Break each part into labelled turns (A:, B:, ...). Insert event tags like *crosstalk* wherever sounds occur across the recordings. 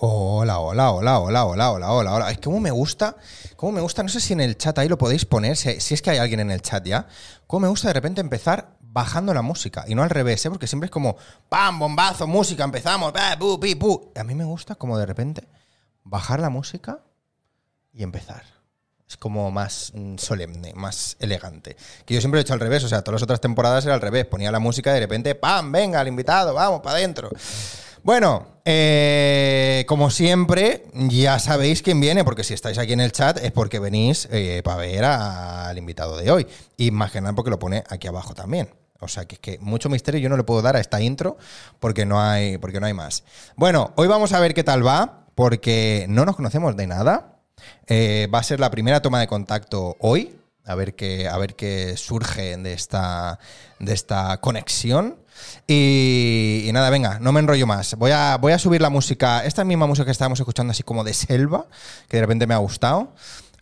A: Hola, hola, hola, hola, hola, hola, hola, hola. Ay, ¿Cómo me gusta? ¿Cómo me gusta? No sé si en el chat ahí lo podéis poner, si, si es que hay alguien en el chat ya. ¿Cómo me gusta de repente empezar bajando la música? Y no al revés, ¿eh? Porque siempre es como, ¡pam! Bombazo, música, empezamos, pa, pu, pi, pu. A mí me gusta como de repente bajar la música y empezar. Es como más mm, solemne, más elegante. Que yo siempre lo he hecho al revés, o sea, todas las otras temporadas era al revés. Ponía la música y de repente, ¡pam! Venga, el invitado, vamos, para adentro. Bueno, eh, como siempre, ya sabéis quién viene, porque si estáis aquí en el chat es porque venís para ver a- al invitado de hoy. Y más que nada porque lo pone aquí abajo también. O sea que es que mucho misterio yo no le puedo dar a esta intro porque no hay, porque no hay más. Bueno, hoy vamos a ver qué tal va, porque no nos conocemos de nada. Eh, va a ser la primera toma de contacto hoy. A ver qué, a ver qué surge de esta, de esta conexión. Y, y nada, venga, no me enrollo más. Voy a, voy a subir la música, esta misma música que estábamos escuchando, así como de selva, que de repente me ha gustado.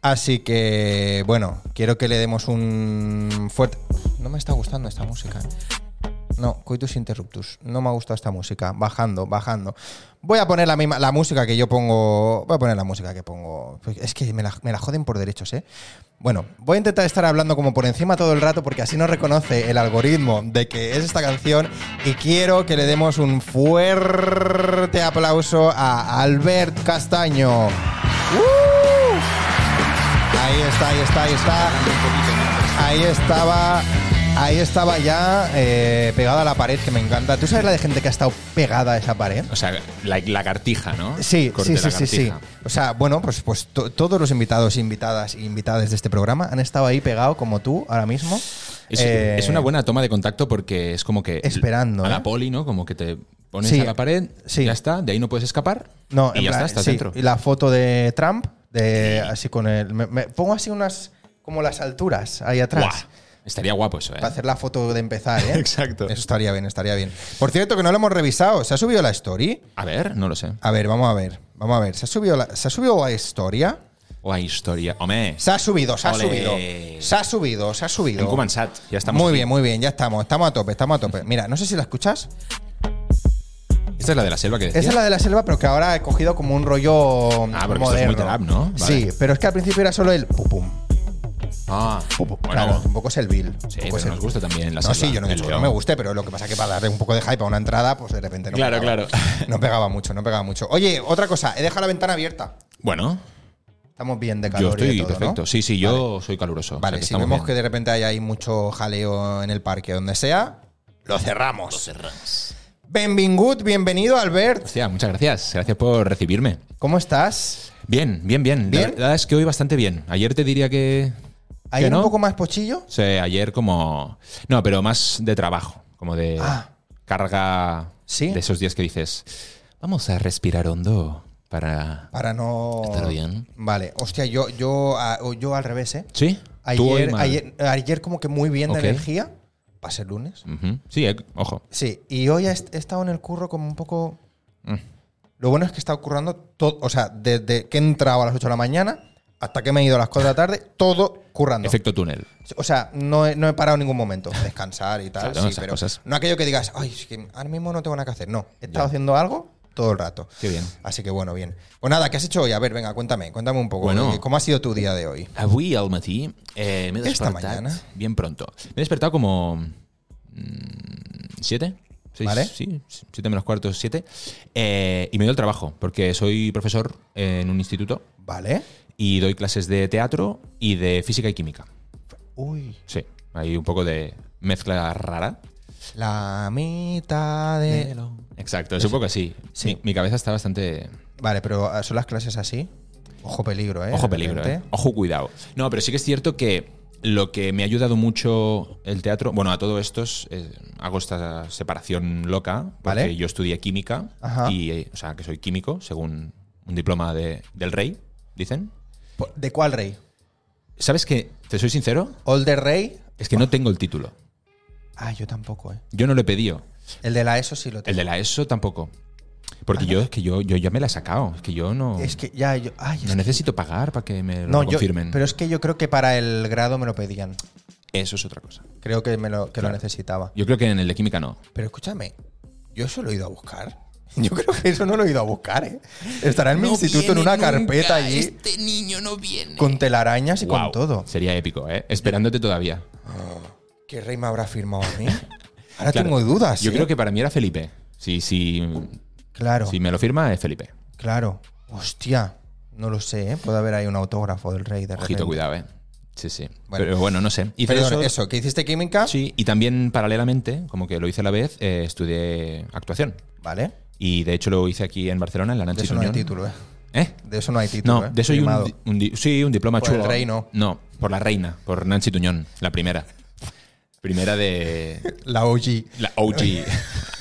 A: Así que, bueno, quiero que le demos un fuerte. No me está gustando esta música. eh. No, coitus interruptus. No me ha gustado esta música. Bajando, bajando. Voy a poner la misma, la música que yo pongo. Voy a poner la música que pongo. Pues Es que me la, me la joden por derechos, ¿eh? Bueno, voy a intentar estar hablando como por encima todo el rato porque así nos reconoce el algoritmo de que es esta canción y quiero que le demos un fuerte aplauso a Albert Castaño. ¡Uh! Ahí está, ahí está, ahí está. Ahí estaba. Ahí estaba ya eh, pegada a la pared, que me encanta. ¿Tú sabes la de gente que ha estado pegada a esa pared?
B: O sea, la, la cartija, ¿no?
A: Sí,
B: Corte
A: sí, sí, sí,
B: lagartija.
A: sí. O sea, bueno, pues, pues to- todos los invitados, invitadas e invitadas de este programa han estado ahí pegados como tú ahora mismo.
B: Es,
A: Eh,
B: es una buena toma de contacto porque es como que.
A: Esperando,
B: A
A: ¿eh?
B: la poli, ¿no? Como que te pones
A: Sí,
B: a la pared,
A: sí.
B: ya está, de ahí no puedes escapar.
A: No,
B: y
A: en
B: ya
A: plan,
B: está, estás
A: sí,
B: dentro.
A: Y la foto de Trump, de así con el. me- me pongo así unas. como las alturas ahí atrás.
B: Guau, Estaría guapo eso, ¿eh?
A: Para hacer la foto de empezar, ¿eh?
B: *laughs* Exacto.
A: Eso estaría bien, estaría bien. Por cierto, que no lo hemos revisado. ¿Se ha subido la story?
B: A ver, no lo sé.
A: A ver, vamos a ver. Vamos a ver. ¿Se ha subido la, ¿se ha subido la historia?
B: O hay historia. Hombre,
A: Se ha subido, se ha
B: Ole.
A: subido. Se ha subido, se ha subido.
B: en Cumansat, ya estamos.
A: muy
B: aquí.
A: bien, muy bien, ya estamos, estamos a tope, estamos a tope. Mira, no sé si la escuchas.
B: Esta es la de la selva que decías.
A: Esa es la de la selva, pero que ahora he cogido como un rollo
B: Ah, porque esto es muy
A: moderno.
B: trap, ¿no? Vale.
A: Sí, pero es que al principio era solo el pum pum.
B: Ah,
A: pum, pum.
B: bueno,
A: claro, un poco es el bill.
B: sí, pero nos gusta también la
A: No,
B: selva.
A: sí, yo no he
B: el
A: dicho que no
B: león.
A: me guste, pero lo que pasa es que para darle un poco de hype a una entrada, pues de repente no
B: Claro,
A: *laughs* pegaba.
B: claro.
A: No pegaba mucho, no pegaba mucho. Oye, otra cosa, he dejado la ventana abierta.
B: Bueno,
A: Estamos bien de
B: yo
A: calor y de
B: estoy
A: todo, ¿no?
B: perfecto. Sí, sí, yo soy caluroso.
A: Vale,
B: o sea que
A: si
B: estamos
A: vemos
B: bien.
A: que de repente hay ahí mucho jaleo en el parque, donde sea, lo cerramos. Lo cerramos. Benvingut, bienvenido, Albert.
B: Hostia, muchas gracias. Gracias por recibirme.
A: ¿Cómo estás?
B: Bien, bien, bien.
A: ¿Bien?
B: La verdad es que hoy bastante bien. Ayer te diría que.
A: ¿Hay
B: que no.
A: un poco más pochillo?
B: Sí, ayer como. No, pero más de trabajo. Como de
A: Ah.
B: carga
A: ¿Sí?
B: de esos días que dices. Vamos a respirar hondo para.
A: Para no.
B: Estar bien.
A: Vale, hostia, yo, yo, a- yo al revés, ¿eh?
B: ¿Sí? Tú hoy
A: Ayer,
B: mal.
A: ayer, ayer como que muy bien
B: Ok.
A: de energía. Para ser lunes.
B: Ujú. Sí, eh, ojo.
A: Sí, y hoy he est- he estado en el curro como un poco.
B: Mm.
A: Lo bueno es que he estado currando todo. O sea, desde que he entrado a las 8 de la mañana hasta que me he ido a las 4 de la tarde, todo currando.
B: Efecto túnel.
A: O sea, no he, no he parado en ningún momento. Descansar y tal.
B: Claro,
A: sí,
B: esas
A: pero
B: cosas.
A: no aquello que digas, ay, es que ahora mismo no tengo nada que hacer. No, he estado haciendo algo todo el rato.
B: Qué bien.
A: Así que bueno, bien. Pues nada, ¿qué has hecho hoy? A ver, venga, cuéntame, cuéntame un poco.
B: Bueno.
A: eh, ¿Cómo ha sido tu día de hoy?
B: Avui al matí eh, m'he
A: Esta
B: despertat
A: mañana.
B: bien pronto. Me he despertado como... mm, ¿Siete? Seis,
A: Vale.
B: Sí, siete menos cuarto, siete. Eh, y me he ido al trabajo, porque soy profesor en un instituto
A: ¿Vale?
B: y doy clases de teatro y de física y química.
A: Uy.
B: Sí, hay un poco de mezcla rara.
A: La mitad de.
B: Exacto, es un poco así.
A: Sí.
B: Mi, mi cabeza está bastante...
A: Vale, pero ah, son las clases así. Ojo peligro, ¿eh?
B: Ojo
A: De
B: peligro, ¿eh?
A: repente.
B: Ojo cuidado. No, pero sí que es cierto que lo que me ha ayudado mucho el teatro, bueno, a todo esto es, eh, hago esta separación loca, porque
A: Vale.
B: yo estudié química,
A: Ajá.
B: y, eh, o sea, que soy químico, según un diploma de- del rey, dicen.
A: Po- ¿De cuál rey?
B: ¿Sabes que, te soy sincero,
A: ¿Older rey?
B: es que no tengo el título.
A: Ah, yo tampoco, ¿eh?
B: Yo no lo he pedido.
A: El de la ESO sí lo
B: El
A: tengo.
B: de la ESO tampoco. Porque yo, es que yo, yo ya me la he sacado, es que yo no,
A: Es que ya. Yo, ay, es
B: no
A: que-
B: necesito pagar para que me lo
A: No, yo,
B: confirmen.
A: pero es que yo creo que para el grado me lo pedían.
B: Eso es otra cosa.
A: Creo que me lo, que lo necesitaba.
B: Yo creo que en el de química no.
A: Pero escúchame, yo eso lo he ido a buscar. *laughs* Yo creo que eso no lo he ido a buscar, ¿eh? Estará en mi
B: No
A: instituto en
B: viene
A: una
B: nunca,
A: carpeta allí
B: Este niño no viene.
A: con telarañas y
B: Guau,
A: con todo.
B: Sería épico, ¿eh? Esperándote todavía.
A: ¿Qué rey me habrá firmado a
B: *laughs*
A: mí? Ahora
B: Claro.
A: tengo dudas.
B: Yo
A: ¿eh?
B: creo que para mí era Felipe. Si, si,
A: Claro,
B: si me lo firma, es Felipe.
A: claro. Hostia, no lo sé, ¿eh? Puede haber ahí un autógrafo del rey de repente.
B: Ojito, cuidado, ¿eh? Sí, sí.
A: Bueno.
B: Pero bueno, no sé. Hice
A: Perdón, eso, que hiciste química,
B: Sí, y también paralelamente, como que lo hice a la vez, eh, estudié actuación.
A: ¿vale?
B: Y de hecho lo hice aquí en Barcelona, en la
A: De
B: Nancy
A: eso no hay
B: Tuñón.
A: título, ¿eh?
B: ¿Eh?
A: De eso no hay título,
B: No,
A: ¿eh?
B: de eso hay un,
A: Firmado.
B: di- un di- sí, un diploma
A: Por el
B: chulo.
A: rey, no.
B: No, por la reina, por Nancy Tuñón, la primera. Primera de
A: La OG.
B: la OG.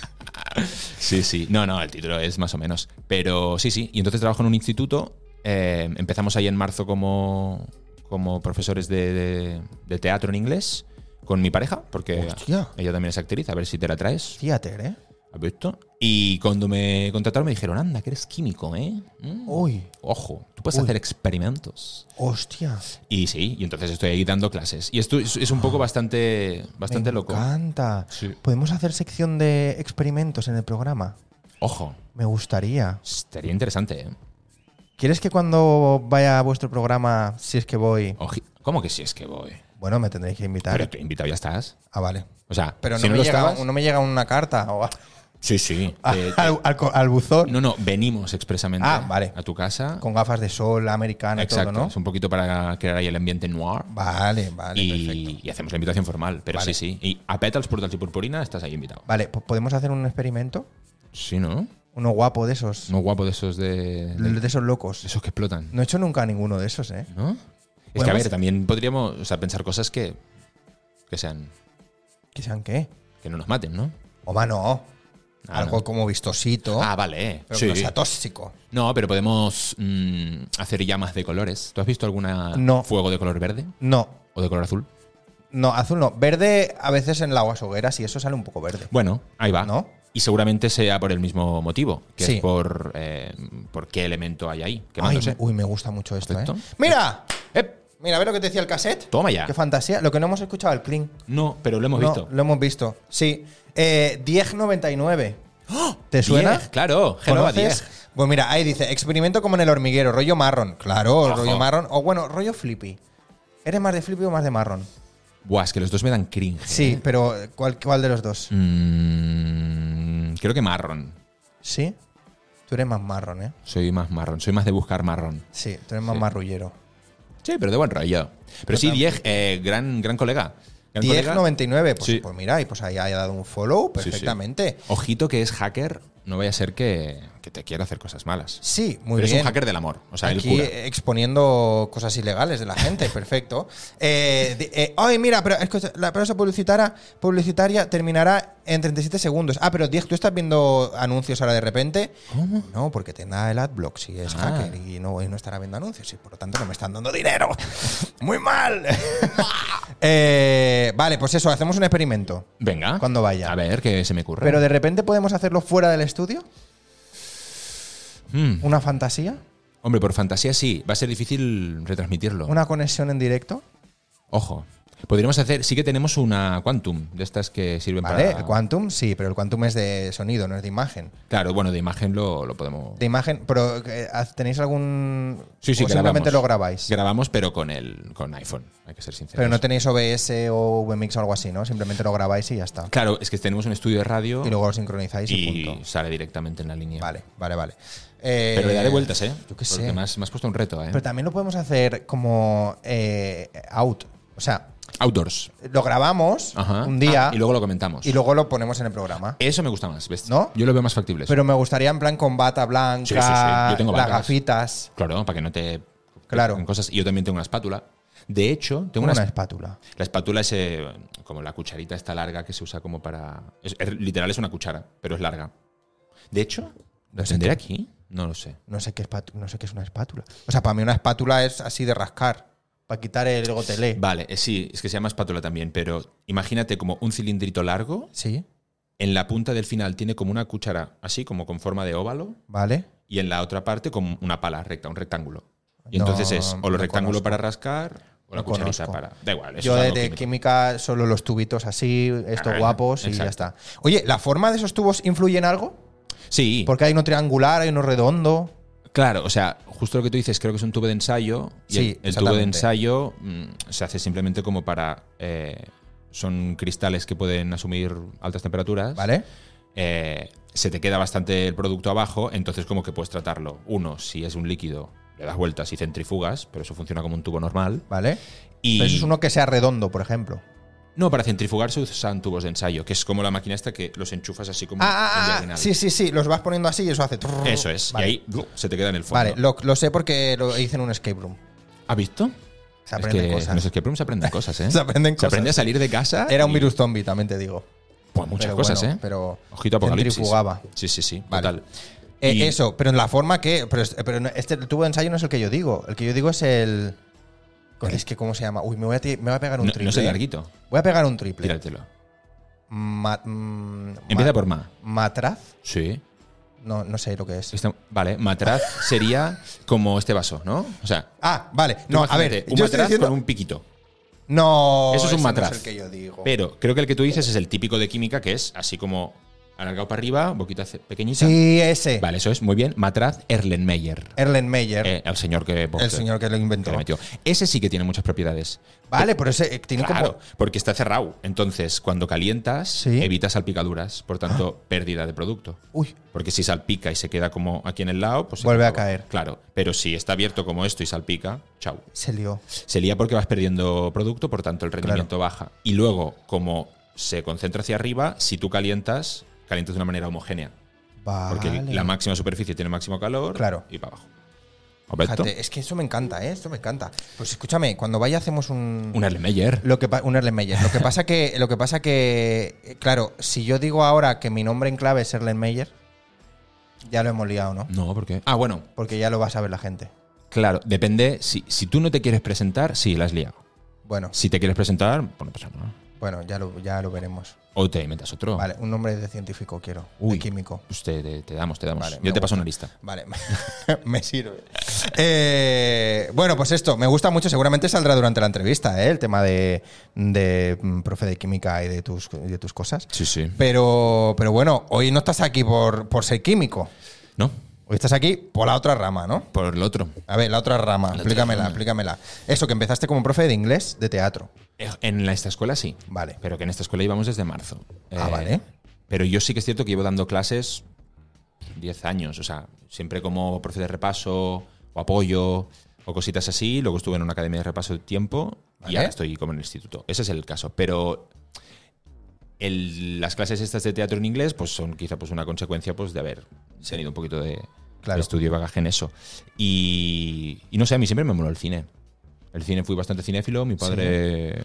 B: *laughs* sí, sí. No, no, el título es más o menos. Pero sí, sí. Y entonces trabajo en un instituto. eh, empezamos ahí en marzo como, como profesores de, de- de teatro en inglés con mi pareja, porque
A: Hostia.
B: ella también es actriz. A ver si te la traes.
A: Theater, ¿eh?
B: ¿Has visto? Y cuando me contrataron me dijeron, anda, que eres químico, ¿eh? Mm,
A: Uy,
B: Ojo, tú puedes
A: Uy.
B: hacer experimentos.
A: hostia.
B: Y sí, y entonces estoy ahí dando clases. Y esto es, es un poco bastante, bastante
A: Ah. me
B: loco.
A: encanta.
B: Sí.
A: ¿Podemos hacer sección de experimentos en el programa?
B: Ojo,
A: Me gustaría.
B: estaría interesante, ¿eh?
A: ¿Quieres que cuando vaya a vuestro programa, si es que voy,
B: Oji- ¿Cómo que si es que voy?
A: bueno, me tendréis que invitar?
B: Pero te invitado ya estás.
A: ah, vale.
B: O sea,
A: Pero no,
B: si
A: me
B: lo
A: llega,
B: estabas-
A: no me llega una carta o a-
B: Sí, sí.
A: *laughs*
B: te- te-
A: al, al co- al buzón
B: no, no, venimos expresamente
A: Ah, vale.
B: a tu casa.
A: con gafas de sol americana y
B: Exacto,
A: todo, ¿no?
B: es un poquito para crear ahí el ambiente noir.
A: Vale, vale, perfecto.
B: y, y hacemos la invitación formal, pero
A: Vale.
B: sí, sí. Y a Petals, Portals y Purpurina estás ahí invitado.
A: Vale, pues podemos hacer un experimento.
B: Sí, ¿no?
A: Uno guapo de esos.
B: No guapo de esos de, de-
A: De esos locos.
B: de esos que explotan.
A: No he hecho nunca ninguno de esos, ¿eh?
B: ¿No?
A: Mm.
B: Es
A: Bueno,
B: que a
A: pues-
B: ver, también podríamos o sea, pensar cosas que, que sean.
A: Que sean qué.
B: que no nos maten, ¿no?
A: Oma no.
B: Ah,
A: Algo
B: no.
A: como vistosito.
B: Ah, vale.
A: pero
B: sí.
A: que no sea tóxico.
B: No, pero podemos mm, hacer llamas de colores. ¿Tú has visto alguna
A: No.
B: fuego de color verde
A: No.
B: o de color azul?
A: No, azul no. Verde a veces en las hogueras y eso sale un poco verde.
B: Bueno, ahí va.
A: ¿No?
B: Y seguramente sea por el mismo motivo, que
A: Sí.
B: es por, eh, por qué elemento hay ahí
A: Ay,
B: quemándose.
A: uy, me gusta mucho esto, ¿eh?
B: Perfecto.
A: ¡Mira!
B: ¡Ep!
A: Mira, ¿ves lo que te decía el cassette?
B: Toma ya.
A: ¡Qué fantasía! Lo que no hemos escuchado, el clink.
B: No, pero lo hemos
A: No,
B: visto.
A: Lo hemos visto, sí. Eh, 1099. ¿Te suena?
B: ¡Oh! Diez, claro, Genova
A: ¿Conoces?
B: 10.
A: Pues mira, ahí dice, experimento como en el hormiguero, rollo marrón. Claro,
B: Ojo.
A: rollo marrón. O bueno, rollo flippy. ¿Eres más de flippy o más de marrón?
B: Buah, es que los dos me dan cringe.
A: Sí, pero eh, ¿cuál, cuál de los dos?
B: Mm, creo que marrón.
A: ¿Sí? Tú eres más marrón, ¿eh?
B: Soy más marrón. Soy más de buscar marrón.
A: Sí, tú eres más marrullero.
B: Sí, pero de buen rollo. Pero sí, Dieg, eh, gran, gran colega. Gran colega.
A: 1099, pues,
B: Sí.
A: pues mira, y pues ahí haya dado un follow
B: Sí, sí.
A: perfectamente.
B: Ojito que es hacker, no vaya a ser que, que te quiera hacer cosas malas.
A: Sí, muy
B: pero
A: bien.
B: es un hacker del amor. O sea,
A: Aquí eh,
B: el cura.
A: exponiendo cosas ilegales de la
B: *laughs*
A: gente, perfecto. Eh, de- eh, ay, mira, pero es que la pausa publicitaria, publicitaria terminará en 37 segundos. Ah, pero 10, ¿tú estás viendo anuncios ahora de repente?
B: ¿Cómo?
A: No, porque tendrá el adblock si es
B: Ah.
A: hacker y no, y no estará viendo anuncios y por lo tanto no me están dando
B: *laughs*
A: dinero. ¡Muy mal! Eh, vale, pues eso, hacemos un experimento.
B: Venga.
A: Cuando vaya.
B: A ver, que se me ocurre.
A: Pero de repente podemos hacerlo fuera del estudio,
B: Mm,
A: una fantasía,
B: Hombre, por fantasía sí. Va a ser difícil retransmitirlo.
A: una conexión en directo.
B: Ojo. Podríamos hacer. Sí que tenemos una Quantum, de estas que sirven
A: Vale,
B: para.
A: el Quantum sí, pero el Quantum es de sonido, no es de imagen.
B: Claro, bueno, de imagen lo, lo podemos.
A: De imagen, pero eh, ¿tenéis algún.
B: Sí, sí,
A: o simplemente
B: grabamos.
A: lo grabáis.
B: Grabamos, pero con el con iPhone, hay que ser sinceros.
A: Pero no tenéis OBS o VMix o algo así, ¿no? Simplemente lo grabáis y ya está.
B: Claro, es que tenemos un estudio de radio
A: Y luego lo sincronizáis y,
B: y
A: punto.
B: sale directamente en la línea.
A: Vale, vale, vale. Eh,
B: Pero le daré vueltas, ¿eh?
A: Yo qué
B: Porque
A: sé.
B: me has, me has puesto un reto, ¿eh?
A: Pero también lo podemos hacer como eh, out. O sea,
B: Outdoors.
A: lo grabamos
B: Ajá.
A: un día
B: Ah, y luego lo comentamos.
A: y luego lo ponemos en el programa.
B: Eso me gusta más, ¿ves?
A: ¿No?
B: Yo lo veo más factible. eso.
A: Pero me gustaría en plan con bata blanca,
B: Sí, sí, sí. Yo tengo
A: las
B: batas.
A: gafitas.
B: claro, para que no te.
A: Claro.
B: en Cosas. Y yo también tengo una espátula. De hecho, tengo
A: Una,
B: una,
A: espátula.
B: La espátula es eh, como la cucharita esta larga que se usa como para. es- es- literal es una cuchara, pero es larga. De hecho, ¿lo
A: sé
B: tendré aquí? No lo sé.
A: No sé qué espátu- no sé qué es una espátula. O sea, para mí una espátula es así de rascar, para quitar el gotelé.
B: Vale, eh, sí, es que se llama espátula también, pero imagínate como un cilindrito largo,
A: Sí,
B: en la punta del final tiene como una cuchara así, como con forma de óvalo,
A: vale.
B: y en la otra parte como una pala recta, un rectángulo. Y
A: No,
B: entonces es o
A: no
B: lo rectángulo
A: conozco.
B: para rascar o la
A: No
B: cucharita
A: conozco.
B: para. Da igual, eso
A: Yo
B: es
A: de,
B: algo
A: de
B: químico.
A: química solo los tubitos así, estos
B: Ah,
A: guapos y
B: exacto.
A: ya está. Oye, ¿la forma de esos tubos influye en algo?
B: Sí.
A: Porque hay uno triangular, hay uno redondo.
B: Claro, o sea, justo lo que tú dices, creo que es un tubo de ensayo. Y
A: Sí,
B: el- el, tubo de
A: exactamente.
B: ensayo mm, se hace simplemente como para. eh, son cristales que pueden asumir altas temperaturas.
A: ¿Vale?
B: Eh, se te queda bastante el producto abajo, entonces, como que puedes tratarlo. Uno, si es un líquido, le das vueltas y centrifugas, pero eso funciona como un tubo normal.
A: ¿Vale?
B: Y
A: Pero eso es uno que sea redondo, por ejemplo.
B: No, para centrifugar se usan tubos de ensayo, que es como la máquina esta que los enchufas así como
A: Ah,
B: en
A: ah, ah,
B: diagonal.
A: sí, sí, sí. Los vas poniendo así y eso hace. trrr.
B: Eso es.
A: Vale.
B: Y ahí ¡blu! se te queda en el fondo.
A: Vale, lo, lo sé porque lo hice en un escape room.
B: ¿Has visto?
A: Se aprenden
B: es que
A: cosas. *laughs*
B: No sé, que se aprenden cosas, ¿eh?
A: Se aprenden
B: Se
A: cosas.
B: aprende a salir de casa.
A: Era un
B: y-
A: virus zombie, también te digo.
B: Pues muchas
A: Pero
B: cosas,
A: bueno,
B: ¿eh?
A: Pero
B: Ojito apocalipsis.
A: centrifugaba.
B: Sí, sí, sí.
A: Vale.
B: Total.
A: Eh,
B: Y-
A: Eso, pero en la forma que. Pero, es- pero no- este tubo de ensayo no es el que yo digo. El que yo digo es el. Es que, ¿cómo se llama? Uy, me voy a, ti- me voy a pegar
B: No,
A: un
B: no
A: triple. ¿eh?
B: es el larguito.
A: Voy a pegar un triple.
B: Tíratelo.
A: Ma- mm,
B: Empieza
A: ma-
B: por ma.
A: Matraz.
B: Sí.
A: No, no sé lo que es.
B: Está- vale, matraz sería como este vaso, ¿no? O sea,
A: Ah, vale.
B: tú
A: No, a
B: imagínate,
A: ver.
B: un
A: yo estoy
B: matraz
A: diciendo-
B: con un piquito.
A: No.
B: Eso es un
A: ese no
B: matraz.
A: el que yo digo.
B: Pero creo que el que tú dices es el típico de química, que es así como alargado para arriba, boquita ce- pequeñita.
A: sí, ese.
B: Vale, eso es muy bien. Matraz Erlenmeyer.
A: Erlenmeyer,
B: Eh, el señor que,
A: el señor que lo
B: que
A: inventó.
B: lo metió. Ese sí que tiene muchas propiedades.
A: Vale, pero ese eh, tiene
B: Claro,
A: como.
B: porque está cerrado. Entonces, cuando calientas,
A: Sí. Ah.
B: evitas salpicaduras, por tanto, pérdida de producto.
A: Uy,
B: Porque si salpica y se queda como aquí en el lado, pues se
A: Vuelve a
B: acabó.
A: caer.
B: Claro, pero si está abierto como esto y salpica, chau.
A: se lió.
B: Se lía porque vas perdiendo producto, por tanto el rendimiento baja. Y luego, como se concentra hacia arriba, si tú calientas, calientas de una manera homogénea.
A: Ah, Vale.
B: Porque la máxima superficie tiene máximo calor
A: Claro.
B: y para abajo. ¿Correcto?
A: Fíjate, es que eso me encanta, ¿eh? Esto me encanta. Pues escúchame, cuando vaya hacemos un.
B: Un Erlenmeyer.
A: Lo que pa- un Erlenmeyer. Lo que pasa que, lo que pasa que, eh, claro, si yo digo ahora que mi nombre en clave es Erlenmeyer, ya lo hemos liado, ¿no?
B: No, porque. Ah, bueno,
A: Porque ya lo va a saber la gente.
B: claro, depende. Si, si tú no te quieres presentar, sí, la has liado.
A: Bueno,
B: Si te quieres presentar, bueno, pues no.
A: bueno, ya lo, ya lo veremos.
B: O te inventas otro.
A: Vale, un nombre de científico quiero,
B: Uy.
A: de químico.
B: Pues te, te- te damos, te damos.
A: Vale, me
B: Yo te paso una lista.
A: Vale, *laughs* me sirve. Eh, bueno, pues esto, me gusta mucho, seguramente saldrá durante la entrevista, ¿eh? El tema de, de mm, profe de química y de tus, y de tus cosas.
B: Sí, sí.
A: Pero, pero bueno, hoy no estás aquí por, por ser químico.
B: No,
A: Hoy estás aquí por la otra rama, ¿no?
B: por el otro.
A: A ver, la otra rama, explícamela,
B: rama.
A: explícamela. Eso, que empezaste como profe de inglés de teatro.
B: Eh, En la- esta escuela sí.
A: Vale.
B: Pero que en esta escuela íbamos desde marzo. Eh,
A: Ah, vale.
B: Pero yo sí que es cierto que llevo dando clases 10 años. O sea, siempre como profe de repaso o apoyo o cositas así. Luego estuve en una academia de repaso de tiempo y
A: Vale.
B: ahora estoy como en el instituto. Ese es el caso. Pero el- las clases estas de teatro en inglés pues son quizá pues una consecuencia pues de haber tenido un poquito de,
A: Claro.
B: de estudio y bagaje en eso. Y, y no sé, a mí siempre me moló el cine. El cine fui bastante cinéfilo, mi padre...
A: O sea,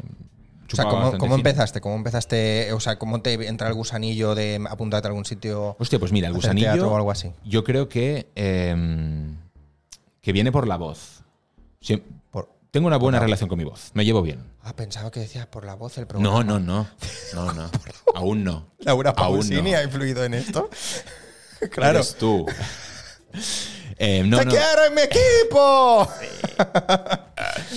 B: chupaba
A: ¿cómo,
B: bastante
A: cómo
B: cine.
A: empezaste? ¿Cómo empezaste? O sea, ¿cómo te entra el gusanillo de apuntarte a algún sitio?
B: Hostia, pues mira, el
A: hacer teatro o
B: gusanillo.
A: algo así.
B: Yo creo que. eh, que viene por la voz. Siem-
A: Por-
B: tengo una buena relación con mi voz. Me llevo bien.
A: Ah, pensaba que decías por la voz el programa.
B: No,
A: *laughs*
B: no, no. No, no. Aún no.
A: Laura
B: Aún
A: Pausini
B: no.
A: ha influido en esto.
B: *laughs*
A: claro.
B: Eres
A: *laughs*
B: tú. Eh, no,
A: ¡Te
B: no.
A: quiero en mi
B: *laughs*
A: equipo!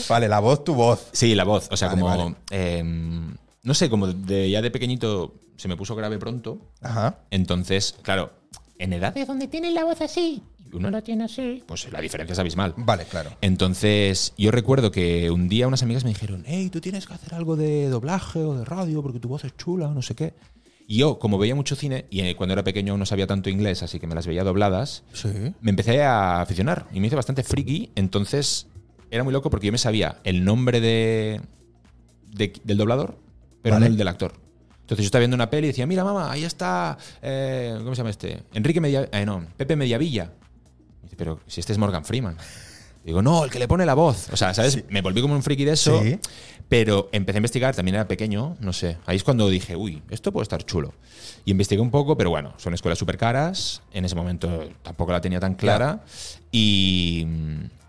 A: vale, la voz, tu voz.
B: Sí, la voz. O sea,
A: Vale,
B: como.
A: vale.
B: eh, no sé, como de, ya de pequeñito se me puso grave pronto.
A: Ajá.
B: Entonces, claro, en edades donde tienen la voz así y uno la tiene así, pues la diferencia es abismal.
A: Vale, claro.
B: Entonces, yo recuerdo que un día unas amigas me dijeron, hey, tú tienes que hacer algo de doblaje o de radio porque tu voz es chula o no sé qué. Y yo, como veía mucho cine, y eh, cuando era pequeño aún no sabía tanto inglés, así que me las veía dobladas,
A: Sí.
B: me empecé a aficionar y me hice bastante friki. Entonces, era muy loco porque yo me sabía el nombre de, de- del doblador, pero
A: Vale.
B: no el del actor. Entonces yo estaba viendo una peli y decía, mira mamá, ahí está, eh, ¿cómo se llama este? Enrique Media, eh, no, Pepe Mediavilla. Y dice, pero si este es Morgan Freeman. Digo, no, el que le pone la voz. O sea, ¿sabes? Me volví como un friki de eso,
A: Sí.
B: pero empecé a investigar, también era pequeño, no sé. Ahí es cuando dije, uy, esto puede estar chulo. Y investigué un poco, pero bueno, son escuelas súper caras, en ese momento tampoco la tenía tan clara. Y,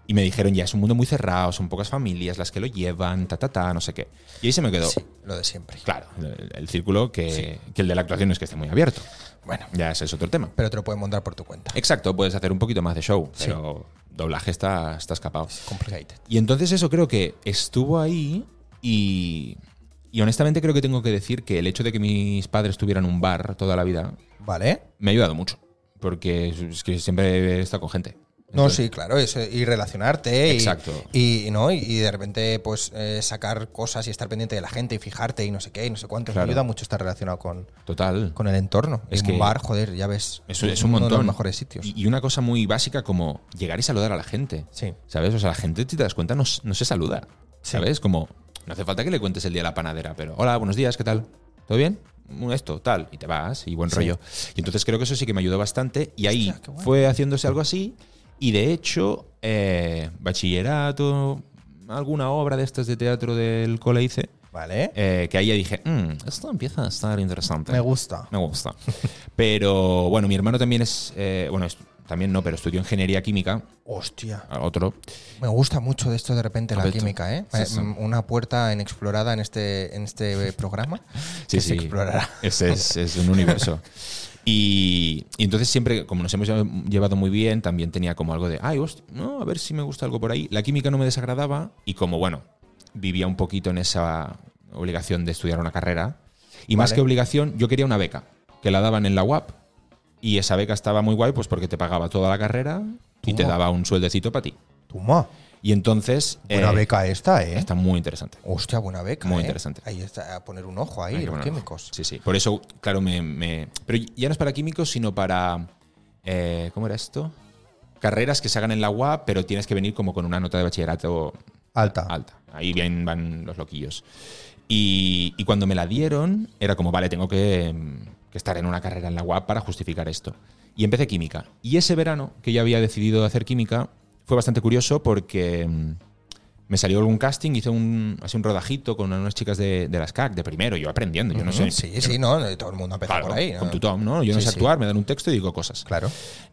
B: y me dijeron, ya, es un mundo muy cerrado, son pocas familias las que lo llevan, ta, ta, ta, no sé qué. Y ahí se me quedó,
A: Sí, lo de siempre.
B: Claro, el, el círculo que, que el de la actuación es que esté muy abierto.
A: Bueno,
B: Ya ese es otro tema.
A: pero te lo puedes montar por tu cuenta.
B: Exacto, puedes hacer un poquito más de show, pero doblaje está, está escapado.
A: Complicated.
B: Y entonces eso creo que estuvo ahí y, y honestamente creo que tengo que decir que el hecho de que mis padres tuvieran un bar toda la vida
A: Vale.
B: me ha ayudado mucho. porque es que siempre he estado con gente.
A: No,
B: Entonces,
A: sí, claro, eso, y relacionarte. y-
B: Exacto.
A: Y, ¿no? y, y de repente, pues, eh, sacar cosas y estar pendiente de la gente y fijarte y no sé qué y no sé cuánto. Me
B: Claro.
A: ayuda mucho estar relacionado con,
B: Total.
A: con el entorno.
B: Es
A: y
B: que-
A: un bar, joder, ya ves.
B: Es, un- es un
A: Uno
B: montón.
A: de los mejores sitios.
B: Y, y una cosa muy básica como llegar y saludar a la gente.
A: Sí.
B: ¿Sabes? O sea, la gente, si te das cuenta, no, s- no se saluda.
A: Sí.
B: ¿Sabes? Como, no hace falta que le cuentes el día a la panadera, pero hola, buenos días, ¿qué tal? ¿Todo bien? Mm, Esto, tal, y te vas, y buen
A: Sí.
B: rollo. Y entonces creo que eso sí que me ayudó bastante, y ahí
A: Hostia, qué guay.
B: fue haciéndose algo así, y de hecho, eh, bachillerato, alguna obra de estas de teatro del cole hice,
A: Vale.
B: eh, que ahí ya dije, "Mm, esto empieza a estar interesante.
A: me gusta.
B: Me gusta. Pero bueno, mi hermano también es. eh, bueno, es- también no, pero estudió ingeniería química,
A: Hostia.
B: otro.
A: Me gusta mucho de esto de repente la
B: Ah. Aperto.
A: química, ¿eh?
B: Sí,
A: Eh,
B: sí.
A: Una puerta inexplorada en este, en este eh, programa.
B: Sí,
A: que
B: *laughs* sí.
A: se explorará.
B: Ese es, es un universo. Y, y entonces siempre, como nos hemos llevado muy bien, también tenía como algo de, ay, host- no, a ver si me gusta algo por ahí. La química no me desagradaba y como, bueno, vivía un poquito en esa obligación de estudiar una carrera. Y más
A: Vale.
B: que obligación, yo quería una beca, que la daban en la UAP. Y esa beca estaba muy guay, pues porque te pagaba toda la carrera y te
A: Toma.
B: daba un sueldecito para ti.
A: Toma.
B: Y entonces.
A: Buena
B: eh,
A: beca esta, ¿eh?
B: Está muy interesante.
A: Hostia, buena beca.
B: Muy
A: ¿eh?
B: interesante.
A: Ahí está, a poner un ojo ahí,
B: Hay que
A: los
B: ponerlo.
A: químicos.
B: Sí, sí. Por eso, claro, me. me- pero ya no es para químicos, sino para. eh, ¿Cómo era esto? Carreras que se hagan en la UAP, pero tienes que venir como con una nota de bachillerato
A: Alta.
B: alta. Ahí bien van los loquillos. Y, y cuando me la dieron, era como, vale, tengo que, mm, que estar en una carrera en la UAP para justificar esto. Y empecé química. Y ese verano, que ya había decidido hacer química, fue bastante curioso porque mm, me salió algún casting, hice un, así un rodajito con unas chicas de, de las CAC, de primero, yo aprendiendo, yo no sé.
A: Sí, sí, no, eh, todo el mundo empieza
B: claro,
A: por ahí. ¿no?
B: Con tu Tom, ¿no? Yo no
A: Sí,
B: sé
A: sí.
B: actuar, me dan un texto y digo cosas.
A: Claro.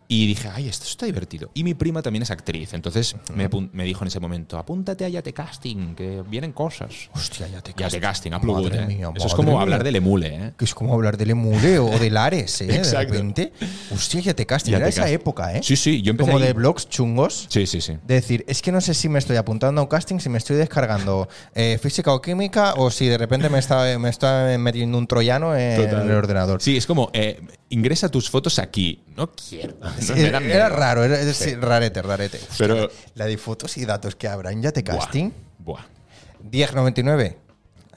B: Y dije, ay, esto está divertido. Y mi prima también es actriz. Entonces me, apun- me dijo en ese momento, apúntate a Yate Casting, que vienen cosas.
A: Hostia, ya te
B: Yate Casting, ha
A: Madre
B: plogut, ¿eh?
A: mía,
B: Eso es
A: madre
B: como
A: mía.
B: hablar del emule, ¿eh?
A: Que es como hablar del emule o del Ares, ¿eh? De
B: Exacto.
A: repente. Hostia, ya te casting.
B: Ya
A: Era
B: te
A: esa
B: casting.
A: época, ¿eh?
B: Sí, sí, yo empecé
A: Como
B: ahí.
A: de blogs chungos.
B: Sí, sí, sí.
A: De decir, es que no sé si me estoy apuntando a un casting, si me estoy descargando eh, física o química, o si de repente me está, me está metiendo un troyano en
B: Total.
A: el ordenador.
B: Sí, es como, eh, ingresa tus fotos aquí. No quiero.
A: Ah, Sí, Eh,
B: No, me
A: era,
B: da miedo.
A: raro, era, es decir, rarete, rarete. Hostia,
B: Pero-
A: la de fotos y datos que habrá en Yate
B: Buah,
A: Casting,
B: Buah.
A: 10.99.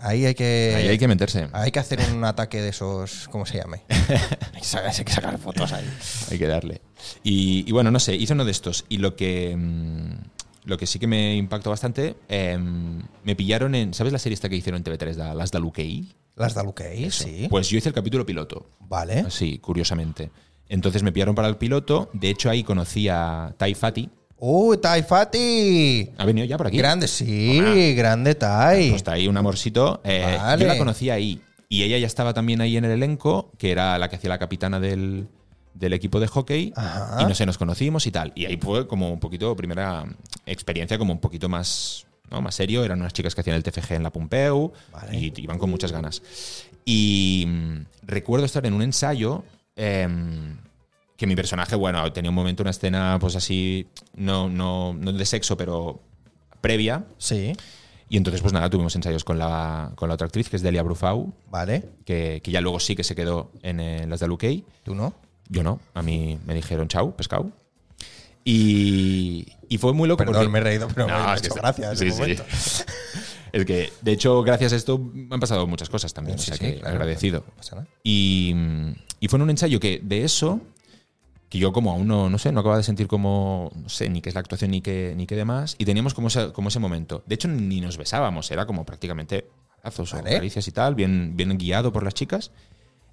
A: Ahí hay que.
B: Ahí hay que meterse.
A: Hay que hacer un ataque de esos, ¿cómo se
B: *laughs*
A: llame? hay, que sacar, hay que sacar fotos ahí.
B: Hay que darle. Y, y bueno, no sé, hice uno de estos. Y lo que. mm, Lo que sí que me impactó bastante. em, me pillaron en. ¿Sabes la serie esta que hicieron en TV3? la- Las Dalukei.
A: Las da Luke, sí.
B: Pues yo hice el capítulo piloto.
A: vale.
B: Sí, curiosamente. Entonces me pillaron para el piloto. De hecho, ahí conocí a Tai Fati.
A: ¡Uh, Tai Fati!
B: Ha venido ya por aquí.
A: Grande, sí, grande Tai.
B: Pues está ahí un amorcito. Eh,
A: Vale.
B: Yo la conocí ahí. Y ella ya estaba también ahí en el elenco, que era la que hacía la capitana del, del equipo de hockey.
A: Ajá.
B: Y no sé, nos conocimos y tal. Y ahí fue como un poquito, primera experiencia como un poquito más, ¿no? más serio. Eran unas chicas que hacían el TFG en la Pompeu
A: Vale.
B: y iban con muchas ganas. Y mm, recuerdo estar en un ensayo em, que mi personaje, bueno, tenía un momento, una escena pues así, no, no, no de sexo, pero previa.
A: Sí,
B: Y entonces, pues nada, tuvimos ensayos con la, con la otra actriz, que es Delia Brufau,
A: vale.
B: que, que ya luego sí que se quedó en eh, las de Luque.
A: ¿Tú no?
B: Yo no, a mí me dijeron chau, pescado. Y, y fue muy loco.
A: Perdón,
B: porque-
A: me he reído, pero me
B: No,
A: ha
B: es que
A: hecho
B: está-
A: gracia ese
B: sí, sí.
A: momento.
B: *laughs* Es que, de hecho, gracias a esto han pasado muchas cosas también,
A: Sí,
B: o sea
A: sí,
B: que
A: claro.
B: agradecido.
A: No pasa nada.
B: Y, mm, y fue en un ensayo que de eso, que yo como aún no, no sé, no acababa de sentir como, no sé, ni qué es la actuación ni qué, ni qué demás, y teníamos como ese, como ese momento. De hecho, ni nos besábamos, era como prácticamente abrazos o
A: Vale.
B: caricias y tal, bien, bien guiado por las chicas,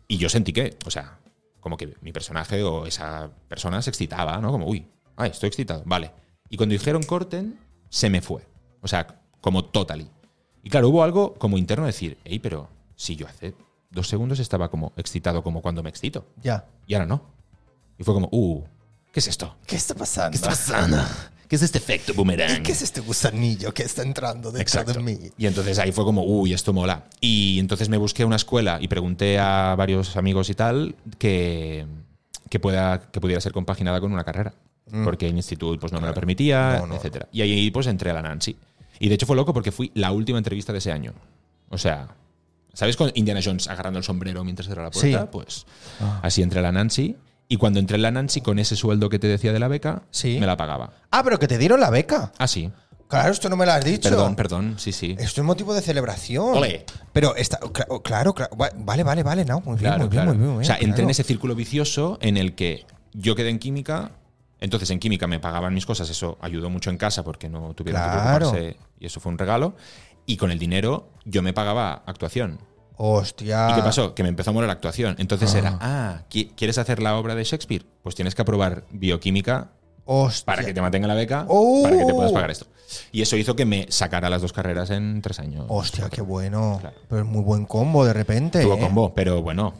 B: y yo sentí que, o sea, como que mi personaje o esa persona se excitaba, ¿no? Como, uy, ay, estoy excitado, vale. Y cuando dijeron corten, se me fue. O sea, como totally. Y claro, hubo algo como interno de decir, hey, pero si yo hace dos segundos estaba como excitado como cuando me excito.
A: Ya.
B: Y ahora no. Y fue como, uh, ¿qué es esto?
A: ¿Qué está pasando?
B: pasando? ¿Qué es este efecto boomerang?
A: ¿Qué es este gusanillo que está entrando dentro
B: Exacto.
A: de mí?
B: Y entonces ahí fue como, uy, esto mola. Y entonces me busqué una escuela y pregunté a varios amigos y tal que, que, pueda, que pudiera ser compaginada con una carrera. Porque el instituto pues, no me lo permitía,
A: Mm. No, no,
B: etcétera. Y ahí pues entré a la Nancy. Y de hecho fue loco porque fui la última entrevista de ese año. O sea, ¿sabes con Indiana Jones agarrando el sombrero mientras cerraba la puerta?
A: Sí. Ah.
B: Pues así entré a la Nancy. Y cuando entré en la Nancy, con ese sueldo que te decía de la beca,
A: Sí.
B: me la pagaba.
A: Ah, pero que te dieron la beca.
B: Ah, sí.
A: Claro, esto no me lo has dicho.
B: Perdón, perdón, sí, sí.
A: Esto es motivo de celebración.
B: Ole.
A: Pero está, cla- oh, claro, claro, va- vale, vale, vale, no, muy bien,
B: Claro,
A: muy, bien
B: claro.
A: muy bien, muy
B: O sea,
A: bien,
B: entré en
A: claro.
B: ese círculo vicioso en el que yo quedé en química, entonces en química me pagaban mis cosas, eso ayudó mucho en casa porque no tuvieron
A: Claro.
B: que preocuparse y eso fue un regalo. Y con el dinero yo me pagaba actuación.
A: Hostia.
B: ¿Y qué pasó? Que me empezó a molar la actuación. Entonces era, ah, ¿qui- ¿quieres hacer la obra de Shakespeare? Pues tienes que aprobar bioquímica
A: Hostia.
B: para que te mantenga la beca,
A: Oh.
B: para que te puedas pagar esto. Y eso hizo que me sacara las dos carreras en tres años.
A: Hostia, qué bueno.
B: Claro.
A: Pero es muy buen combo de repente.
B: Tuvo
A: ¿eh?
B: combo, pero bueno,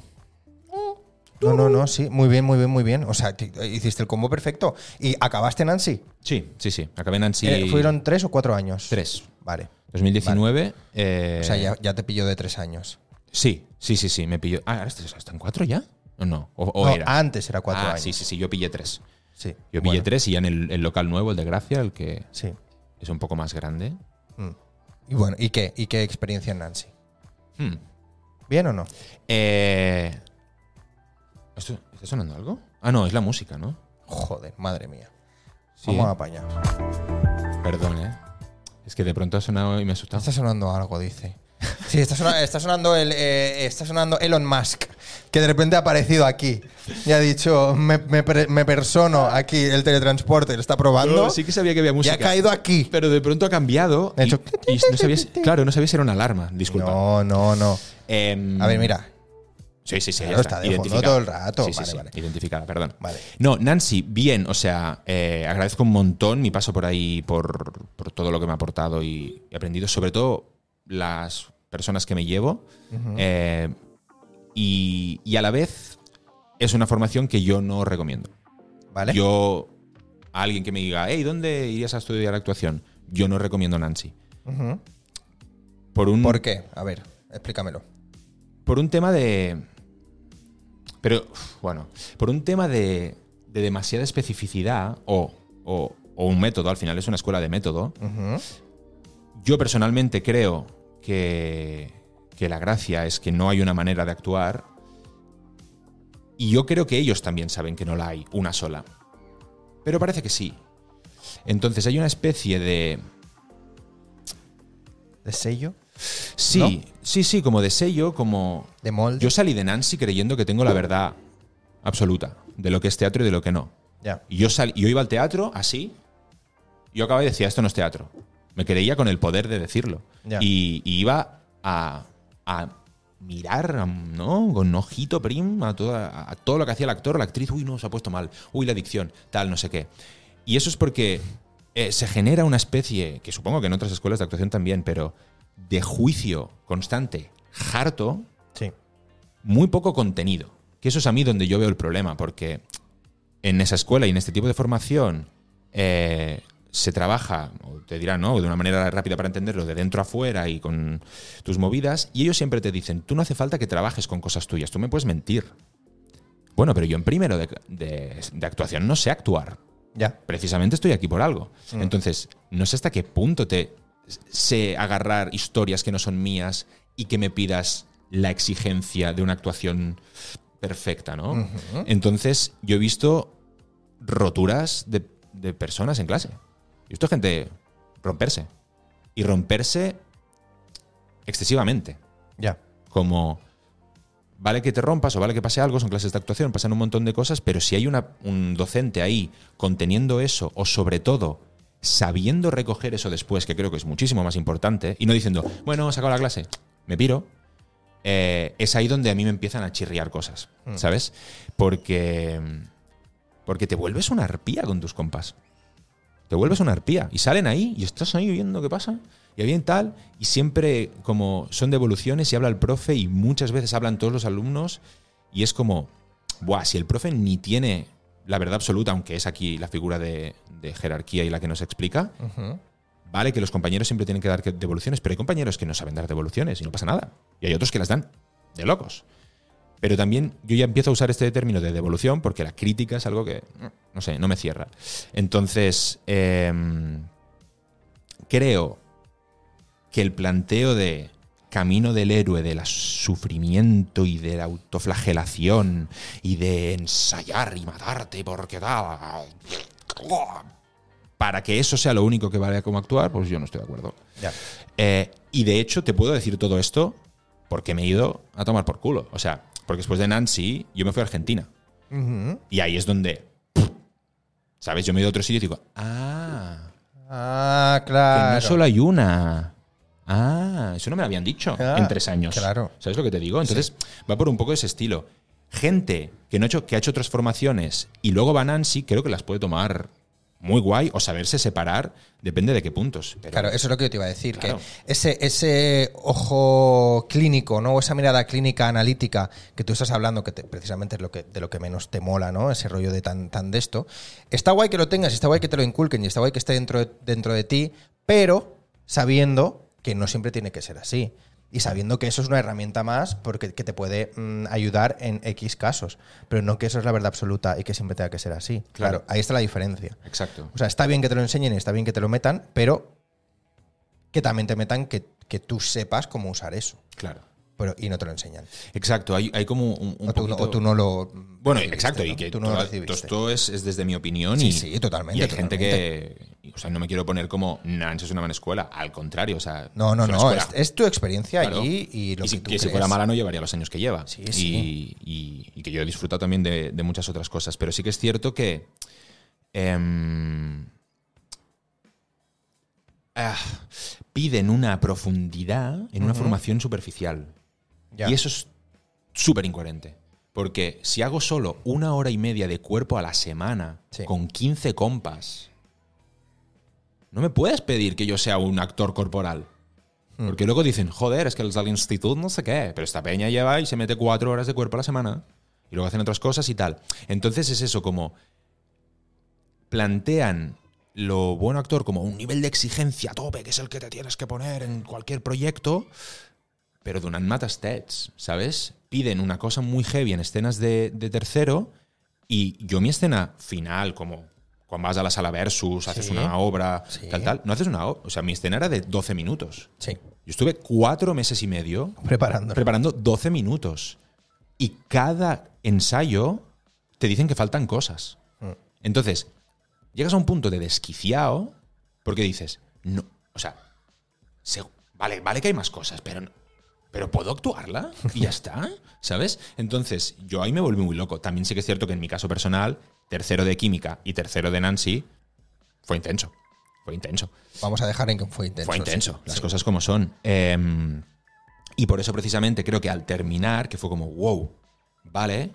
A: No, no, no, sí. Muy bien, muy bien, muy bien. O sea, ti- hiciste el combo perfecto. ¿Y acabaste, Nancy?
B: sí, sí, sí. Acabé en Nancy.
A: Eh, ¿Fueron tres o cuatro años?
B: Tres.
A: Vale.
B: 2019. eh,
A: O sea, ya, ya te pilló de tres años.
B: Sí, sí, sí, sí, me pilló. Ah, ¿ahora está- está en cuatro ya? ¿O no? ¿O, o
A: No,
B: era?
A: antes era cuatro
B: Ah,
A: años.
B: sí, sí, sí, yo pillé tres.
A: Sí.
B: Yo pillé
A: Bueno,
B: tres y ya en el, el local nuevo, el de Gracia, el que
A: Sí.
B: es un poco más grande.
A: Mm. Y bueno, ¿y qué? ¿Y qué experiencia en Nancy?
B: Hmm.
A: ¿Bien o no?
B: Eh, ¿esto- ¿Está sonando algo? Ah, no, es la música, ¿no?
A: Joder, madre mía.
B: Sí.
A: Vamos a apañar.
B: Perdón, ¿eh? Es que de pronto ha sonado y me he asustado.
A: Está sonando algo, dice. Sí, está, sona- está sonando el, eh, está sonando Elon Musk, que de repente ha aparecido aquí y ha dicho, me, me pre- me persono aquí, el teletransporte, lo está probando
B: No, sí que sabía que había
A: y
B: música.
A: ha caído aquí.
B: Pero de pronto ha cambiado.
A: Ha
B: y-
A: hecho-
B: y, no sabía
A: *laughs*
B: si- claro, no sabía si era una alarma. Disculpa.
A: No, no, no.
B: Em,
A: A ver, mira.
B: Sí, sí, sí. ya
A: Claro, está de fondo
B: identificada.
A: todo el rato.
B: Sí, sí,
A: Vale,
B: sí,
A: vale.
B: Identificada, perdón.
A: Vale.
B: No, Nancy, bien. O sea, eh, agradezco un montón mi paso por ahí, por, por todo lo que me ha aportado y he aprendido. Sobre todo las personas que me llevo. Eh, y, y a la vez es una formación que yo no recomiendo.
A: ¿Vale?
B: Yo, a alguien que me diga, hey, ¿dónde irías a estudiar actuación? Yo no recomiendo Nancy.
A: Ujú.
B: Por un,
A: ¿Por qué? A ver, explícamelo.
B: por un tema de. Pero, uf, bueno, por un tema de, de demasiada especificidad o, o- o un método, al final es una escuela de método.
A: Ujú.
B: Yo personalmente creo que, que la gracia es que no hay una manera de actuar. Y yo creo que ellos también saben que no la hay, una sola. Pero parece que sí. Entonces hay una especie de.
A: ¿De sello?
B: Sí, sí, sí, como de sello, como.
A: ¿De molde?
B: Yo salí de Nancy creyendo que tengo la verdad absoluta de lo que es teatro y de lo que no.
A: ya.
B: Y yo, sal- yo iba al teatro así. Yo acababa y decía, esto no es teatro. Me creía con el poder de decirlo.
A: Ya.
B: Y, y iba a, a mirar, ¿no? Con ojito prim a, toda- a todo lo que hacía el actor, la actriz. Uy, no, se ha puesto mal. Uy, la dicción, tal, no sé qué. Y eso es porque eh, se genera una especie, que supongo que en otras escuelas de actuación también, pero de juicio constante, harto,
A: Sí.
B: muy poco contenido. Que eso es a mí donde yo veo el problema, porque en esa escuela y en este tipo de formación eh, se trabaja, o te dirán, ¿no? De una manera rápida para entenderlo, de dentro a fuera y con tus movidas, y ellos siempre te dicen, tú no hace falta que trabajes con cosas tuyas, tú me puedes mentir. Bueno, pero yo en primero de- de- de actuación no sé actuar
A: Ya.
B: precisamente estoy aquí por algo. Entonces, no sé hasta qué punto te sé agarrar historias que no son mías y que me pidas la exigencia de una actuación perfecta, ¿no?
A: Ujú.
B: Entonces, yo he visto roturas de, de personas en clase. He visto gente romperse. Y romperse excesivamente
A: Ya.
B: como vale que te rompas o vale que pase algo, son clases de actuación, pasan un montón de cosas, pero si hay una- un docente ahí conteniendo eso o sobre todo sabiendo recoger eso después, que creo que es muchísimo más importante, y no diciendo, bueno, se acabó la clase, me piro, eh, es ahí donde a mí me empiezan a chirriar cosas, ¿sabes? Porque, porque te vuelves una arpía con tus compas. Te vuelves una arpía y salen ahí y estás ahí viendo qué pasa. Y bien tal, y siempre como son devoluciones y habla el profe y muchas veces hablan todos los alumnos y es como, buah, si el profe ni tiene la verdad absoluta, aunque es aquí la figura de, de jerarquía y la que nos explica,
A: Ujú.
B: vale que los compañeros siempre tienen que dar que- devoluciones, pero hay compañeros que no saben dar devoluciones y no pasa nada. Y hay otros que las dan de locos. Pero también yo ya empiezo a usar este término de devolución porque la crítica es algo que, no sé, no me cierra. Entonces, em, creo que el planteo de camino del héroe, del sufrimiento y de la autoflagelación y de ensayar y matarte porque tal. Para que eso sea lo único que valga como actuar, pues yo no estoy de acuerdo.
A: Ya.
B: Eh, y de hecho, te puedo decir todo esto porque me he ido a tomar por culo. O sea, porque después de Nancy, yo me fui a Argentina.
A: Ujú.
B: Y ahí es donde. ¿Sabes? Yo me he ido a otro sitio y digo, ah,
A: Ah,
B: que
A: claro.
B: no solo hay una. Ah, eso no me lo habían dicho
A: Ah,
B: en tres años.
A: claro.
B: ¿Sabes lo que te digo? Entonces, va por un poco ese estilo. Gente que, no ha hecho, que ha hecho otras formaciones y luego va Nancy, creo que las puede tomar muy guay o saberse separar, depende de qué puntos. Pero
A: Claro, eso es lo que yo te iba a decir,
B: Claro.
A: que ese, ese ojo clínico, ¿no? O esa mirada clínica analítica que tú estás hablando, que te- precisamente es lo que, de lo que menos te mola, ¿no? Ese rollo de tan, tan de esto. Está guay que lo tengas, está guay que te lo inculquen y está guay que esté dentro de, dentro de ti, pero sabiendo que no siempre tiene que ser así. Y sabiendo que eso es una herramienta más porque que te puede mm, ayudar en X casos, pero no que eso es la verdad absoluta y que siempre tenga que ser así.
B: Claro.
A: claro ahí está la diferencia.
B: Exacto.
A: O sea, está bien que te lo enseñen y está bien que te lo metan, pero que también te metan que, que tú sepas cómo usar eso.
B: Claro.
A: Pero, y no te lo enseñan.
B: Exacto. Hay, hay como un, un
A: O tú, no-
B: poquito-
A: o tú no lo.
B: Bueno,
A: recibiste,
B: exacto, y
A: ¿no?
B: que
A: tú no
B: todo-
A: lo recibiste.
B: Esto es, es desde mi opinión
A: Sí,
B: y,
A: sí, totalmente,
B: y hay gente que, o sea, no me quiero poner como Nancy es una mala escuela, al contrario, o sea,
A: no, no,
B: es una
A: no.
B: escuela.
A: Es, es tu experiencia
B: Claro.
A: allí y lo
B: si,
A: que tú
B: que si
A: crees.
B: fuera mala no llevaría los años que lleva.
A: Sí,
B: y,
A: sí.
B: y- y que yo he disfrutado también de, de muchas otras cosas. Pero sí que es cierto que. em, ah, piden una profundidad en una formación superficial.
A: Ya.
B: Y eso es súper incoherente. Porque si hago solo una hora y media de cuerpo a la semana
A: Sí.
B: con 15 compas, no me puedes pedir que yo sea un actor corporal.
A: Mm.
B: Porque luego dicen, joder, es que los del instituto no sé qué, pero esta peña lleva y se mete cuatro horas de cuerpo a la semana. Y luego hacen otras cosas y tal. Entonces es eso, como plantean lo bueno actor como un nivel de exigencia a tope, que es el que te tienes que poner en cualquier proyecto, pero durant matas tets, ¿sabes? Piden una cosa muy heavy en escenas de, de tercero y yo mi escena final, como cuando vas a la sala versus, haces
A: Sí.
B: una obra,
A: Sí.
B: tal, tal, no haces una obra, o sea, mi escena era de 12 minutos.
A: Sí.
B: Yo estuve cuatro meses y medio
A: Preparando.
B: preparando 12 minutos. Y cada ensayo te dicen que faltan cosas.
A: Mm.
B: Entonces, llegas a un punto de desquiciado porque dices, no, o sea, se- vale, vale que hay más cosas, pero, no- pero ¿puedo actuarla? Y ya está, ¿sabes? Entonces, yo ahí me volví muy loco. También sí que es cierto que en mi caso personal, tercero de química y tercero de Nancy, fue intenso. Fue intenso.
A: Vamos a dejar en que fue intenso.
B: Fue
A: sí.
B: intenso, las
A: Sí.
B: cosas como son. Eh, y por eso precisamente creo que al terminar, que fue como, wow, vale,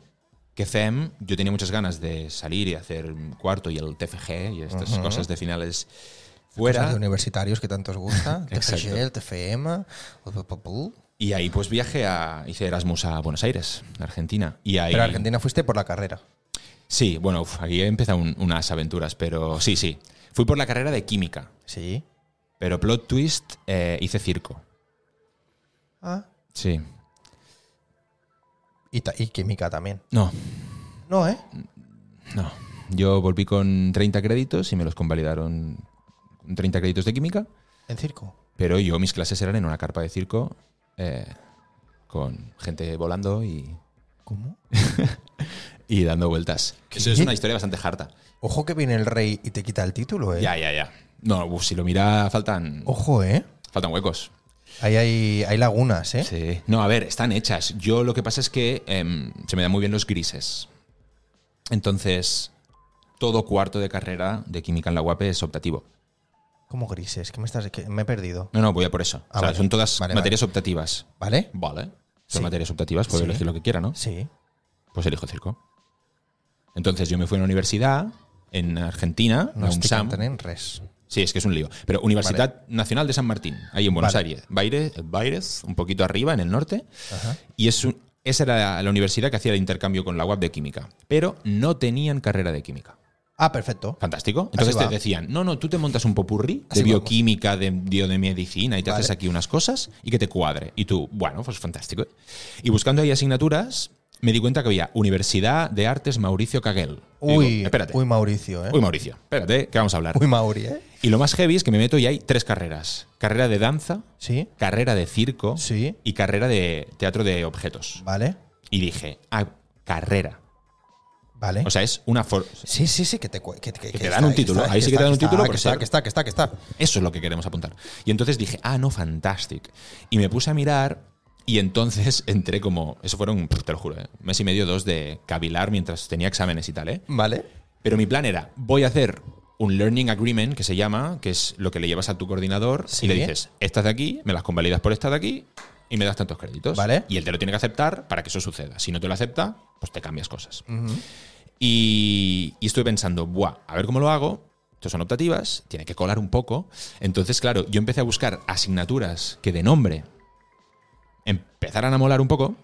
B: que FEM, yo tenía muchas ganas de salir y hacer un cuarto y el TFG y estas
A: Ujú.
B: cosas de finales
A: Cosas
B: fuera.
A: de universitarios que tanto os gusta.
B: *laughs*
A: TFG, el TFM.
B: Y ahí pues viaje a, hice Erasmus a Buenos Aires, Argentina. Y ahí,
A: Pero a Argentina fuiste por la carrera.
B: Sí, bueno, uf, aquí empiezan un- unas aventuras, pero sí, sí. Fui por la carrera de química,
A: Sí.
B: pero plot twist, eh, hice circo.
A: Ah.
B: Sí.
A: Y, ta- y química también.
B: No,
A: No, ¿eh?
B: Mm. No. Yo volví con 30 créditos y me los convalidaron con 30 créditos de química,
A: En circo.
B: pero yo mis clases eran en una carpa de circo eh, con gente volando y,
A: ¿Cómo?
B: y dando vueltas. Eso es una historia bastante harta.
A: Ojo que viene el rey y te quita el título, ¿eh?
B: Ya, ya, ya. No, uf, si lo mira faltan,
A: Ojo, ¿eh?
B: faltan huecos.
A: Ahí hay, hay lagunas, ¿eh?
B: Sí. No, a ver, están hechas. Yo lo que pasa es que em, se me dan muy bien los grises. Entonces, todo cuarto de carrera de química en la UAP es optativo.
A: Como grises, que me estás. que me he perdido.
B: No, no, voy a por eso.
A: Ah,
B: O sea,
A: vale.
B: Son todas
A: Vale,
B: materias optativas.
A: ¿Vale?
B: Vale.
A: Sí.
B: Son materias optativas, puedo
A: Sí.
B: elegir lo que quiera, ¿no?
A: Sí.
B: Pues elijo circo. Entonces yo me fui a una universidad en Argentina,
A: No este
B: a
A: estoy
B: UNSAM.
A: cantando en res.
B: Sí, es que es un lío. Pero Universidad Nacional de San Martín, ahí en Buenos
A: Vale.
B: Aires. Baires, Baires, un poquito arriba, en el norte.
A: Ajá.
B: Y es un- esa era la, la universidad que hacía el intercambio con la UAP de química. Pero no tenían carrera de química.
A: Ah, perfecto.
B: Fantástico. Entonces
A: Así
B: te
A: va.
B: decían, no, no, tú te montas un popurrí de
A: Así vamos.
B: bioquímica, de, bio- de medicina y te
A: Vale.
B: haces aquí unas cosas y que te cuadre. Y tú, bueno, pues fantástico. Y buscando ahí asignaturas, me di cuenta que había Universidad de Artes Mauricio Caguel. Y digo,
A: Uy,
B: espérate.
A: uy Mauricio, ¿eh?
B: Uy, Mauricio, espérate, que vamos a hablar.
A: Uy, Mauri, ¿eh?
B: Y lo más heavy es que me meto y hay tres carreras. Carrera de danza,
A: Sí,
B: carrera de circo
A: Sí.
B: y carrera de teatro de objetos.
A: vale,
B: Y dije, ah, carrera.
A: vale.
B: O sea, es una... for-
A: sí, sí, sí, que te, cu- que, que-
B: te dan un título, ahí sí que te dan un título
A: Que
B: por
A: está,
B: ser-
A: que está, que está, que está.
B: Eso es lo que queremos apuntar. Y entonces dije, ah, no, fantastic. Y me puse a mirar y entonces *laughs* entré como... Eso fueron, te lo juro, ¿eh? un mes y medio, dos de cavilar mientras tenía exámenes y tal, ¿eh?
A: Vale.
B: Pero mi plan era, voy a hacer un learning agreement que se llama, que es lo que le llevas a tu coordinador
A: Sí.
B: y le dices, estas de aquí, me las convalidas por estas de aquí y me das tantos créditos.
A: Vale.
B: Y él te lo tiene que aceptar para que eso suceda. Si no te lo acepta, pues te cambias cosas.
A: Ujú.
B: Y, y estuve pensando, buah, a ver cómo lo hago. Estos son optativas, tiene que colar un poco. Entonces, claro, yo empecé a buscar asignaturas que de nombre empezaran a molar un poco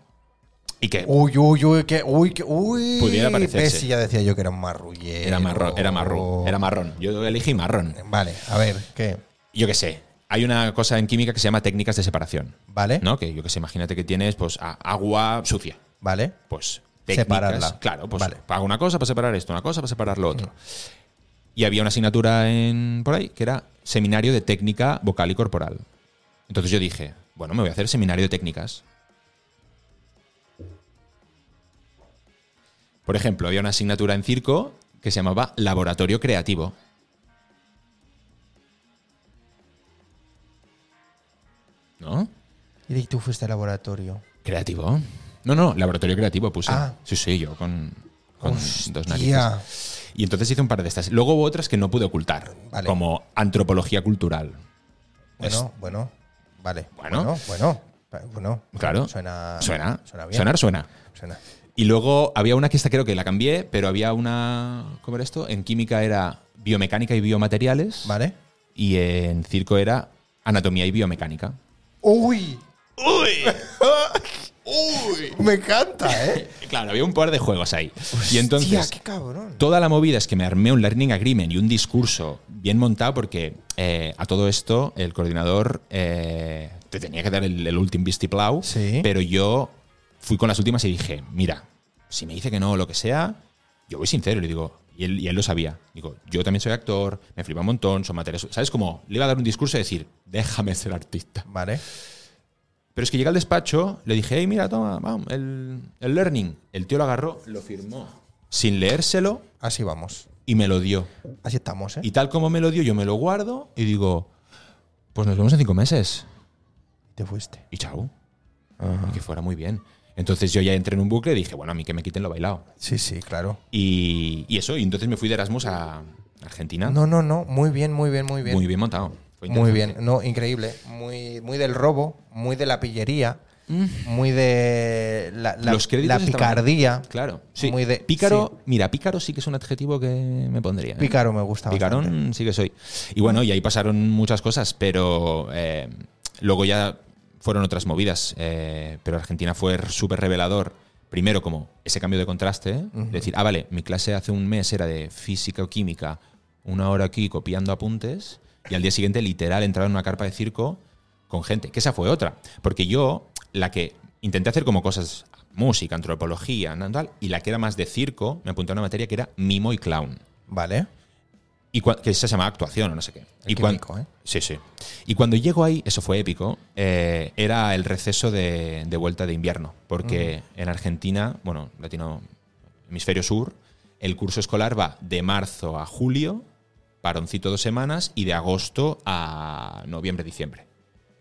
B: y que
A: Uy, uy, uy, que, uy, que, uy.
B: Eh, Pudiera parecerse.
A: Ves, si ya decía yo que era un marrullero.
B: era marrón, era marrón, era marrón. Yo elegí marrón.
A: Vale, a ver, ¿qué?
B: yo qué sé, hay una cosa en química que se llama técnicas de separación,
A: Vale,
B: ¿no? Que yo que sé, imagínate que tienes pues a- agua sucia,
A: vale,
B: pues técnicas,
A: Separarla.
B: claro, pues
A: Vale. Mm.
B: hago una cosa para separar esto, una cosa para separar lo otro. Y había una asignatura en por ahí que era seminario de técnica vocal y corporal. Entonces yo dije, bueno, me voy a hacer seminario de técnicas. Por ejemplo, había una asignatura en circo que se llamaba laboratorio creativo. ¿No?
A: ¿Y de- tú fuiste al laboratorio?
B: Creativo. No, no, laboratorio creativo puse.
A: Ah.
B: Sí, sí, yo con, con dos narices.
A: Hostia.
B: Y entonces hice un par de estas. Luego hubo otras que no pude ocultar,
A: Vale.
B: como antropología cultural.
A: Bueno, bueno, vale.
B: Bueno.
A: bueno, bueno. bueno.
B: Claro.
A: Suena,
B: Suena.
A: suena bien.
B: Sonar, suena.
A: Suena.
B: Y luego había una que esta creo que la cambié, pero había una. ¿Cómo era esto? En química era biomecánica y biomateriales.
A: Vale.
B: Y en circo era anatomía y biomecánica.
A: Uy. *laughs* Uy. Uy. Me encanta, ¿eh?
B: Claro, había un par de juegos ahí. y entonces.
A: Hostia, qué cabrón.
B: Toda la movida es que me armé un learning agreement y un discurso bien montado porque eh, a todo esto el coordinador eh, te tenía que dar el, el último vistiplau,
A: Sí.
B: pero yo fui con las últimas y dije, mira, si me dice que no o lo que sea, yo voy sincero y le digo, y él, y él lo sabía, digo, yo también soy actor, me flipa un montón, son materias, ¿sabes cómo? Le iba a dar un discurso y decir, déjame ser artista.
A: Vale.
B: Pero es que llegué al despacho, le dije, hey, mira, toma, vamos, el, el learning. El tío lo agarró, lo firmó, sin leérselo
A: Así vamos.
B: y me lo dio.
A: Así estamos, ¿eh?
B: Y tal como me lo dio, yo me lo guardo y digo, pues nos vemos en cinco meses.
A: te fuiste.
B: Y chao. Y que fuera muy bien. Entonces yo ya entré en un bucle y dije, bueno, a mí que me quiten lo bailado.
A: Sí, sí, claro.
B: Y, y eso, y entonces me fui de Erasmus a Argentina.
A: No, no, no. Muy bien, muy bien, muy bien.
B: Ah. Muy bien montado. Fue
A: Muy
B: interesante.
A: bien, no, increíble. Muy, muy del robo, muy de la pillería, muy de la, la-
B: Mm. Los créditos
A: la
B: estaban-
A: picardía.
B: Claro. Sí.
A: Muy de-
B: pícaro, mira, pícaro sí que es un adjetivo que me pondría. ¿eh?
A: Pícaro me gusta.
B: Picarón
A: bastante.
B: sí que soy. Y bueno, y ahí pasaron muchas cosas, pero eh, luego ya fueron otras movidas. eh, pero Argentina fue súper revelador. Primero, como ese cambio de contraste, ¿eh? decir, ah, vale, mi clase hace un mes era de física o química, una hora aquí copiando apuntes, y al día siguiente, literal, entrar en una carpa de circo con gente. Que esa fue otra. Porque yo, la que intenté hacer como cosas, música, antropología, na- tal, y la que era más de circo, me apunté a una materia que era mimo y clown
A: Vale.
B: y cua- que se llama actuación o no sé qué. Y
A: Qué
B: cuan-
A: rico, ¿eh?
B: Sí, sí. Y cuando llego ahí, eso fue épico, eh, era el receso de, de vuelta de invierno, porque en Argentina, bueno, latino hemisferio sur, el curso escolar va de marzo a julio, paroncito dos semanas, y de agosto a noviembre, diciembre.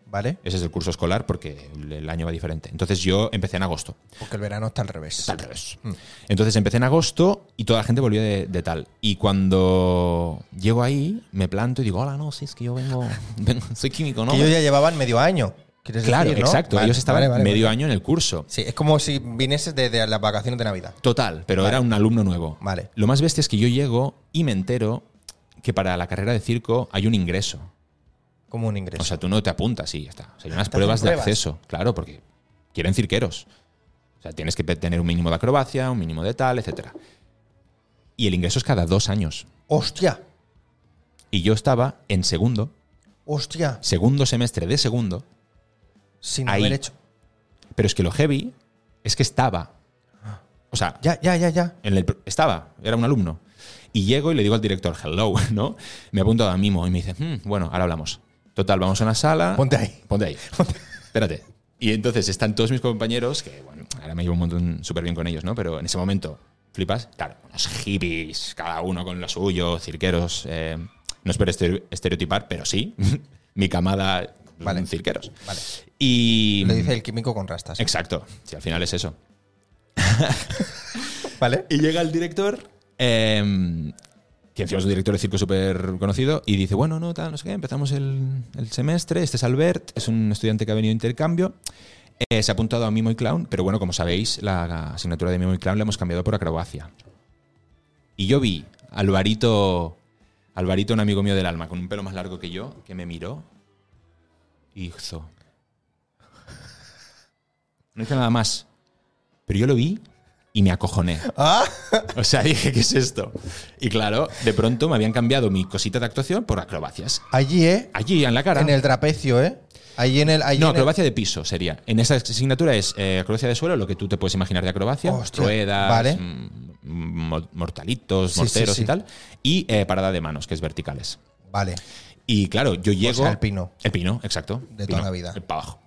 A: Vale.
B: Ese es el curso escolar porque el- el año va diferente. Entonces yo empecé en agosto.
A: Porque el verano está al revés.
B: Está al revés. Mm. Entonces empecé en agosto y toda la gente volvió de, de tal. Y cuando llego ahí, me planto y digo, hola, no, sí, es que yo vengo, *laughs* vengo- soy químico, ¿no?
A: Que ellos ya llevaban medio año. ¿quieres
B: claro,
A: decir, no?
B: exacto.
A: Vale,
B: ellos estaban
A: vale, vale,
B: medio
A: vale.
B: año en el curso.
A: Sí, es como si vinieses de, de las vacaciones de Navidad.
B: Total, pero
A: Vale.
B: era un alumno nuevo.
A: Vale.
B: Lo más bestia es que yo llego y me entero que para la carrera de circo hay un ingreso.
A: Como un ingreso.
B: O sea, tú no te apuntas y ya está. O sea, hay unas
A: Te hacen
B: pruebas, de
A: pruebas.
B: acceso, claro, porque quieren cirqueros. O sea, tienes que tener un mínimo de acrobacia, un mínimo de tal, etcétera. Y el ingreso es cada dos años.
A: ¡Hostia!
B: Y yo estaba en segundo,
A: ¡Hostia!
B: segundo semestre de segundo,
A: Sin
B: Ahí.
A: haber hecho.
B: pero es que lo heavy es que estaba O sea,
A: Ya, ya, ya, ya.
B: en el- estaba, era un alumno. Y llego y le digo al director, hello, *laughs* ¿no? Me apunto a Mimo y me dice, "Hmm, bueno, ahora hablamos. Total, vamos a una sala.
A: Ponte ahí.
B: Ponte
A: *laughs*
B: ahí. Espérate. Y entonces están todos mis compañeros, que bueno, ahora me llevo un montón súper bien con ellos, ¿no? Pero en ese momento, flipas, claro, unos hippies, cada uno con lo suyo, cirqueros. eh, no espero estere- estereotipar, pero sí, *laughs* mi camada,
A: Vale.
B: cirqueros.
A: Vale.
B: Y.
A: Lo dice el químico con rastas.
B: Exacto, si al final es eso.
A: ¿Vale?
B: Y llega el director, eh, que encima es un director de circo súper conocido, y dice, bueno, no, tal, no sé qué, empezamos el, el semestre, este es Albert, es un estudiante que ha venido de intercambio, eh, se ha apuntado a Mimo y Clown, pero bueno, como sabéis, la, asignatura de Mimo y Clown la hemos cambiado por acrobacia. Y yo vi a Alvarito, Alvarito, un amigo mío del alma, con un pelo más largo que yo, que me miró y hizo... No hizo nada más. Pero yo lo vi y me acojoné.
A: Ah,
B: O sea, *laughs* dije, ¿qué es esto? Y claro, de pronto me habían cambiado mi cosita de actuación por acrobacias.
A: allí, ¿eh?
B: Allí, en la cara.
A: En el trapecio, ¿eh? Allí en el. allí
B: no,
A: en el-
B: acrobacia de piso sería. En esa asignatura es eh, acrobacia de suelo, lo que tú te puedes imaginar de acrobacia.
A: Hostia,
B: ruedas,
A: vale.
B: mm, mo- mortalitos,
A: Sí,
B: morteros
A: sí, sí.
B: y tal. Y eh, parada de manos, que es verticales.
A: Vale.
B: Y claro, yo llego.
A: sea, el pino.
B: El pino, exacto.
A: De toda
B: Pino,
A: la vida.
B: El para abajo.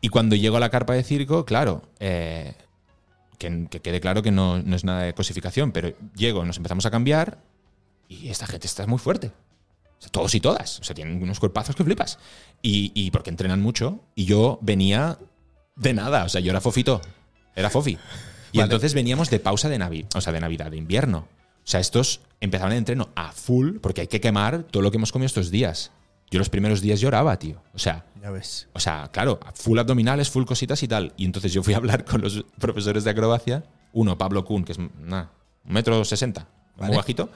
B: Y cuando llego a la carpa de circo, claro, eh, que, que quede claro que no, no es nada de cosificación, pero llego, nos empezamos a cambiar y esta gente está muy fuerte. O sea, todos y todas. O sea, tienen unos cuerpazos que flipas. Y, y porque entrenan mucho. Y yo venía de nada. O sea, yo era fofito. Era fofi. Y
A: Vale.
B: entonces veníamos de pausa de Navidad. O sea, de Navidad, de invierno. O sea, estos empezaban el entreno a full porque hay que quemar todo lo que hemos comido estos días. Yo los primeros días lloraba, tío. O sea,
A: Ya ves.
B: o sea, claro, full abdominales, full cositas y tal. Y entonces yo fui a hablar con los profesores de acrobacia. Uno, Pablo Kuhn, que es nada, un metro sesenta,
A: Vale.
B: muy bajito.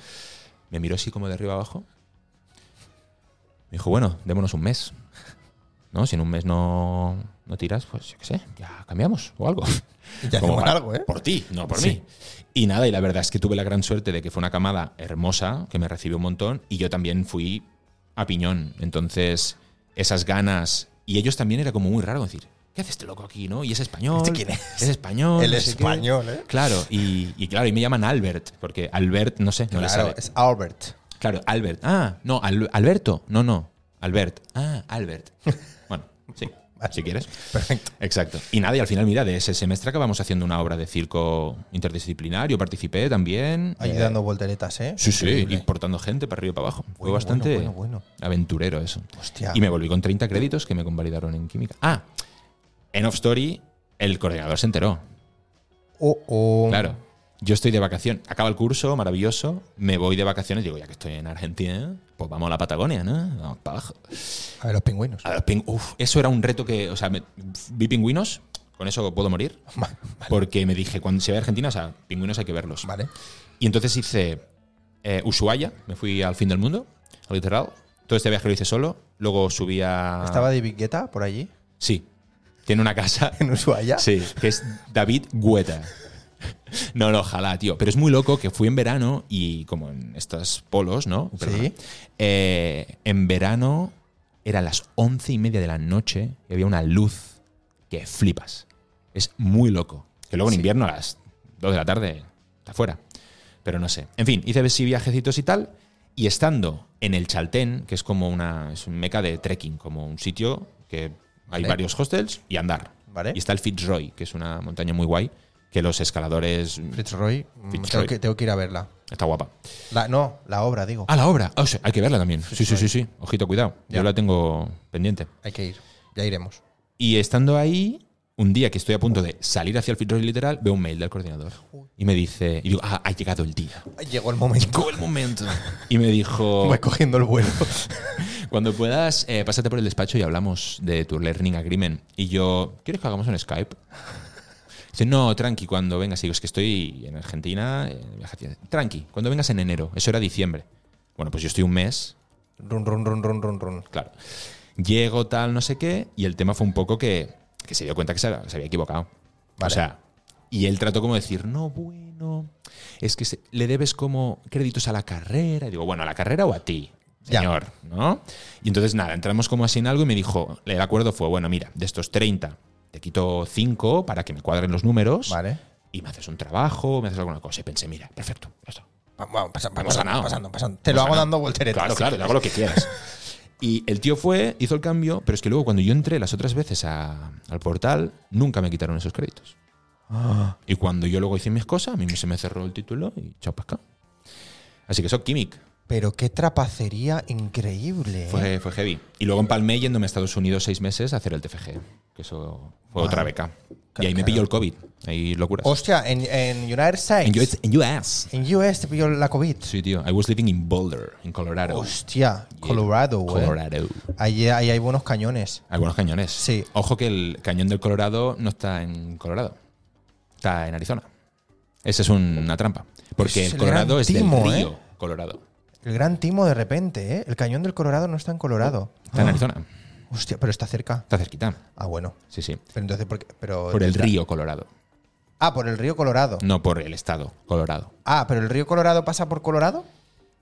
B: Me miró así como de arriba abajo. Me dijo, bueno, démonos un mes. *laughs* ¿No? Si en un mes no, no tiras, pues yo qué sé, ya cambiamos o algo. *laughs*
A: Ya
B: Como
A: hacemos
B: para-
A: algo, ¿eh?
B: Por ti, no por
A: Sí.
B: mí. Y nada, y la verdad es que tuve la gran suerte de que fue una camada hermosa, que me recibió un montón, y yo también fui a piñón. Entonces, esas ganas. Y ellos también era como muy raro decir, ¿qué hace este loco aquí, no? Y es español.
A: ¿Este quién es?
B: español.
A: El
B: no sé qué".
A: español, ¿eh?
B: Claro, y, y claro, y me llaman Albert, porque Albert, no sé, no le
A: claro,
B: sale.
A: es Albert.
B: Claro, Albert. Ah, no, Al- Alberto. No, no, Albert. Ah,
A: *laughs*
B: Albert. Bueno, sí, si quieres.
A: Perfecto.
B: Exacto. Y nada, y al final, mira, de ese semestre acabamos haciendo una obra de circo interdisciplinario, participé también.
A: Ahí
B: Eh,
A: dando volteretas, ¿eh?
B: Sí, sí, y
A: Increíble.
B: portando gente para arriba y para abajo. Fue
A: Bueno,
B: bastante
A: bueno, bueno,
B: aventurero eso.
A: Hostia.
B: Y me volví con 30 créditos que me convalidaron en química. Ah, en Off Story, el coordinador se enteró.
A: Oh, oh.
B: Claro. Yo estoy de vacación. Acaba el curso, maravilloso. Me voy de vacaciones. Digo, ya que estoy en Argentina, pues vamos a la Patagonia, ¿no? Vamos para abajo.
A: A ver, los pingüinos.
B: A los ping- uf, eso era un reto que, o sea, me- vi pingüinos, con eso puedo morir, porque me dije, cuando se ve Argentina, o sea, pingüinos hay que
A: *laughs*
B: verlos.
A: Vale.
B: Y entonces hice eh, Ushuaia, me fui al fin del mundo, al literal. Todo este viaje lo hice solo, luego subí a...
A: Estaba David Guetta por allí,
B: Sí, tiene
A: *laughs*
B: una casa
A: en Ushuaia.
B: Sí, que es David Guetta. No, no, ojalá, tío. Pero es muy loco que fui en verano y como en estos polos, ¿no? Perdona. Eh, en verano eran las once y media de la noche y había una luz que flipas. Es muy loco. Que luego en invierno a las 2 de la tarde está fuera. Pero no sé. En fin, hice sí viajecitos y tal. Y estando en el Chaltén, que es como una. Es un meca de trekking, como un sitio que hay
A: Vale.
B: varios hostels y andar.
A: Vale.
B: Y está el Fitzroy, que es una montaña muy guay, que los escaladores.
A: Fitzroy. mm,
B: Fitzroy.
A: Tengo, que, tengo que ir a verla.
B: Está guapa.
A: La- no, la obra, digo.
B: Ah, la obra. Ah, o sea, hay que verla también. Sí, sí, sí, sí. Ojito, cuidado.
A: Ya.
B: Yo la tengo pendiente.
A: Hay que ir. Ya iremos.
B: Y estando ahí, un día que estoy a punto de salir hacia el Fitzroy literal, veo un mail del coordinador. Y me dice. Y digo, ah, ha llegado el día.
A: Ay, Llegó el momento. *laughs*
B: Llegó el momento. Y me dijo.
A: Voy cogiendo el vuelo. *laughs*
B: Cuando puedas, eh, pásate por el despacho y hablamos de tu learning agreement. Y yo, ¿quieres que hagamos un Skype? Dice, no, tranqui, cuando vengas. Y digo, es que estoy en Argentina. eh, viaje hacia- tranqui, cuando vengas en enero. Eso era diciembre. Bueno, pues yo estoy un mes,
A: run, run, run, run, run, run.
B: claro. Llego tal, no sé qué. Y el tema fue un poco que, que se dio cuenta que se, se había equivocado.
A: Vale.
B: O sea, y él trató como de decir, no, bueno, es que se- le debes como créditos a la carrera. Y digo, bueno, a la carrera o a ti,
A: Ya.
B: señor, ¿no? Y entonces, nada, entramos como así en algo y me dijo, el acuerdo fue, bueno, mira, de estos 30, te quito 5 para que me cuadren los números
A: Vale.
B: y me haces un trabajo, me haces alguna cosa. Y pensé, mira, perfecto, ya está.
A: Va- Vamos, pasa-
B: Hemos
A: pasando,
B: ganado.
A: pasando, pasando. Te
B: Hemos
A: lo hago
B: ganado.
A: dando volteretas.
B: Claro, claro, te hago lo que quieras. Y el tío fue, hizo el cambio, pero es que luego cuando yo entré las otras veces a- al portal, nunca me quitaron esos créditos.
A: Ah.
B: Y cuando yo luego hice mis cosas, a mí se me cerró el título y chao pasca. Así que eso, Kimik,
A: Pero qué trapacería increíble. ¿eh?
B: fue, fue heavy. Y luego empalmé yéndome a Estados Unidos seis meses a hacer el TFG, que eso fue
A: Wow.
B: otra beca. Y
A: Claro,
B: ahí me
A: claro.
B: pilló el COVID, ahí locuras.
A: Hostia, en, en United States.
B: En US, en US.
A: en US te pilló la COVID.
B: Sí, tío. I was living in Boulder, en Colorado.
A: Hostia, Colorado, eh.
B: Yeah,
A: güey.
B: Colorado.
A: Ahí, ahí hay buenos cañones.
B: Algunos cañones.
A: Sí.
B: Ojo que el cañón del Colorado no está en Colorado. Está en Arizona. Esa es un- una trampa. Porque
A: Es
B: el
A: el
B: Colorado
A: gran
B: es del
A: timo, ¿eh?
B: río Colorado.
A: El gran timo de repente, ¿eh? El cañón del Colorado no está en Colorado.
B: Está en Arizona.
A: Hostia, pero está cerca.
B: Está cerquita.
A: Ah, bueno.
B: Sí, sí.
A: Pero entonces, ¿por qué? Pero
B: Por el
A: está-
B: río Colorado.
A: Ah, por el río Colorado.
B: No por el estado Colorado.
A: Ah, pero el río Colorado pasa por Colorado.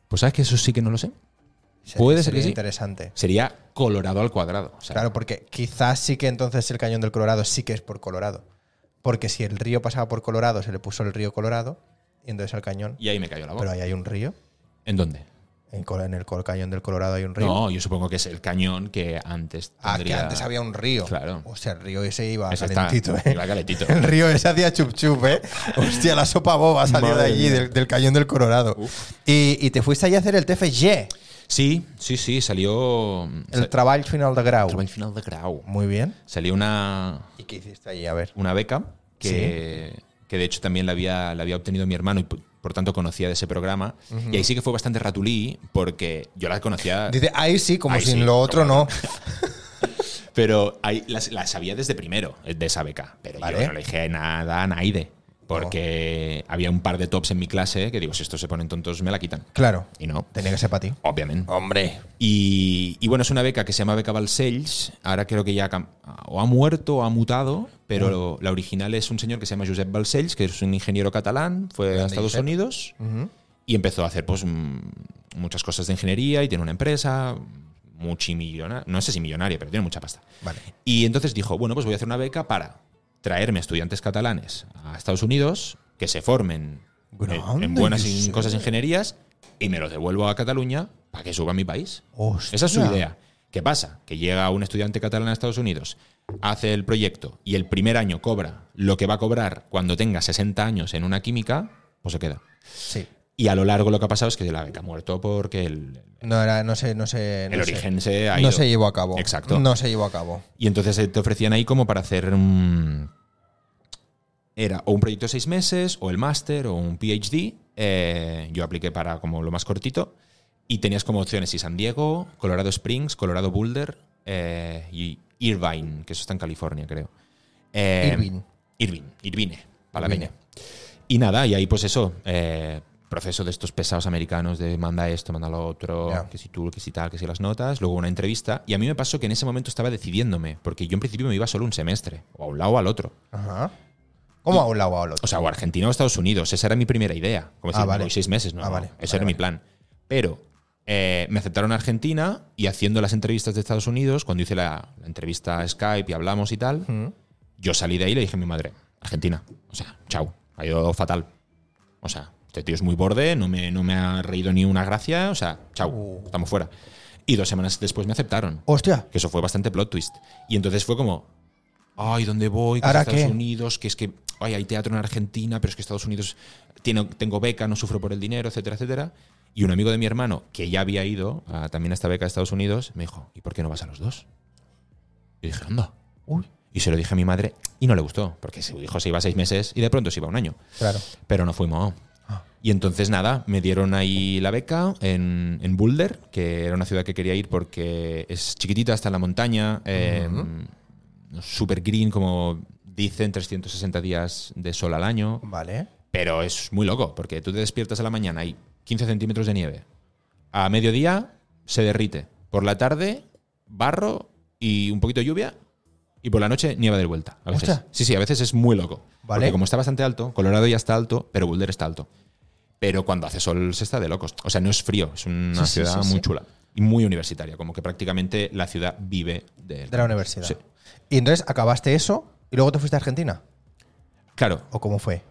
B: Pues sabes que eso sí que no lo sé.
A: Se-
B: Puede ser
A: sería
B: que sí.
A: interesante.
B: Sería Colorado al cuadrado. O sea,
A: Claro, porque quizás sí que entonces el cañón del Colorado sí que es por Colorado. Porque si el río pasaba por Colorado, se le puso el río Colorado y entonces el cañón.
B: Y ahí me cayó la boca.
A: Pero ahí hay un río.
B: ¿En dónde?
A: En, Col- en el Col- cañón del Colorado hay un río.
B: No, yo supongo que es el cañón que antes.
A: ah, que
B: tendría-
A: antes había un río.
B: Claro.
A: O sea, el río ese iba
B: Ese está-
A: calentito, ¿eh?
B: iba calentito.
A: *laughs* El río ese hacía chup chup,
B: *laughs*
A: ¿eh? Hostia, la sopa boba salió
B: Madre
A: de allí,
B: mía.
A: del, del cañón del Colorado. Y, y te fuiste allí a hacer el TFG,
B: Sí, sí, sí. Salió.
A: el trabajo final de grau.
B: Trabajo final de grau.
A: Muy bien.
B: Salió una,
A: ¿Y qué hiciste allí? A ver.
B: una beca que, que de hecho también la había, la había obtenido mi hermano y por, por tanto conocía de ese programa. Y ahí sí que fue bastante ratulí porque yo la conocía,
A: Dice, ahí sí, como
B: Ah. Ahí
A: sin
B: sí,
A: lo otro no.
B: pero ahí la, la sabía desde primero, eh, de esa beca. Pero yo
A: Vale.
B: no le dije nada a Naide porque había un par de tops en mi clase que digo, si estos se ponen tontos me la quitan.
A: *laughs* Claro.
B: Y no,
A: Tenía que ser para ti.
B: obviamente.
A: Hombre.
B: Y, y bueno, es una beca que se llama Beca Balcells. Ahora creo que ya cam- o ha muerto o ha mutado, pero
A: Ah.
B: la original es un señor que se llama Josep Balcells, que es un ingeniero catalán, fue a
A: Grande
B: Estados
A: Josep.
B: Unidos y empezó a hacer pues mm, muchas cosas de ingeniería y tiene una empresa multimillonaria, no sé si millonaria, pero tiene mucha pasta.
A: Vale.
B: Y entonces dijo, bueno, pues voy a hacer una beca para traerme estudiantes catalanes a Estados Unidos que se formen en- en,
A: Grande,
B: buenas
A: Josep.
B: in- cosas ingenierías y me los devuelvo a Cataluña para que suba a mi país.
A: Hostia.
B: Esa es su idea. ¿Qué pasa? Que llega un estudiante catalán a Estados Unidos, hace el proyecto y el primer año cobra lo que va a cobrar cuando tenga 60 años en una química, pues se queda.
A: Sí.
B: Y a lo largo lo que ha pasado es que la beca ha muerto porque el,
A: No era, no sé, no sé.
B: el
A: no sé.
B: origen se ha ido.
A: No se llevó a cabo.
B: Exacto.
A: No se llevó a cabo.
B: Y entonces eh, te ofrecían ahí como para hacer un... Era o un proyecto de seis meses, o el máster, o un PhD. Eh, yo apliqué para como lo más cortito. Y tenías como opciones y San Diego, Colorado Springs, Colorado Boulder eh, y Irvine, que eso está en California, creo. Eh,
A: Irvine.
B: Irvine, Irvine, para la
A: Irvine.
B: peña. Y nada, y ahí pues eso, eh, proceso de estos pesados americanos de manda esto, manda lo otro,
A: Ya.
B: que si tú, que si tal, que si las notas, luego una entrevista. Y a mí me pasó que en ese momento estaba decidiéndome, porque yo en principio me iba solo un semestre, o a un lado o al otro.
A: Ajá. ¿Cómo a un lado o al otro?
B: O sea, o Argentina o Estados Unidos, esa era mi primera idea. Como
A: Ah,
B: decir, me
A: vale.
B: voy seis meses, no,
A: Ah,
B: no,
A: vale,
B: ese
A: vale,
B: era mi
A: vale.
B: plan. Pero eh, me aceptaron a Argentina y haciendo las entrevistas de Estados Unidos, cuando hice la, la entrevista a Skype y hablamos y tal,
A: Mm.
B: yo salí de ahí y le dije a mi madre, Argentina, o sea, chao, ha ido fatal. O sea, este tío es muy borde, no me, no me ha reído ni una gracia, o sea, chao,
A: Uh.
B: estamos fuera. Y dos semanas después me aceptaron,
A: Hostia.
B: que eso fue bastante plot twist. Y entonces fue como, ay, ¿dónde voy? Que es
A: ¿Ahora
B: Estados
A: qué?
B: Unidos, que es que, ay, hay teatro en Argentina, pero es que Estados Unidos tiene, tengo beca, no sufro por el dinero, etcétera, etcétera. Y un amigo de mi hermano, que ya había ido a- también a esta beca de Estados Unidos, me dijo, ¿y por qué no vas a los dos? Y dije, anda.
A: Uy.
B: Y se lo dije a mi madre y no le gustó, porque su hijo se iba seis meses y de pronto se iba un año.
A: Claro.
B: Pero no fuimos.
A: Ah.
B: Y entonces nada, me dieron ahí la beca en, en Boulder, que era una ciudad que quería ir porque es chiquitita, está en la montaña, eh, super green, como dicen, 360 días de sol al año.
A: Vale.
B: Pero es muy loco, porque tú te despiertas a la mañana y 15 centímetros de nieve. A mediodía se derrite. Por la tarde, barro y un poquito de lluvia. Y por la noche, nieva de vuelta. A veces.
A: Hostia.
B: Sí, sí, a veces es muy loco.
A: Vale.
B: Porque como está bastante alto, Colorado ya está alto, pero Boulder está alto. Pero cuando hace sol se está de locos. O sea, no es frío, es una
A: Sí, sí,
B: ciudad
A: sí,
B: muy
A: sí.
B: chula. Y muy universitaria, como que prácticamente la ciudad vive de...
A: De la universidad.
B: Sí.
A: Y entonces acabaste eso y luego te fuiste a Argentina.
B: Claro,
A: ¿O cómo fue?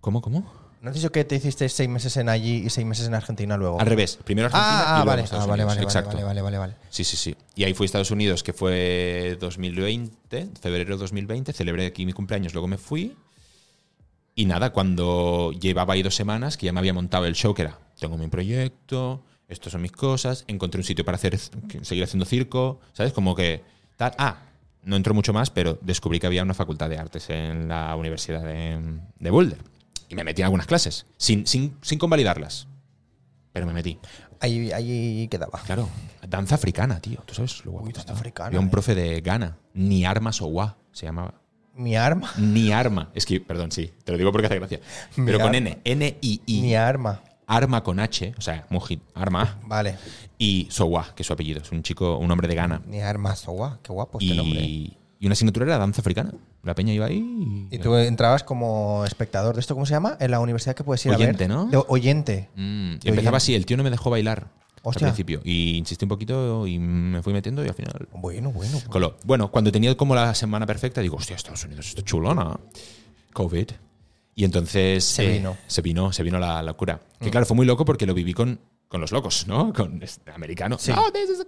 B: ¿Cómo, cómo?
A: ¿No has dicho que te hiciste seis meses en allí y seis meses en Argentina luego?
B: Al revés, primero Argentina
A: Ah, ah,
B: y luego
A: vale,
B: Estados
A: ah, vale,
B: Unidos.
A: vale, vale,
B: Exacto.
A: vale, vale, vale, vale.
B: Sí, sí, sí. Y ahí fui a Estados Unidos, que fue 2020, febrero de 2020, celebré aquí mi cumpleaños, luego me fui. Y nada, cuando llevaba ahí dos semanas, que ya me había montado el show, que era, tengo mi proyecto, estas son mis cosas, encontré un sitio para hacer, seguir haciendo circo, ¿sabes? Como que tal. Ah, no entró mucho más, pero descubrí que había una facultad de artes en la Universidad de, de Boulder. Y me metí en algunas clases, sin, sin, sin convalidarlas. Pero me metí.
A: Ahí, ahí quedaba.
B: Claro, danza africana, tío. ¿Tú sabes lo guapo
A: Uy,
B: que
A: danza
B: está?
A: africana,
B: Había un
A: eh.
B: profe de Ghana, ni armas o guá, se llamaba.
A: Mi arma.
B: Ni arma. Es que, perdón, sí, te lo digo porque hace gracia.
A: Ni
B: Pero con
A: arma.
B: N, N-I-I.
A: Mi arma.
B: arma con H, o sea, Mujit, arma.
A: Vale.
B: Y Sowa, que es su apellido. Es un chico, un hombre de Ghana.
A: Mi arma. so guau, Pues qué guapo este nombre.
B: Y, y una asignatura era danza africana. La peña iba ahí.
A: Y tú entrabas como espectador de esto, ¿cómo se llama? En la universidad que puedes ir
B: Oyente,
A: a ver.
B: ¿no?
A: De- oyente.
B: Mm, y
A: Oye.
B: empezaba así, el tío no me dejó bailar
A: Hostia.
B: al principio. Y insistí un poquito y me fui metiendo y al final
A: Bueno, bueno. bueno.
B: Coló. Bueno, cuando tenía como la semana perfecta, digo, hostia, Estados Unidos, esto es chulona. COVID. Y entonces. eh,
A: Se vino. Mm.
B: Se vino, se vino la locura. Que claro, fue muy loco porque lo viví con, con los locos, ¿no? Con este, americanos.
A: Sí.
B: "No, this is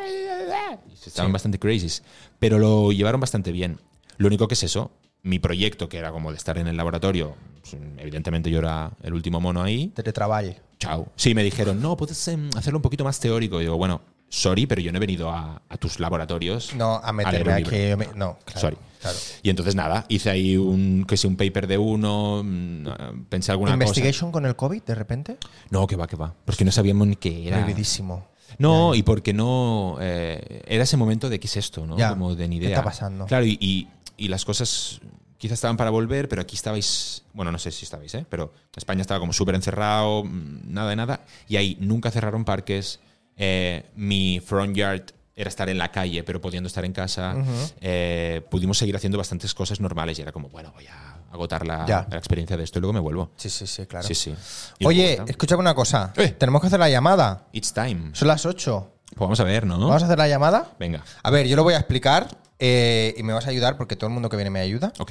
B: COVID". Y se Estaban bastante crazies. Pero lo llevaron bastante bien. Lo único que es eso. Mi proyecto, que era como de estar en el laboratorio, pues, evidentemente yo era el último mono ahí
A: Teletrabajo.
B: chao. Sí, me dijeron, no, puedes em, hacerlo un poquito más teórico. Y digo, bueno, sorry, pero yo no he venido a, a tus laboratorios.
A: No, a
B: leer
A: meterme
B: un
A: aquí.
B: libro.
A: yo me- no, claro.
B: Sorry.
A: claro.
B: Y entonces nada, hice ahí un, que sé, un paper de uno, mm, ah, pensé alguna cosa.
A: Investigation con el COVID, de repente.
B: No, que va, que va. Porque no sabíamos ni qué era.
A: Prohibidísimo.
B: No, y porque no. eh, era ese momento de qué es esto, ¿no?
A: Ya.
B: Como de ni
A: ¿Qué
B: idea.
A: está pasando?
B: Claro, y, y- y las cosas quizás estaban para volver, pero aquí estabais. Bueno, no sé si estabais, ¿eh? Pero España estaba como súper encerrado, mm, nada de nada. Y ahí nunca cerraron parques. eh, mi front yard era estar en la calle, pero pudiendo estar en casa. Eh, pudimos seguir haciendo bastantes cosas normales y era como, bueno, voy a agotar la,
A: Ya.
B: la experiencia de esto y luego me vuelvo.
A: Sí, sí, sí, claro.
B: Sí, sí. Y
A: Oye,
B: luego está.
A: escúchame una cosa.
B: Eh.
A: Tenemos que hacer la llamada.
B: It's time.
A: Son las 8.
B: Pues vamos a ver, ¿no?
A: ¿Vamos a hacer la llamada?
B: Venga.
A: A ver, yo lo voy a explicar eh, y me vas a ayudar porque todo el mundo que viene me ayuda.
B: Ok.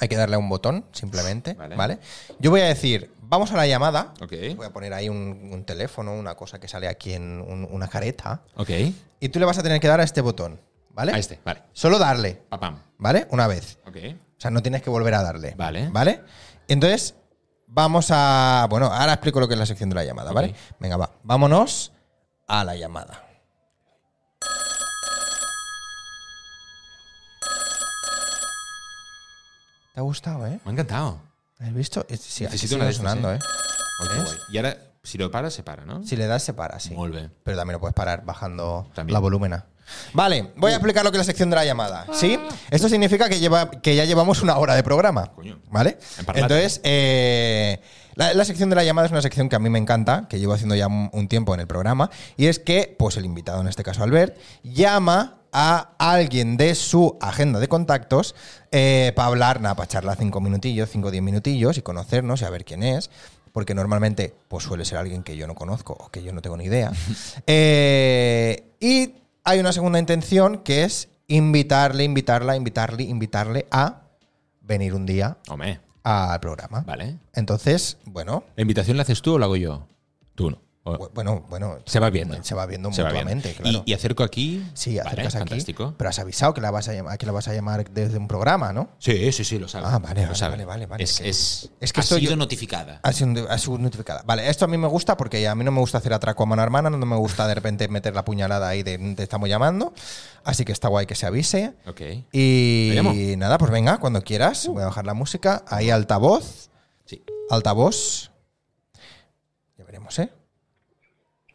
A: Hay que darle a un botón, simplemente.
B: Vale.
A: Vale. Yo voy a decir, vamos a la llamada.
B: Ok.
A: Voy a poner ahí un, un teléfono, una cosa que sale aquí en un- una careta.
B: Ok.
A: Y tú le vas a tener que dar a este botón, ¿vale?
B: A este, vale.
A: Solo darle,
B: Papam.
A: ¿vale? Una vez.
B: Ok.
A: O sea, no tienes que volver a darle.
B: Vale.
A: ¿Vale? Entonces, vamos a. Bueno, ahora explico lo que es la sección de la llamada, ¿vale?
B: Ok.
A: Venga, va. Vámonos a la llamada. ¿Te ha gustado, eh?
B: Me ha encantado.
A: ¿Has visto? Es- Sí, aquí
B: Necesito
A: sigue
B: una de estas,
A: sonando,
B: eh.
A: ¿eh?
B: Ay, qué guay. Y ahora, si lo para, se para, ¿no?
A: Si le das, se para, sí.
B: Muy bien.
A: Pero también lo puedes parar bajando
B: También.
A: la volúmena. Vale, voy a explicar lo que es la sección de la llamada. ¿Sí? Esto significa que, lleva, que ya llevamos una hora de programa.
B: Coño.
A: ¿Vale?
B: En parlate.
A: Entonces, eh, la, la sección de la llamada es una sección que a mí me encanta, que llevo haciendo ya un, un tiempo en el programa, y es que, pues el invitado, en este caso Albert, llama a alguien de su agenda de contactos para hablar, nada, para charlar cinco minutillos, cinco o diez minutillos y conocernos y a ver quién es. Porque normalmente pues, suele ser alguien que yo no conozco o que yo no tengo ni idea. Eh, y hay una segunda intención que es invitarle, invitarla, invitarle, invitarle a venir un día
B: Hombre.
A: al programa.
B: Vale.
A: Entonces, bueno,
B: ¿La invitación la haces tú o la hago yo? Tú no. O-
A: bu- bueno, bueno.
B: se va viendo.
A: Se va viendo
B: Ah. Se va viendo.
A: mutuamente,
B: Y-
A: claro.
B: Y, acerco aquí.
A: sí,
B: Vale,
A: acercas aquí.
B: Fantástico.
A: Pero has avisado que la vas a llamar, que la vas a llamar desde un programa, ¿no?
B: Sí, sí, sí, lo sabe.
A: Ah, vale,
B: lo
A: vale,
B: sabe.
A: vale, vale, vale.
B: Es,
A: Que-
B: es,
A: es que
B: ha
A: estoy
B: sido
A: yo- Ah.
B: notificada.
A: Ha sido, ha sido notificada. Vale, esto a mí me gusta porque a mí no me gusta hacer atraco a mano hermana, no me gusta de repente meter la puñalada ahí de "Mm, te estamos llamando. Así que está guay que se avise.
B: Ok.
A: Y
B: ¿Te llamo?
A: nada, pues venga, cuando quieras. Voy a bajar la música. Ahí altavoz.
B: Sí.
A: Altavoz. Ya veremos, ¿eh?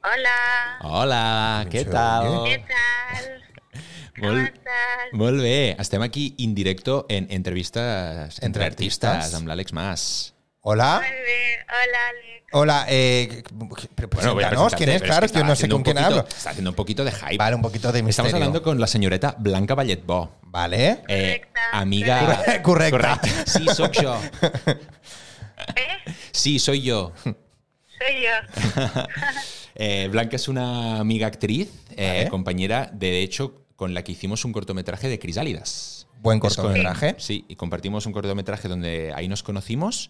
C: Hola,
B: Hola, ¿qué
A: Mucho
B: tal?
C: ¿qué tal? ¿Cómo
B: Vol-
C: estás?
B: Molt bé. Estem aquí en directo en entrevistas entre,
A: Entre
B: artistas,
A: artistas.
B: amb l'Àlex Mas.
A: Hola.
C: Muy bien, hola Alex.
A: Hola, eh, pero
B: voy a
A: preséntanos
B: presentarte,
A: quién es,
B: pero
A: claro,
B: que
A: que yo no
B: estaba
A: sé
B: haciendo
A: con
B: un
A: quién
B: poquito-
A: hablo.
B: Está haciendo un poquito de hype.
A: Vale, un poquito de misterio.
B: Estamos hablando con la señoreta Blanca Balletbó.
A: Vale.
B: Eh, ah,
C: Correcte.
B: amiga.
A: Correcte. Correcte.
B: Sí, soy yo.
C: ¿Eh?
B: Sí, soy yo.
C: Soy yo.
B: Eh, Blanca es una amiga actriz, eh,
A: Vale.
B: compañera, de hecho, con la que hicimos un cortometraje de Crisálidas.
A: Buen
B: Es con-
A: cortometraje.
B: Sí, y compartimos un cortometraje donde ahí nos conocimos.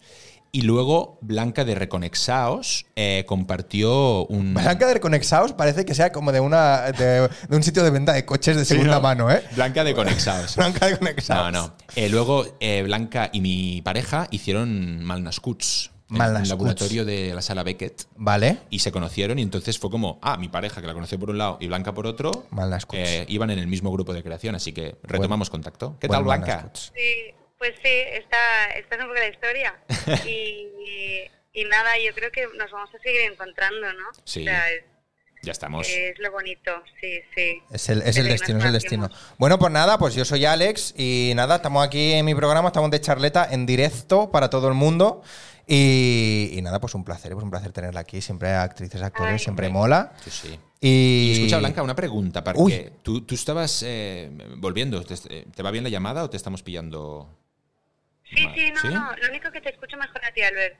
B: Y luego Blanca de Reconexaos eh, compartió un.
A: Blanca de Reconexaos parece que sea como de una de, de un sitio de venta de coches de
B: Sí,
A: segunda
B: ¿no?
A: mano, ¿eh?
B: Blanca de Conexaos.
A: *laughs* Blanca de Conexaos.
B: no, no. Eh, luego eh, Blanca y mi pareja hicieron Malnascuts. en
A: Malnascuts.
B: Un laboratorio de la sala Beckett.
A: Vale.
B: Y se conocieron y entonces fue como, ah, mi pareja que la conoció por un lado y Blanca por otro,
A: Malnascuts.
B: eh, iban en el mismo grupo de creación, así que retomamos contacto. ¿Qué
A: Buen
B: tal, Blanca?
A: Malnascuts.
C: Sí, pues sí, está, está un poco la
A: *laughs*
C: historia. Y, y nada, yo creo que nos vamos a seguir encontrando, ¿no?
B: Sí.
C: O sea, es,
B: Ya estamos.
C: es lo bonito, sí, sí.
A: Pues Es el, es
C: Que
A: el
C: le
A: destino, es el destino.
C: imagínate.
A: Bueno, pues nada, pues yo soy Alex y nada, estamos aquí en mi programa, estamos de charleta en directo para todo el mundo. Y, y nada, pues un placer, pues un placer tenerla aquí. Siempre actrices, actores,
C: Ay.
A: siempre
B: Hombre.
A: mola.
B: Sí, sí.
A: Y,
B: Y escucha, Blanca, una pregunta. Porque
A: Uy.
B: Tú, tú estabas eh, volviendo. ¿Te, eh, te va bien la llamada o te estamos pillando?
C: Sí,
B: Vale.
C: sí, no,
B: ¿Sí?
C: no. Lo único que te escucho mejor a ti, Albert.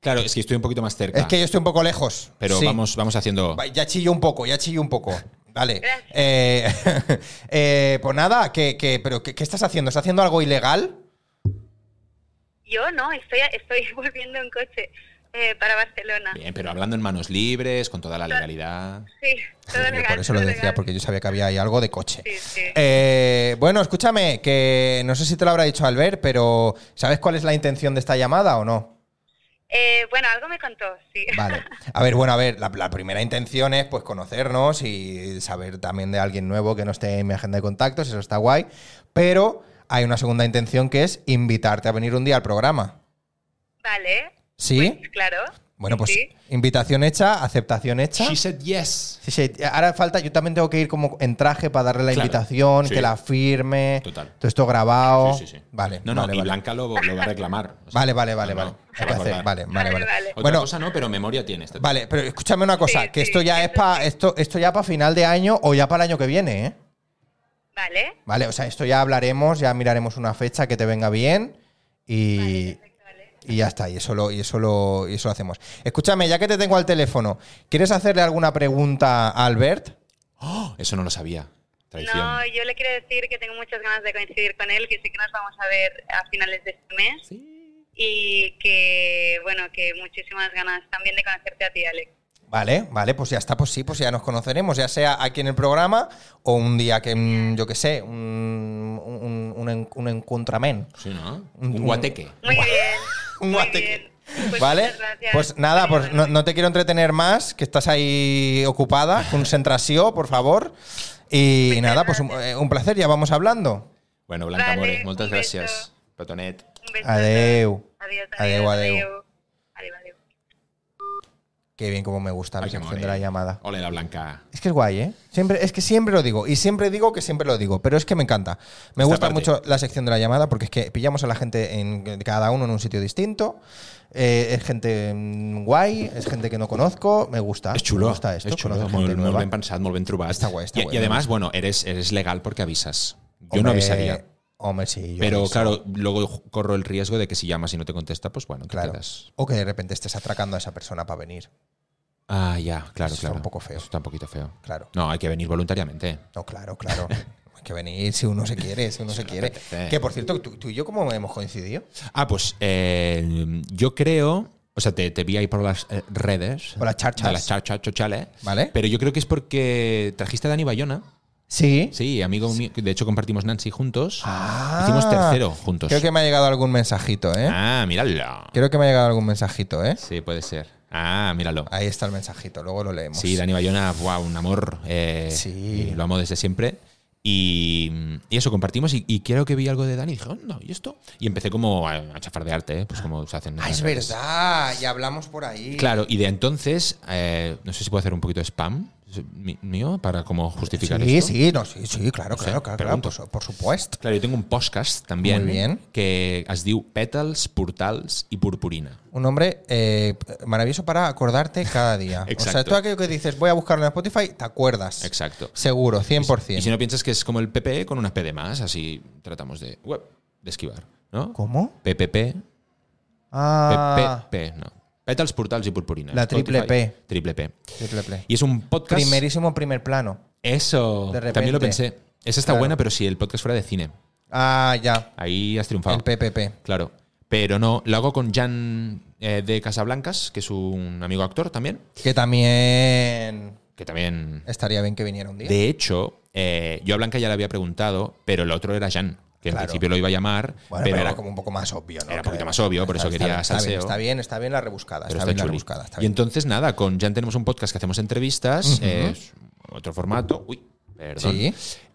B: Claro, es que estoy un poquito más cerca.
A: Es que yo estoy un poco lejos.
B: pero
A: Sí.
B: vamos, vamos haciendo.
A: Va, Ya chillo un poco, ya chillo un poco. Vale.
C: Gracias.
A: Eh, *laughs* eh, pues nada, que, que- pero ¿qué, qué estás haciendo? ¿Estás haciendo algo ilegal?
C: Yo no, estoy, estoy *laughs* volviendo en coche eh, para Barcelona.
B: Bien, pero hablando en manos libres, con toda la legalidad.
C: Sí, todo
A: Yo
C: legal,
A: por eso
C: todo
A: lo decía,
C: legal.
A: porque yo sabía que había ahí algo de coche.
C: Sí, sí.
A: Eh, bueno, escúchame, que no sé si te lo habrá dicho Albert, pero ¿sabes cuál es la intención de esta llamada o no?
C: Eh, bueno, algo me contó, sí.
A: Vale. A ver, bueno, a ver, la, la primera intención es pues conocernos y saber también de alguien nuevo que no esté en mi agenda de contactos, eso está guay. Pero hay una segunda intención que es invitarte a venir un día al programa.
C: *laughs* Vale.
A: ¿Sí?
C: Pues, claro.
A: Bueno, pues
C: Sí.
A: invitación hecha, aceptación hecha.
B: She said yes.
A: Sí, sí, ahora falta, yo también tengo que ir como en traje para darle la
B: Claro,
A: invitación,
B: sí.
A: que la firme,
B: Total.
A: todo esto grabado.
B: Sí, sí, sí.
A: Oh, Vale,
B: No, no,
A: vale,
B: y
A: vale.
B: Blanca lo, lo va a reclamar. O sea,
A: Vale, vale, vale,
B: no,
A: vale. Hay
B: no, se va
A: que
B: a
A: hacer,
B: acordar.
A: vale, vale,
C: Vale,
A: vale.
C: vale.
B: Otra
A: Bueno, ¡Ah!
B: cosa no, pero memoria este tienes. te-
A: vale, pero escúchame una cosa,
C: Sí,
A: que
C: sí,
A: esto ya es
C: eso
A: para
C: sí.
A: esto, esto ya para final de año o ya para el año que viene, ¿eh?
C: Vale.
A: Vale, o sea, esto ya hablaremos, ya miraremos una fecha que te venga bien y,
C: Vale, perfecto, vale.
A: y ya está, y eso lo, y eso lo, y eso lo hacemos. Escúchame, ya que te tengo al teléfono, ¿quieres hacerle alguna pregunta a Albert?
B: ¡Oh! Eso no lo sabía. Traición.
C: No, yo le quiero decir que tengo muchas ganas de coincidir con él, que sí que nos vamos a ver a finales de este mes y que, bueno, que muchísimas ganas también de conocerte a ti, Alex.
A: Vale, vale, pues ya está, pues sí, pues ya nos conoceremos, ya sea aquí en el programa o un día que, mm, yo qué sé, un, un, un, en- un encontramen.
B: Sí, ¿no?
A: Un-
B: Un guateque.
A: *laughs*
C: Muy bien.
A: Un
C: muy
A: guateque.
C: bien. Pues
A: ¿Vale?
C: muchas gracias.
A: Pues nada,
C: Vale,
A: pues
C: bueno.
A: no, no te quiero entretener más, que estás ahí ocupada, concentración, por favor. Y
C: *laughs* Muchas
A: nada, pues un,
C: gracias.
A: eh, un placer, ya vamos hablando.
B: Bueno, Blanca
C: Vale,
B: More, muchas
C: un beso.
B: gracias. Patonet.
C: Un beso a todos.
A: Adeu.
C: Adiós,
A: Adeu, adeu.
C: adiós. Adiós, adiós. adiós.
A: Qué bien como me gusta la
B: Ay, qué eh.
A: sección de la
B: more.
A: llamada.
B: Ole, la Blanca.
A: Es que es guay, ¿eh? Siempre, es que siempre lo digo, y siempre digo que siempre lo digo, pero es que me encanta. Me
B: Esta
A: gusta
B: parte.
A: mucho la sección de la llamada porque es que pillamos a la gente en cada uno en un sitio distinto. Eh, es gente mm, guay, es gente que no conozco, me gusta.
B: Es chulo.
A: Me gusta Ah, esto,
B: es chulo.
A: conocer
B: Molt,
A: gente
B: molt
A: nueva.
B: ben pensat, molt ben trobat.
A: Està guai, està
B: I,
A: guai,
B: I
A: me
B: además, bueno, eres, eres legal porque avisas. Yo no avisaría.
A: Hombre, sí. yo
B: Pero
A: aviso,
B: claro, luego corro el riesgo de que si llamas y no te contesta, pues bueno, te
A: claro.
B: quedas.
A: O que de repente estés atracando a esa persona para venir.
B: Ah, ya, claro,
A: Eso está
B: claro.
A: un poco feo.
B: Eso está un poquito feo.
A: Claro.
B: No, hay que venir voluntariamente.
A: No, claro,
B: *laughs*
A: claro. Hay que venir si uno se quiere, si uno se quiere.
B: apetece.
A: Que por cierto, tú, tú y yo, ¿cómo hemos coincidido?
B: Ah, pues eh, yo creo. O sea, te, te vi ahí por las eh, redes.
A: Por las charchas.
B: De las charchas, chochales.
A: Vale.
B: Pero yo creo que es porque trajiste a Dani Bayona.
A: Sí.
B: Sí, amigo mío. De hecho, compartimos Nancy juntos.
A: Ah.
B: Hicimos tercero juntos.
A: Creo que me ha llegado algún mensajito, ¿eh?
B: Ah, míralo.
A: Creo que me ha llegado algún mensajito, ¿eh?
B: Sí, puede ser. Ah, míralo.
A: Ahí está el mensajito, luego lo leemos.
B: Sí, Dani Bayona, wow, un amor. eh,
A: Sí.
B: y Lo amo desde siempre. Y, y eso, compartimos y, y creo que vi algo de Dani y dije, "Anda, ¿y esto? Y empecé como a, a chafar de arte, ¿eh? pues como se hacen.
A: Ah, es
B: en redes.
A: verdad, ya hablamos por ahí.
B: Claro, y de entonces, eh, no sé si puedo hacer un poquito de spam mi- mío para como justificar
A: Sí,
B: esto.
A: sí, no, sí, sí, claro,
B: sé,
A: claro, claro, claro,
B: pregunto.
A: por, su- por supuesto.
B: Claro, yo tengo un podcast también
A: Muy bien.
B: que es diu Petals, Portals y Purpurina.
A: Un hombre eh, maravilloso para acordarte cada día. O sea,
B: Exacto.
A: todo aquello que dices, voy a buscarlo en Spotify, te acuerdas.
B: Exacto.
A: Seguro, 100%.
B: Y si no piensas que es como el PP con una P de más, así tratamos de, uep, de esquivar, ¿no?
A: ¿Cómo?
B: PPP,
A: Ah,
B: PP, no. Petals, Portals y Purpurina.
A: La triple P.
B: Triple P.
A: triple play.
B: Y es un podcast.
A: Primerísimo primer plano.
B: eso.
A: De repente.
B: También lo pensé. Esa está
A: Claro.
B: buena, pero si el podcast fuera de cine.
A: Ah, ya.
B: Ahí has triunfado.
A: El PPP.
B: Claro. Pero no, lo hago con Jan eh, de Casablancas, que es un amigo actor también,
A: Que también
B: que también...
A: estaría bien que viniera un día.
B: De hecho, eh, yo a Blanca ya le había preguntado, pero el otro era Jan, que al
A: Claro.
B: principio lo iba a llamar,
A: bueno, pero,
B: pero,
A: era como un poco más obvio, ¿no?
B: Era un poquito
A: Creo.
B: más obvio, por eso
A: bien,
B: quería
A: está bien,
B: salseo.
A: está bien, está bien la rebuscada. Está,
B: pero está
A: bien la
B: chuli.
A: rebuscada. Está
B: Y
A: bien.
B: entonces nada, con Jan tenemos un podcast que hacemos entrevistas, eh, es otro formato. Uy, perdón.
A: Sí.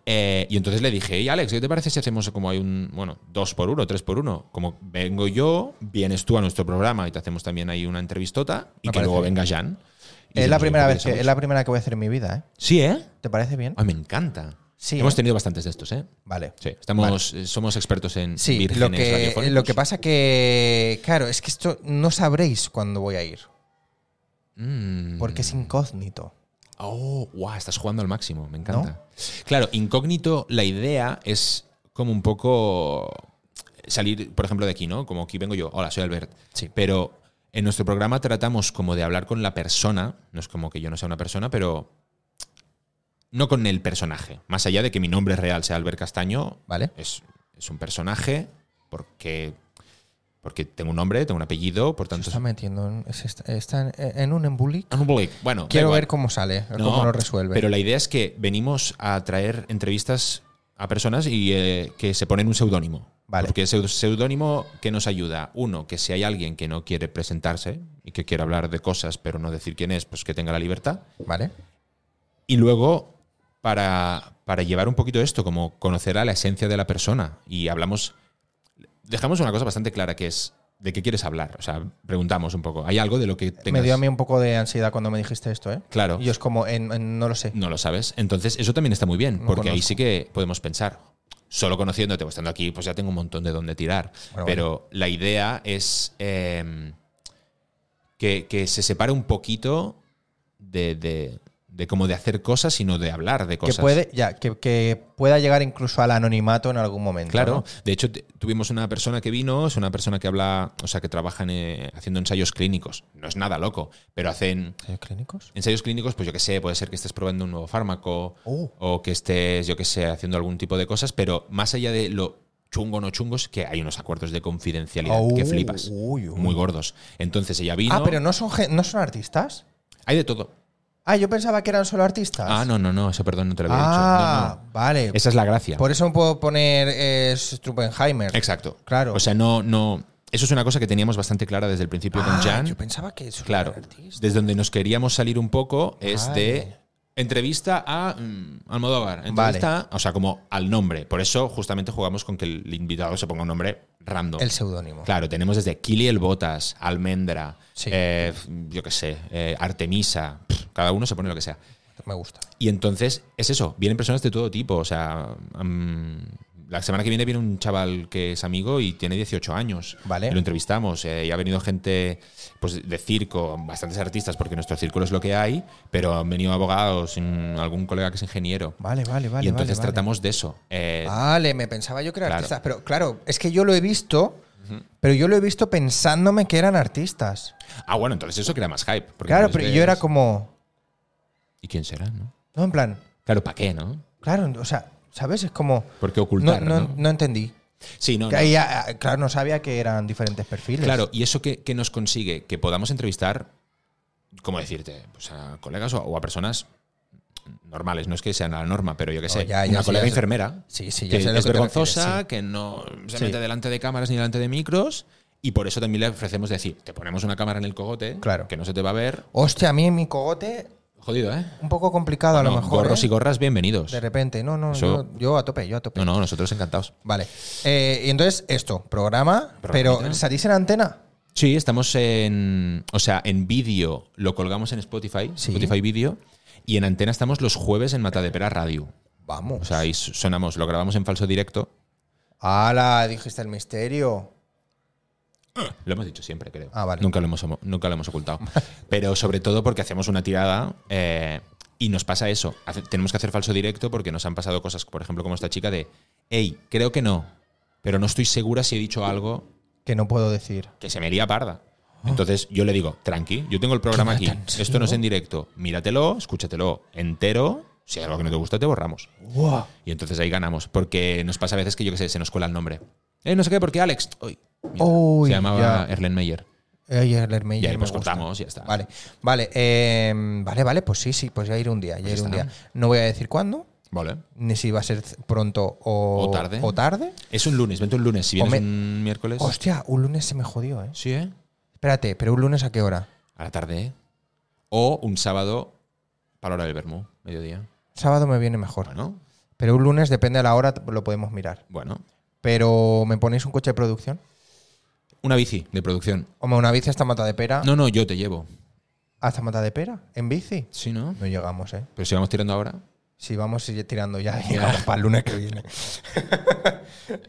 B: Eh, y entonces le dije, "Ey, Alex, ¿qué te parece si hacemos como hay un, bueno, dos por uno, tres por uno? Como vengo yo, vienes tú a nuestro programa y te hacemos también ahí una entrevistota y
A: Me
B: que
A: parece
B: luego
A: bien.
B: venga Jan. Y
A: Es la
B: hacemos
A: primera
B: un
A: vez que,
B: podcast.
A: es la primera que voy a hacer en mi vida, ¿eh?
B: Sí, ¿eh?
A: ¿Te parece bien?
B: Ay, me encanta.
A: Sí,
B: Hemos
A: ¿eh?
B: tenido bastantes de estos, ¿eh?
A: Vale.
B: Sí, estamos, eh, somos expertos en
A: Sí,
B: vírgenes
A: lo que,
B: radiofónicos.
A: lo que pasa que, claro, es que esto no sabréis cuándo voy a ir,
B: Mm.
A: porque es incógnito.
B: Oh, guau, estás jugando al máximo, me encanta. Claro, incógnito, la idea es como un poco salir, por ejemplo, de aquí, ¿no? Como aquí vengo yo, hola, soy Albert.
A: Sí.
B: Pero en nuestro programa tratamos como de hablar con la persona, no es como que yo no sea una persona, pero no con el personaje. Más allá de que mi nombre real sea Albert Castaño,
A: ¿Vale?
B: es, es un personaje porque, porque tengo un nombre, tengo un apellido, por
A: Se
B: tanto...
A: está metiendo en, se está, está en, en un embuli.
B: es- Bueno, da
A: Quiero
B: igual.
A: ver cómo sale,
B: No,
A: cómo lo resuelve.
B: Pero la idea es que venimos a traer entrevistas a personas y eh, que se ponen un seudónimo.
A: Vale.
B: Porque el seu- seudónimo que nos ayuda, uno, que si hay alguien que no quiere presentarse y que quiere hablar de cosas pero no decir quién es, pues que tenga la libertad.
A: ¿Vale?
B: Y luego, para, para llevar un poquito esto, como conocer a la esencia de la persona y hablamos, dejamos una cosa bastante clara que es de qué quieres hablar. O sea, preguntamos un poco. ¿Hay algo de lo que tengas?
A: Me dio a mí un poco de ansiedad cuando me dijiste esto, ¿eh?
B: Claro. Mm,
A: Y es como, en- en- no lo sé.
B: No lo sabes. Entonces, eso también está muy bien,
A: No
B: porque ahí
A: conozco.
B: sí que podemos pensar. Solo conociéndote, o estando aquí, pues ya tengo un montón de dónde tirar.
A: Bueno,
B: Pero la idea es eh, que, que se separe un poquito de, de- de como de hacer cosas, sino de hablar de
A: Que,
B: cosas.
A: puede, ya, que, que pueda llegar incluso al anonimato en algún momento.
B: Claro,
A: ¿no?
B: de hecho te- tuvimos una persona que vino, es una persona que habla, o sea, que trabaja en, eh, haciendo ensayos clínicos. No es nada loco, pero hacen
A: ¿Ensayos clínicos?
B: ensayos clínicos, pues yo qué sé, puede ser que estés probando un nuevo fármaco
A: Oh.
B: o que estés, yo qué sé, haciendo algún tipo de cosas, pero más allá de lo chungo o no chungos, que hay unos acuerdos de confidencialidad
A: Oh,
B: que flipas,
A: uy, uy.
B: muy gordos. Entonces ella vino,
A: Ah, pero no son, gen- no son artistas.
B: hay de todo.
A: Ah, yo pensaba que eran solo artistas.
B: Ah, no, no, no, eso perdón, no te lo había
A: Ah,
B: dicho. No, no.
A: vale.
B: Esa es la gracia.
A: Por eso puedo poner eh, Struppenheimer.
B: Exacto.
A: Claro.
B: O sea, no, no, eso es una cosa que teníamos bastante clara desde el principio
A: Ah,
B: con Jan.
A: Yo pensaba que eso
B: Claro. Desde donde nos queríamos salir un poco es
A: Vale.
B: de entrevista a mm, Almodóvar.
A: Vale.
B: Entrevista, a- o sea, como al nombre. Por eso justamente jugamos con que el invitado se ponga un nombre random.
A: El seudónimo.
B: Claro, tenemos desde Kili el Botas, Almendra,
A: Sí.
B: eh, yo qué sé, eh, Artemisa. Pff, Cada uno se pone lo que sea.
A: Me gusta.
B: Y entonces es eso, vienen personas de todo tipo. O sea, mm, la semana que viene viene un chaval que es amigo y tiene 18 años.
A: Vale.
B: Y lo entrevistamos. eh, y ha venido gente pues, de circo, bastantes artistas, porque nuestro círculo es lo que hay, pero han venido abogados, mm, algún colega que es ingeniero.
A: Vale, vale, vale.
B: y entonces
A: vale, Ah. vale.
B: tratamos de eso. Eh,
A: Vale, me pensaba yo que eran
B: Claro.
A: artistas. Pero claro, es que yo lo he visto, pero yo lo he visto pensándome que eran artistas.
B: Ah, bueno, entonces eso crea más hype. porque
A: Claro,
B: entonces
A: pero
B: ves-
A: yo era como.
B: ¿Y quién será, no?
A: No, en plan.
B: Claro, ¿para qué, no?
A: Claro, o sea, ¿sabes? Es como.
B: ¿Por qué
A: No,
B: ocultar,
A: no,
B: no?
A: no entendí.
B: Sí, no,
A: Que
B: no.
A: ahí, ah, ah, claro, no sabía que eran diferentes perfiles.
B: Claro, y eso que, que nos consigue que podamos entrevistar, ¿cómo decirte? Pues a colegas o, o a personas normales, no es que sean la norma, pero yo qué sé,
A: No, ya, ya,
B: una
A: sí,
B: colega
A: ya sé.
B: enfermera
A: Sí, sí, ya
B: que
A: sé a lo
B: es
A: que te
B: vergonzosa,
A: refieres,
B: que no se
A: Sí.
B: mete delante de cámaras ni delante de micros. Y por eso también le ofrecemos decir, te ponemos una cámara en el cogote,
A: Claro.
B: que no se te va a ver.
A: Hostia, a mí mi cogote,
B: Jodido, ¿eh?
A: un poco complicado a
B: No,
A: lo mejor.
B: gorros
A: ¿eh?
B: y gorras, bienvenidos.
A: De repente, no, no,
B: Eso-
A: yo, yo a tope, yo a tope.
B: No, no, nosotros encantados.
A: Vale. Eh, y entonces, esto, programa, pero
B: Programita.
A: ¿salís en antena?
B: Sí, estamos en. O sea, en vídeo lo colgamos en Spotify,
A: Sí.
B: Spotify Video, y en antena estamos los jueves en Mata de Pera Radio.
A: Vamos.
B: O sea, ahí sonamos, lo grabamos en falso directo.
A: ¡Hala! Dijiste el misterio.
B: Lo hemos dicho siempre, creo.
A: Ah, vale.
B: Nunca lo hemos, nunca lo hemos
A: *laughs*
B: ocultado. Pero sobre todo porque hacemos una tirada eh, y nos pasa eso. Hace- tenemos que hacer falso directo porque nos han pasado cosas, por ejemplo, como esta chica de, hey, creo que no, pero no estoy segura si he dicho algo
A: Que no puedo decir.
B: que se me haría parda. Entonces yo le digo, tranqui, yo tengo el programa
A: Oh. Qué
B: aquí.
A: mal tan
B: Esto no es
A: sido.
B: en directo. Míratelo, escúchatelo entero. Si hay algo que no te gusta, te borramos.
A: Guau.
B: Y entonces ahí ganamos. Porque nos pasa a veces que yo que sé, se nos cuela el nombre. Eh, no sé qué, porque Alex. Uy, mierda.
A: Uy,
B: se
A: ya.
B: llamaba Erlen Meyer.
A: Ay, Erler Meyer
B: Y ahí
A: me
B: pues
A: gusta.
B: cortamos y ya está.
A: Vale, vale, eh, vale, vale, pues sí, sí, pues ya iré un día, ya
B: Pues
A: iré un
B: está.
A: día. No voy a decir cuándo,
B: Vale.
A: ni si va a ser pronto o,
B: O tarde.
A: O tarde.
B: Es un lunes, vente un lunes. Si
A: O
B: vienes
A: me-
B: un miércoles.
A: Hostia, un lunes se me jodió, ¿eh?
B: Sí, ¿eh?
A: Espérate, pero un lunes a qué hora?
B: A la tarde, ¿eh? O un sábado para la hora del vermú, mediodía.
A: Sábado me viene mejor.
B: Bueno,
A: Pero un lunes, depende de la hora, lo podemos mirar.
B: bueno.
A: Pero, ¿me ponéis un coche de producción?
B: Una bici de producción.
A: Hombre, una bici hasta Mata de Pera.
B: No, no, yo te llevo.
A: ¿Hasta Mata de Pera? ¿En bici?
B: Sí, ¿no?
A: No llegamos, ¿eh?
B: Pero si vamos tirando ahora.
A: Si vamos a ir tirando ya, llegamos para el lunes que
B: *laughs*
A: viene.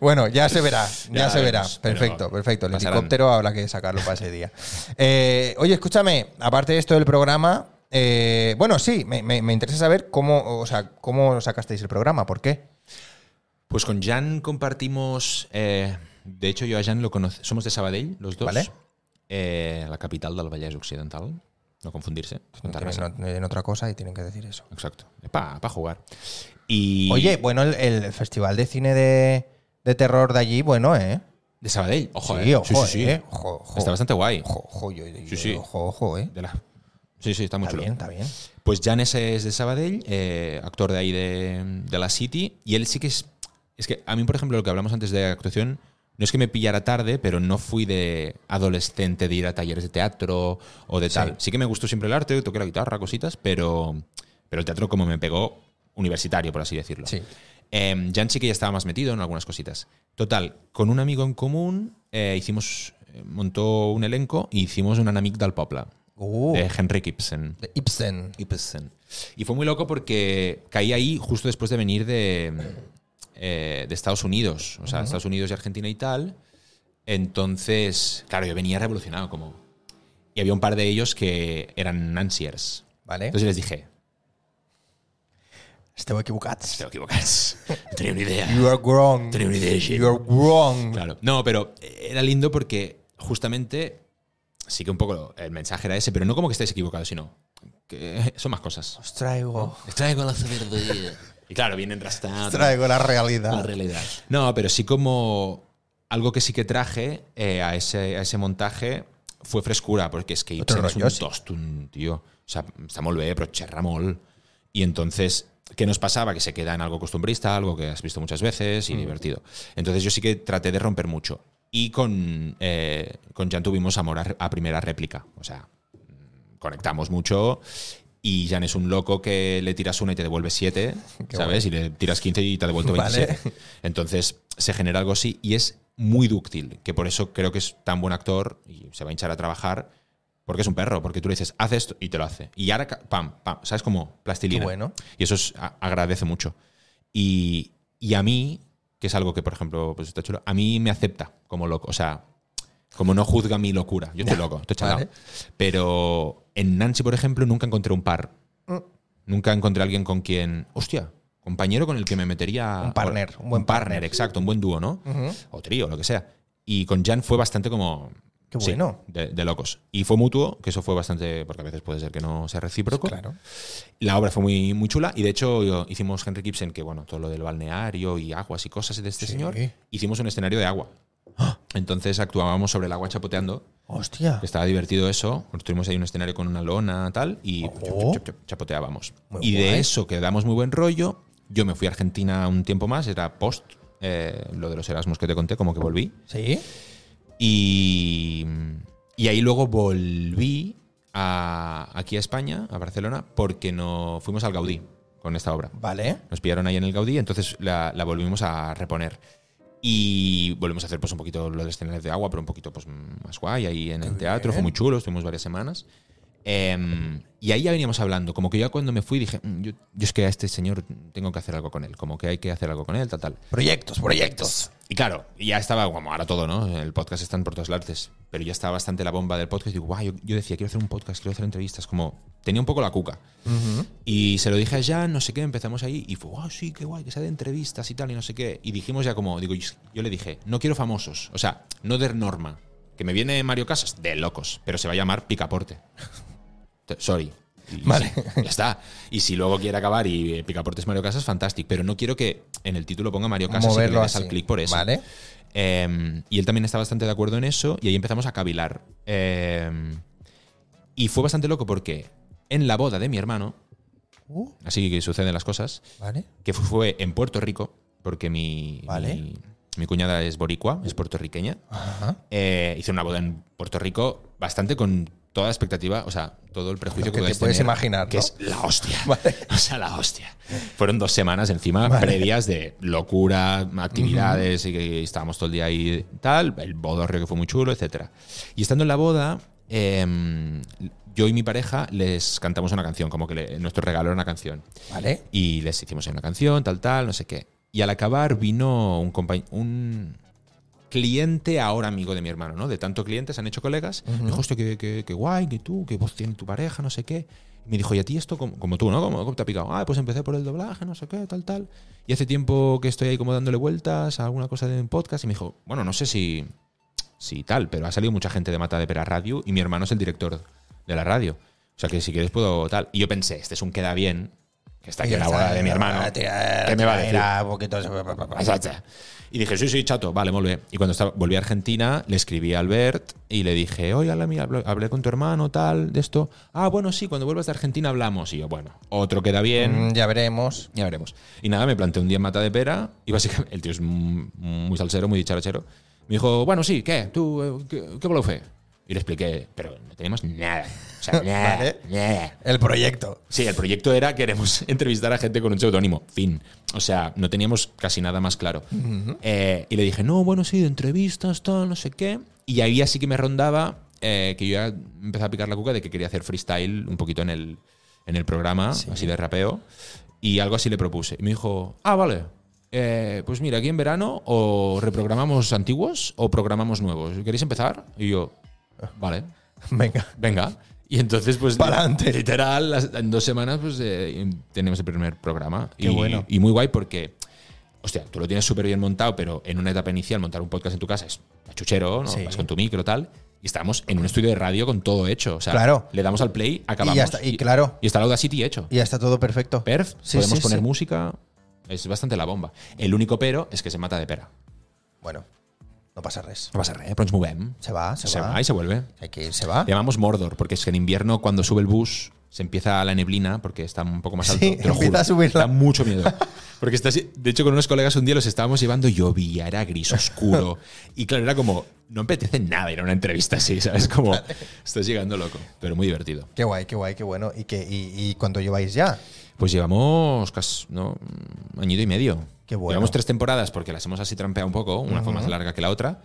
A: bueno, ya se verá, ya,
B: Ya
A: se verá.
B: veremos, pero
A: Perfecto, perfecto. El
B: pasarán.
A: helicóptero habrá que sacarlo para ese día. Eh, oye, escúchame, aparte de esto del programa, eh, bueno, sí, me, me- me interesa saber cómo, o sea, cómo sacasteis el programa, ¿por qué?
B: Pues con Jan compartimos. eh, de hecho, yo a Jan lo conozco. Somos de Sabadell, los dos.
A: Vale.
B: Eh, la capital del Vallès Occidental. Pues No confundirse. Con Terrassa.
A: En, en otra cosa y tienen que decir eso.
B: Exacto. Para jugar. Y
A: Oye, bueno, el, el Festival de Cine de, de Terror de allí, bueno, ¿eh?
B: de Sabadell. Ojo,
A: sí,
B: eh.
A: ojo,
B: sí, sí, sí.
A: ¿eh? Ojo, ojo.
B: Está bastante guay.
A: Ojo, ojo, yo- yo-
B: Sí, sí.
A: ojo, ojo, ¿eh?
B: De la- Sí, sí, está muy
A: Está
B: chulo.
A: bien, está bien.
B: Pues Jan es, es de Sabadell, eh, actor de ahí de, de la City, y él sí que es... Es que a mí, por ejemplo, lo que hablamos antes de actuación, no es que me pillara tarde, pero no fui de adolescente de ir a talleres de teatro o de
A: Sí.
B: tal. Sí que me gustó siempre el arte, toqué la guitarra, cositas, pero, pero el teatro como me pegó universitario, por así decirlo.
A: Sí.
B: Eh, Jan sí que ya estaba más metido en algunas cositas. Total, con un amigo en común eh, hicimos, eh, montó un elenco y hicimos un Anamic del Popla,
A: Uh.
B: de Henrik Ibsen.
A: De Ibsen.
B: Ibsen. pues, Y fue muy loco porque caí ahí justo después de venir de, eh, de Estados Unidos, o sea, Estados Unidos y Argentina y tal. Entonces, claro, yo venía revolucionado como... Y había un par de ellos que eran Nanciers.
A: Vale.
B: Entonces les dije,
A: Esteu equivocats.
B: te equivocas, *laughs* no tenía ni idea.
A: You are wrong.
B: Tenía una idea de shit.
A: You are wrong.
B: Claro. No, pero era lindo porque justamente sí que un poco el mensaje era ese, pero no como que estáis equivocados, sino que son más cosas.
A: Os traigo,
B: Os traigo la sabiduría. Y claro, vienen rastrando.
A: os traigo la
B: Ah, la
A: realidad.
B: realidad. No, pero sí como algo que sí que traje eh, a, ese, a ese montaje fue frescura, porque es que
A: Otro
B: Ibsen es un
A: rollo, sí.
B: tostun, tío. O sea, está molt bé, però xerra molt. Y entonces, ¿qué nos pasaba? Que se queda en algo costumbrista, algo que has visto muchas veces
A: Mm.
B: y divertido. Entonces yo sí que traté de romper mucho. Y con, eh, con Jan tuvimos amor a, a primera réplica. O sea, conectamos mucho y Jan es un loco que le tiras una y te devuelve siete,
A: Qué
B: ¿sabes? Y le tiras 15 y te ha devuelto
A: Vale.
B: 27. Entonces se genera algo así y es muy dúctil, que por eso creo que es tan buen actor y se va a hinchar a trabajar, porque es un perro, porque tú le dices, haz esto y te lo hace. Y ahora, ca- pam, pam, ¿sabes? Como plastilina.
A: Qué bueno.
B: Y eso es- a- agradece mucho. Y, y a mí, que es algo que, por ejemplo, pues está chulo, a mí me acepta como loco. O sea, como no juzga mi locura. Yo estoy loco, estoy chalado.
A: Vale.
B: Pero en Nancy, por ejemplo, nunca encontré un par.
A: Mm.
B: Nunca encontré a alguien con quien. Hostia, compañero con el que me metería.
A: Un partner, un buen
B: partner,
A: partner.
B: exacto, un buen dúo, ¿no?
A: Ujú.
B: O trío, lo que sea. Y con Jan fue bastante como.
A: Qué
B: sí,
A: bueno.
B: de, de locos. Y fue mutuo, que eso fue bastante. Porque a veces puede ser que no sea recíproco.
A: Claro.
B: La obra fue muy, muy chula y de hecho yo- hicimos Henry Gibson, que bueno, todo lo del balneario y aguas y cosas de este
A: Sí.
B: señor, hicimos un escenario de agua. Entonces actuábamos sobre el agua chapoteando,
A: Hostia.
B: que estaba divertido eso, construimos ahí un escenario con una lona tal y
A: Ojo.
B: chup, chup, chup, chup, chapoteábamos.
A: Oh. Muy
B: y de
A: guay.
B: eso quedamos muy buen rollo, yo me fui a Argentina un tiempo más, era post, eh, lo de los Erasmus que te conté, como que volví.
A: Sí.
B: Y, mm, y ahí luego volví a- aquí a España, a Barcelona, porque no fuimos al Gaudí con esta obra.
A: Vale.
B: Nos pillaron ahí en el Gaudí, entonces la, la volvimos a reponer. Y volvimos a hacer pues, un poquito lo del escenario de agua, pero un poquito pues, más guay ahí en el
A: Qué
B: teatro. Fue
A: bien.
B: muy chulo, estuvimos varias semanas. Em, y ahí ya veníamos hablando. Como que yo cuando me fui dije, "Mm, yo, yo es que a este señor tengo que hacer algo con él. Como que hay que hacer algo con él, tal, tal.
A: Proyectos, proyectos.
B: Y claro, ya estaba como ahora todo, ¿no? El podcast está en por todas partes. Pero ya estaba bastante la bomba del podcast. Y digo, guau, yo, yo decía, quiero hacer un podcast, quiero hacer entrevistas. Como tenía un poco la cuca. Y se lo dije a Jan, no sé qué, empezamos ahí. Y fue, wow, sí, qué guay, que sea de entrevistas y tal, y no sé qué. Y dijimos ya como, digo, yo, yo le dije, no quiero famosos. O sea, no de norma. Que me viene Mario Casas, de locos. Pero se va a llamar Picaporte. T- Sorry. Y
A: Vale.
B: sí, ya está. Y si luego quiere acabar y eh, Picaporte es Mario Casas, fantástico. Pero no quiero que en el título ponga Mario Casas y que le
A: Moverlo
B: des al
A: así.
B: clic por eso.
A: Vale.
B: Eh, y él también está bastante de acuerdo en eso y ahí empezamos a cavilar. Eh, y fue bastante loco porque en la boda de mi hermano,
A: Uh,
B: así que suceden las cosas,
A: vale.
B: que fu- fue en Puerto Rico, porque mi,
A: Vale.
B: mi, mi cuñada es boricua, es puertorriqueña,
A: Ajá.
B: eh, hizo una boda en Puerto Rico bastante con toda la expectativa, o sea, todo el prejuicio
A: Lo que te
B: puedes
A: puedes
B: tener,
A: imaginar,
B: Que
A: ¿no?
B: es la hostia.
A: *laughs* Vale.
B: O sea, la hostia. Fueron dos semanas encima
A: Vale.
B: previas de locura, actividades y que estábamos todo el día ahí tal, el bodorrio que fue muy chulo, etcétera. Y estando en la boda, em, yo y mi pareja les cantamos una canción, como que le- nuestro regalo era una canción.
A: Vale.
B: Y les hicimos ahí una canción, tal, tal, no sé qué. Y al acabar vino un, compañ- un cliente ahora amigo de mi hermano, ¿no? De tanto clientes, han hecho colegas. Me dijo, hostia, qué, qué- qué guay, que tú, qué voz tiene tu pareja, no sé qué. Y me dijo, y a ti esto, como, como tú, ¿no? Como, te ha picado. Ah, pues empecé por el doblaje, no sé qué, tal, tal. Y hace tiempo que estoy ahí como dándole vueltas a alguna cosa de un podcast. Y me dijo, bueno, no sé si, si tal, pero ha salido mucha gente de Mata de Pera Radio y mi hermano es el director de la radio. O sea que si quieres puedo tal. Y yo pensé, este es un queda bien, que está aquí en la boda de mi hermano. *laughs* ¿Qué me va a decir? Exacte. Y dije, sí, sí, chato, vale, muy bien. Y cuando estaba, volví a Argentina, le escribí a Albert y le dije, oye, hola, mira, hablo- hablé con tu hermano, tal, de esto. Ah, bueno, sí, cuando vuelvas de Argentina hablamos. Y yo, bueno, otro queda bien,
A: Mm, Ya veremos.
B: ya veremos. Y nada, me planteé un día en Mata de Pera y básicamente, el tío es m- muy salsero, muy dicharachero. Me dijo, bueno, sí, ¿qué? ¿Tú, eh, qué, qué bolo fue? Y le expliqué, pero no tenemos nada. O sea, nada,
A: Vale.
B: nada.
A: El proyecto.
B: Sí, el proyecto era queremos *laughs* entrevistar a gente con un seudónimo. Fin. O sea, no teníamos casi nada más claro. Eh, y le dije, no, bueno, sí, de entrevistas, tal, no sé qué. Y ahí así que me rondaba eh, que yo ya empecé a picar la cuca de que quería hacer freestyle un poquito en el, en el programa, así de rapeo. Y algo así le propuse. Y me dijo, ah, vale. eh, pues mira, aquí en verano o reprogramamos antiguos o programamos nuevos. ¿Queréis empezar? Y yo, vale
A: Venga.
B: venga. Y entonces, pues,
A: Pa'lante.
B: li- *laughs* literal, las- en dos semanas, pues, eh, tenemos el primer programa.
A: Qué
B: y,
A: bueno.
B: y muy guay porque, hostia, tú lo tienes súper bien montado, pero en una etapa inicial montar un podcast en tu casa es chuchero, ¿no?
A: Sí.
B: Vas con tu micro, tal. Y estamos en un estudio de radio con todo hecho. O sea,
A: Claro.
B: le damos al play, acabamos.
A: Y ya está, y claro.
B: Y está el Audacity hecho.
A: Y ya está todo perfecto.
B: Perf,
A: Sí,
B: podemos
A: sí,
B: poner
A: sí.
B: música. Es bastante la bomba. El único pero es que se mata de pera.
A: Bueno, no pasa res.
B: No pasa res, però ens movem.
A: Se va, se,
B: Se
A: va.
B: va y se vuelve.
A: Hay que ir, se va.
B: Le llamamos Mordor, porque es que en invierno cuando sube el bus se empieza la neblina porque está un poco más alto.
A: Sí,
B: te lo
A: empieza
B: juro.
A: a subirla.
B: Da mucho miedo. Porque está así- de hecho, con unos colegas un día los estábamos llevando, llovía, era
A: *laughs*
B: gris, oscuro. Y claro, era como, no apetece nada ir a una entrevista así, ¿sabes? Como, estás llegando loco, pero muy divertido.
A: Qué guay, qué guay, qué bueno. ¿Y, que y, y cuánto lleváis ya?
B: Pues llevamos casi, ¿no? Un añito y medio.
A: Qué bueno.
B: Llevamos tres temporadas porque las hemos así trampeado un poco, una fue más larga que la otra,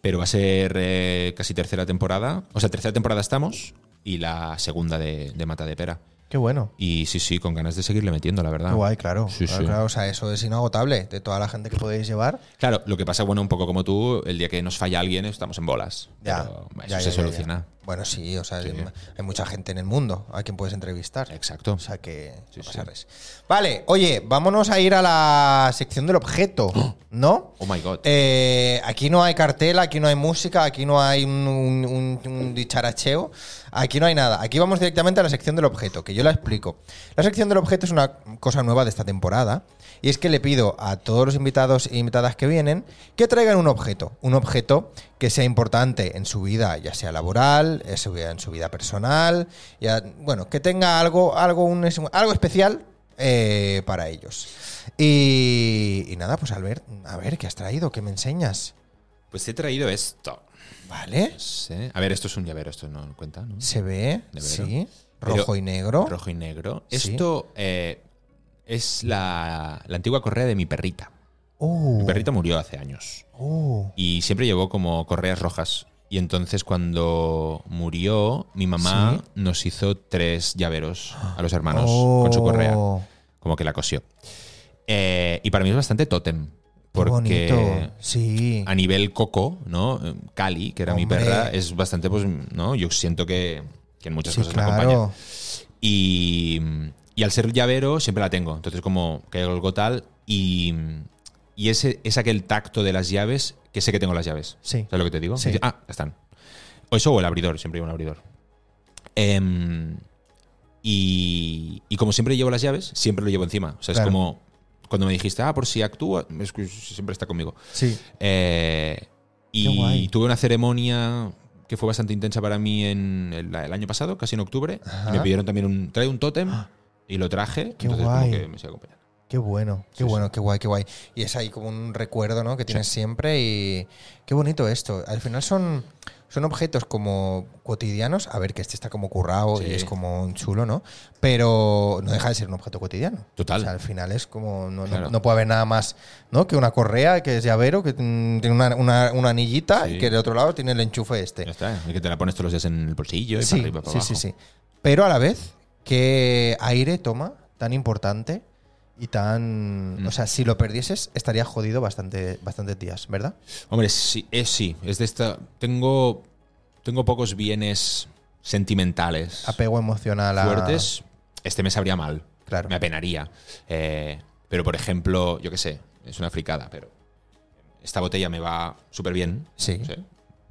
B: pero va a ser eh, casi tercera temporada. O sea, tercera temporada estamos y la segunda de, de Mata de Pera.
A: Qué bueno.
B: Y sí, sí, con ganas de seguirle metiendo, la verdad.
A: Qué guay, claro.
B: Ah. Sí,
A: claro,
B: sí.
A: claro, O sea, eso es inagotable de toda la gente que podéis llevar.
B: Claro, lo que pasa, bueno, un poco como tú, el día que nos falla alguien estamos en bolas.
A: Ya.
B: Pero eso
A: ya,
B: se
A: ya, ya,
B: soluciona.
A: ya. Bueno, sí, o sea,
B: Sí.
A: hay mucha gente en el mundo a quien puedes entrevistar.
B: Exacto.
A: O sea que.
B: Sí,
A: no
B: sí.
A: pasa res. Vale, oye, vámonos a ir a la sección del objeto, ¿no?
B: Oh my god.
A: Eh, aquí no hay cartel, aquí no hay música, aquí no hay un, un- un- un dicharacheo, aquí no hay nada. Aquí vamos directamente a la sección del objeto, que yo la explico. La sección del objeto es una cosa nueva de esta temporada, y es que le pido a todos los invitados e invitadas que vienen que traigan un objeto, un objeto que sea importante en su vida, ya sea laboral, en su vida, en su vida personal, ya, bueno, que tenga algo, algo, un- algo especial eh, para ellos. Y, y nada, pues Albert, a ver, ¿qué has traído? ¿Qué me enseñas?
B: Pues he traído esto.
A: ¿Vale?
B: Sí. A ver, esto es un llavero, esto no cuenta, ¿no?
A: Se ve,
B: De
A: sí,
B: Pero-
A: rojo y negro.
B: Rojo y negro.
A: Sí.
B: Esto eh, es la, la antigua correa de mi perrita. Mi
A: Uh,
B: perrita murió hace años
A: uh,
B: y siempre llevó como correas rojas. Y entonces cuando murió, mi mamá nos hizo tres llaveros a
A: *gasps*
B: los hermanos con su
A: oh,
B: correa. Como que la cosió. Eh, y para mí es bastante tótem.
A: qué
B: Porque
A: bonito. Sí.
B: a nivel coco, ¿no? Eh, Cali, que era mi
A: Hombre.
B: perra, es bastante, pues, ¿no? Yo siento que, que en muchas
A: Sí,
B: cosas me acompaña.
A: claro.
B: Y, y al ser llavero siempre la tengo. Entonces como que hay algo tal y, y ese, es aquel tacto de las llaves que sé que tengo las llaves.
A: Sí.
B: ¿Sabes lo que te digo?
A: Sí.
B: Dice, Ah, ya están. O eso o el abridor, siempre hay un abridor. Em, Y, y como siempre llevo las llaves, siempre lo llevo encima. O sea,
A: Claro.
B: es como cuando me dijiste, ah, por si actúa, es que siempre está conmigo.
A: Sí.
B: Eh,
A: Qué
B: y
A: guay.
B: tuve una ceremonia que fue bastante intensa para mí en el, el año pasado, casi en octubre.
A: Ajá. Ah.
B: Y me pidieron también un. Trae un tótem y lo traje.
A: Qué
B: entonces, como
A: guay.
B: que me sigue acompañando.
A: Qué bueno, qué
B: Sí,
A: bueno,
B: sí.
A: qué guay, qué guay. Y es ahí como un recuerdo, ¿no? Que tienes siempre y qué bonito esto. Al final son, son objetos como cotidianos. A ver, que este está como currado
B: Sí.
A: y es como un chulo, ¿no? Pero no deja de ser un objeto cotidiano.
B: Total.
A: O sea, al final es como, no, no-
B: Claro.
A: no puede haber nada más, ¿no? Que una correa, que es llavero, que mm, tiene una, una- una anillita
B: Sí.
A: y que del otro lado tiene el enchufe este.
B: Ya está. Y que te la pones todos los días en el bolsillo y
A: Sí,
B: para arriba, para
A: sí, sí,
B: abajo.
A: sí. Pero a la vez, qué aire toma tan importante y tan.
B: Mm.
A: O sea, si lo perdieses, estaría jodido bastante, bastantes días, ¿verdad?
B: Hombre, sí, es, sí. Es de esta. Tengo. Tengo pocos bienes sentimentales
A: Apego emocional a.
B: fuertes. Este me sabría mal.
A: Claro.
B: Me apenaría. Eh, pero, por ejemplo, yo qué sé, es una fricada, pero. Esta botella me va súper bien.
A: Sí.
B: no sé,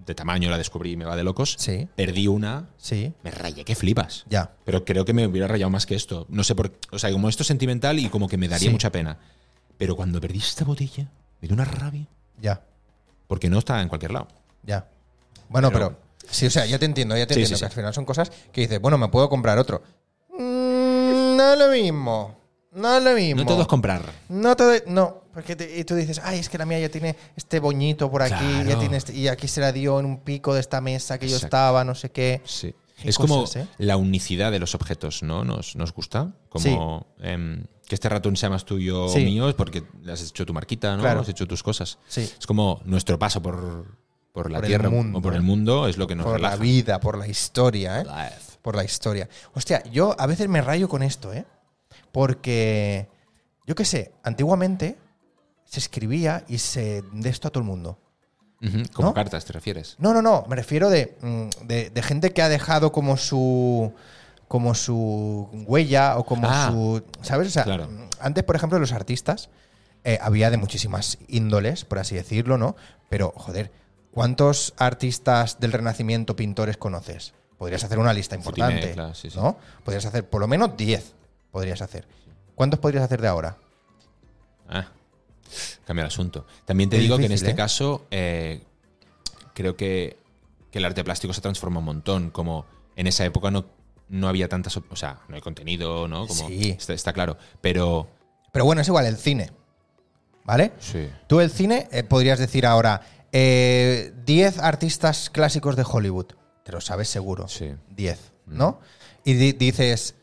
B: De tamaño la descubrí y me va de locos.
A: Sí.
B: Perdí una,
A: Sí.
B: me rayé que flipas.
A: Ya.
B: Pero creo que me hubiera rayado más que esto. No sé por O sea, como esto es sentimental y como que me daría
A: Sí.
B: mucha pena. Pero cuando perdí esta botella, me dio una rabia.
A: Ya.
B: Porque no está en cualquier lado.
A: Ya. Bueno,
B: Pero-
A: pero, sí, o sea, ya te entiendo, ya te
B: Sí,
A: entiendo.
B: sí,
A: que
B: sí.
A: al final son cosas que dices, bueno, me puedo comprar otro. Mm, no es lo mismo. No es lo mismo.
B: No todos comprar.
A: No todo, no, porque te- y tú dices, ay, es que la mía ya tiene este boñito por aquí,
B: Claro.
A: ya tiene este- y aquí se la dio en un pico de esta mesa que yo
B: Exacto.
A: estaba, no sé qué.
B: Sí.
A: Qué
B: Es como
A: cosas, ¿eh?
B: la unicidad de los objetos, ¿no? Nos, nos gusta. Como em, que este ratón sea más tuyo
A: Sí.
B: o mío es porque le has hecho tu marquita, ¿no?
A: Claro.
B: Has hecho tus cosas.
A: Sí.
B: Es como nuestro paso por, por la
A: Por el
B: tierra
A: mundo. ¿eh?
B: o por el mundo es lo que nos
A: por
B: relaja.
A: la vida, por la historia, ¿eh?
B: Life.
A: Por la historia. Hostia, yo a veces me rayo con esto, ¿eh? Porque, yo qué sé, antiguamente se escribía y se de esto a todo el mundo.
B: Ujú, Como
A: ¿No?
B: cartas, ¿te refieres?
A: No, no, no. Me refiero de, mm, de, de gente que ha dejado como su como su huella o como
B: Ah,
A: su. ¿Sabes? O sea,
B: claro.
A: mm, antes, por ejemplo, los artistas eh, había de muchísimas índoles, por así decirlo, ¿no? Pero, joder, ¿cuántos artistas del Renacimiento, pintores, conoces? Podrías hacer una lista importante.
B: Futimecla, sí, sí.
A: ¿No? Podrías hacer por lo menos 10. Podrías hacer. ¿Cuántos podrías hacer de ahora?
B: Ah, cambia el asunto. También te
A: Es
B: digo que en
A: difícil,
B: este
A: ¿eh?
B: caso eh, creo que, que el arte plástico se transforma un montón. Como en esa época no, no había tantas. op- O sea, no hay contenido, ¿no? Como,
A: Sí.
B: está, está claro. Pero.
A: Pero bueno, es igual, el cine. ¿Vale?
B: Sí.
A: Tú el cine eh, podrías decir ahora eh, 10 artistas clásicos de Hollywood. Te lo sabes seguro.
B: Sí. Mm.
A: 10, ¿no? Y di- dices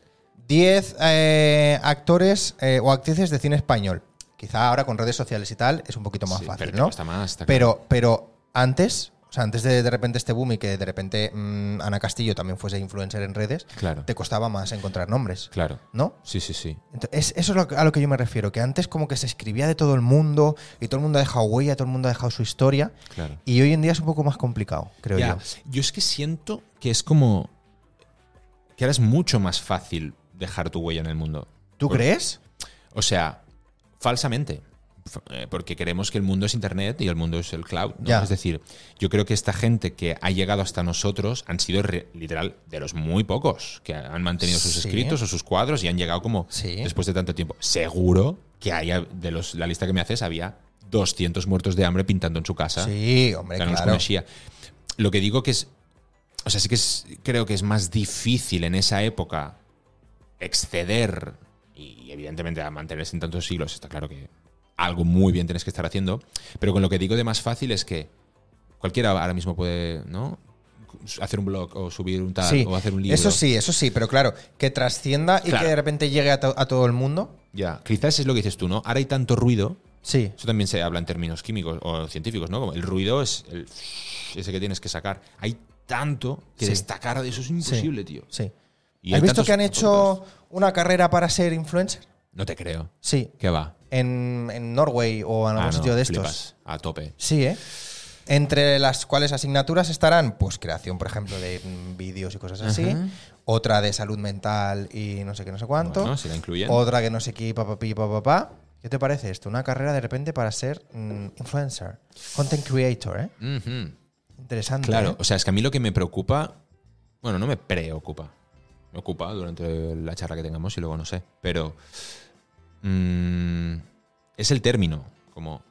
A: 10 eh, actores eh, o actrices de cine español. Quizá ahora con redes sociales y tal es un poquito más
B: Sí,
A: fácil,
B: pero te
A: ¿no?
B: cuesta más, está
A: pero, pero antes, o sea, antes de de repente este boom y que de repente mm, Ana Castillo también fuese influencer en redes,
B: Claro.
A: te costaba más encontrar nombres,
B: Claro.
A: ¿no?
B: Sí, sí, sí.
A: Ento- es- eso es lo que- a lo que yo me refiero, que antes como que se escribía de todo el mundo y todo el mundo ha dejado huella, todo el mundo ha dejado su historia
B: Claro.
A: y hoy en día es un poco más complicado, creo
B: Ya,
A: yo.
B: Yo es que siento que es como. que ahora es mucho más fácil dejar tu huella en el mundo.
A: ¿Tú
B: Por-
A: crees?
B: O sea, falsamente. F- eh, Porque queremos que el mundo es Internet y el mundo es el cloud. ¿no?
A: Ya.
B: Es decir, yo creo que esta gente que ha llegado hasta nosotros han sido re- literal de los muy pocos que han mantenido sus
A: Sí.
B: escritos o sus cuadros y han llegado como
A: Sí.
B: después de tanto tiempo. Seguro que haya, de los, la lista que me haces, había 200 muertos de hambre pintando en su casa.
A: Sí, hombre,
B: Ya no los
A: claro.
B: conocía. Lo que digo que es. O sea, sí que es- creo que es más difícil en esa época exceder. Y evidentemente a mantenerse en tantos siglos, está claro que algo muy bien tienes que estar haciendo. Pero con lo que digo de más fácil es que cualquiera ahora mismo puede, ¿no? Hacer un blog o subir un tal
A: Sí,
B: o hacer un libro.
A: Eso sí, eso sí, pero claro, que trascienda y
B: Claro.
A: que de repente llegue a, to- a todo el mundo.
B: Ya. Quizás es lo que dices tú, ¿no? Ahora hay tanto ruido
A: Sí,
B: Eso también se habla en términos químicos o científicos, ¿no? Como el ruido es el ese que tienes que sacar. Hay tanto que
A: Sí.
B: destacar de eso es imposible, tío.
A: sí.
B: Y
A: ¿Has
B: hay
A: visto
B: tantos
A: que han hecho
B: podcasts.
A: una carrera para ser influencer?
B: No te creo.
A: Sí,
B: ¿Qué va?
A: en, en Norway o en
B: Ah,
A: algún
B: no,
A: sitio pues de estos.
B: flipas. A tope.
A: Sí, ¿eh? Entre las cuales asignaturas estarán, pues creación, por ejemplo, de mm, vídeos y cosas así.
B: Ajá.
A: Otra de salud mental y no sé qué, no sé cuánto.
B: Bueno, si la incluyen.
A: Otra que no sé qué, papapi, papapá. ¿Qué te parece esto? Una carrera de repente para ser mm, influencer, content creator, ¿eh?
B: Ujú.
A: Interesante.
B: Claro,
A: ¿eh?
B: o sea, es que a mí lo que me preocupa, bueno, no me preocupa. me ocupa durante la charla que tengamos y luego no sé. Pero mm, es el término, como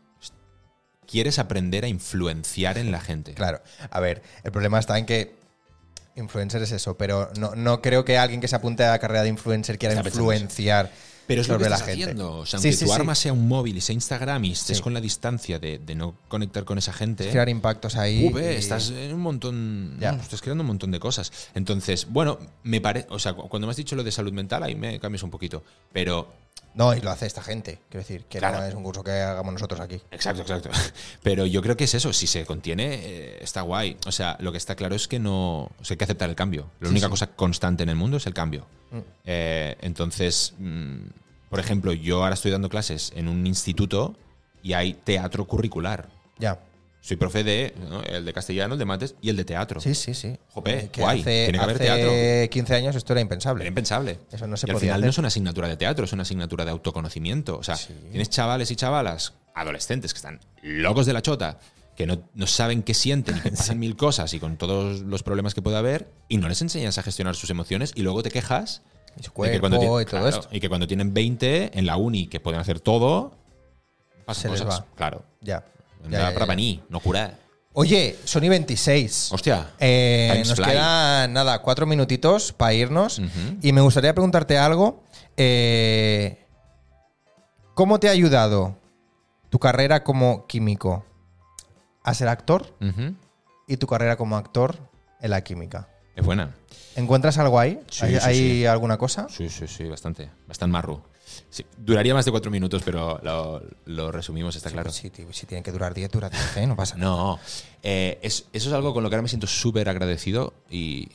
B: quieres aprender a influenciar en la gente.
A: Claro. A ver, el problema está en que influencer es eso, pero no, no creo que alguien que se apunte a la carrera de influencer quiera
B: Está pensando
A: influenciar
B: Pero es lo
A: sobre
B: que
A: la
B: estás
A: gente.
B: haciendo. O sea,
A: Sí,
B: aunque
A: sí,
B: tu
A: sí.
B: arma sea un móvil y sea Instagram y estés
A: Sí.
B: con la distancia de, de no conectar con esa gente.
A: Es crear impactos ahí.
B: V,
A: y-
B: ¿eh? estás en un montón.
A: Ya.
B: no, estás creando un montón de cosas. Entonces, bueno, me parece. O sea, cu- cuando me has dicho lo de salud mental, ahí me cambias un poquito. Pero.
A: No, y lo hace esta gente. Quiero decir, que
B: Claro.
A: no es un curso que hagamos nosotros aquí.
B: Exacto, exacto. *laughs* Pero yo creo que es eso. Si se contiene, eh, está guay. O sea, lo que está claro es que no. O sea, hay que aceptar el cambio. La
A: Sí,
B: única
A: sí.
B: cosa constante en el mundo es el cambio.
A: Mm.
B: Eh, entonces, mm, por ejemplo, yo ahora estoy dando clases en un instituto y hay teatro curricular.
A: Ya.
B: Soy profe de ¿no? el de castellano, el de mates y el de teatro.
A: Sí, sí, sí.
B: Jope,
A: Eh, que
B: guay,
A: Hace,
B: tiene que haber
A: hace 15 años esto era impensable.
B: Era impensable.
A: Eso no se
B: y al
A: podía
B: final
A: hacer.
B: no es una asignatura de teatro, es una asignatura de autoconocimiento. O sea,
A: Sí.
B: tienes chavales y chavalas, adolescentes, que están locos de la chota, que no, no saben qué
A: *laughs*
B: sienten, y que pasan mil cosas y con todos los problemas que puede haber, y no les enseñas a gestionar sus emociones y luego te quejas
A: Y su
B: de que
A: cuerpo
B: cuando
A: y
B: tien-
A: todo
B: claro,
A: esto.
B: y que cuando tienen 20 en la uni, que pueden hacer todo,
A: Se
B: pasan
A: les
B: cosas.
A: va.
B: Claro.
A: Ya.
B: En
A: Ya,
B: plan,
A: ya, ya.
B: para venir, no curar.
A: Oye, Sony 26.
B: Hostia.
A: Eh,
B: Times
A: nos
B: fly.
A: quedan nada, cuatro minutitos para irnos.
B: Ujú.
A: Y me gustaría preguntarte algo. Eh, ¿Cómo te ha ayudado tu carrera como químico a ser actor
B: Ujú.
A: y tu carrera como actor en la química?
B: Es buena.
A: ¿Encuentras algo ahí?
B: Sí,
A: ¿Hay,
B: sí,
A: hay
B: sí.
A: alguna cosa?
B: Sí, sí, sí, bastante. Bastante marru. Sí, duraría más de cuatro minutos, pero lo, lo resumimos, está claro.
A: Sí, tío, si tiene que durar 10, dura 10, ¿eh? no pasa nada.
B: No, eh, es- eso es algo con lo que ahora me siento súper agradecido y,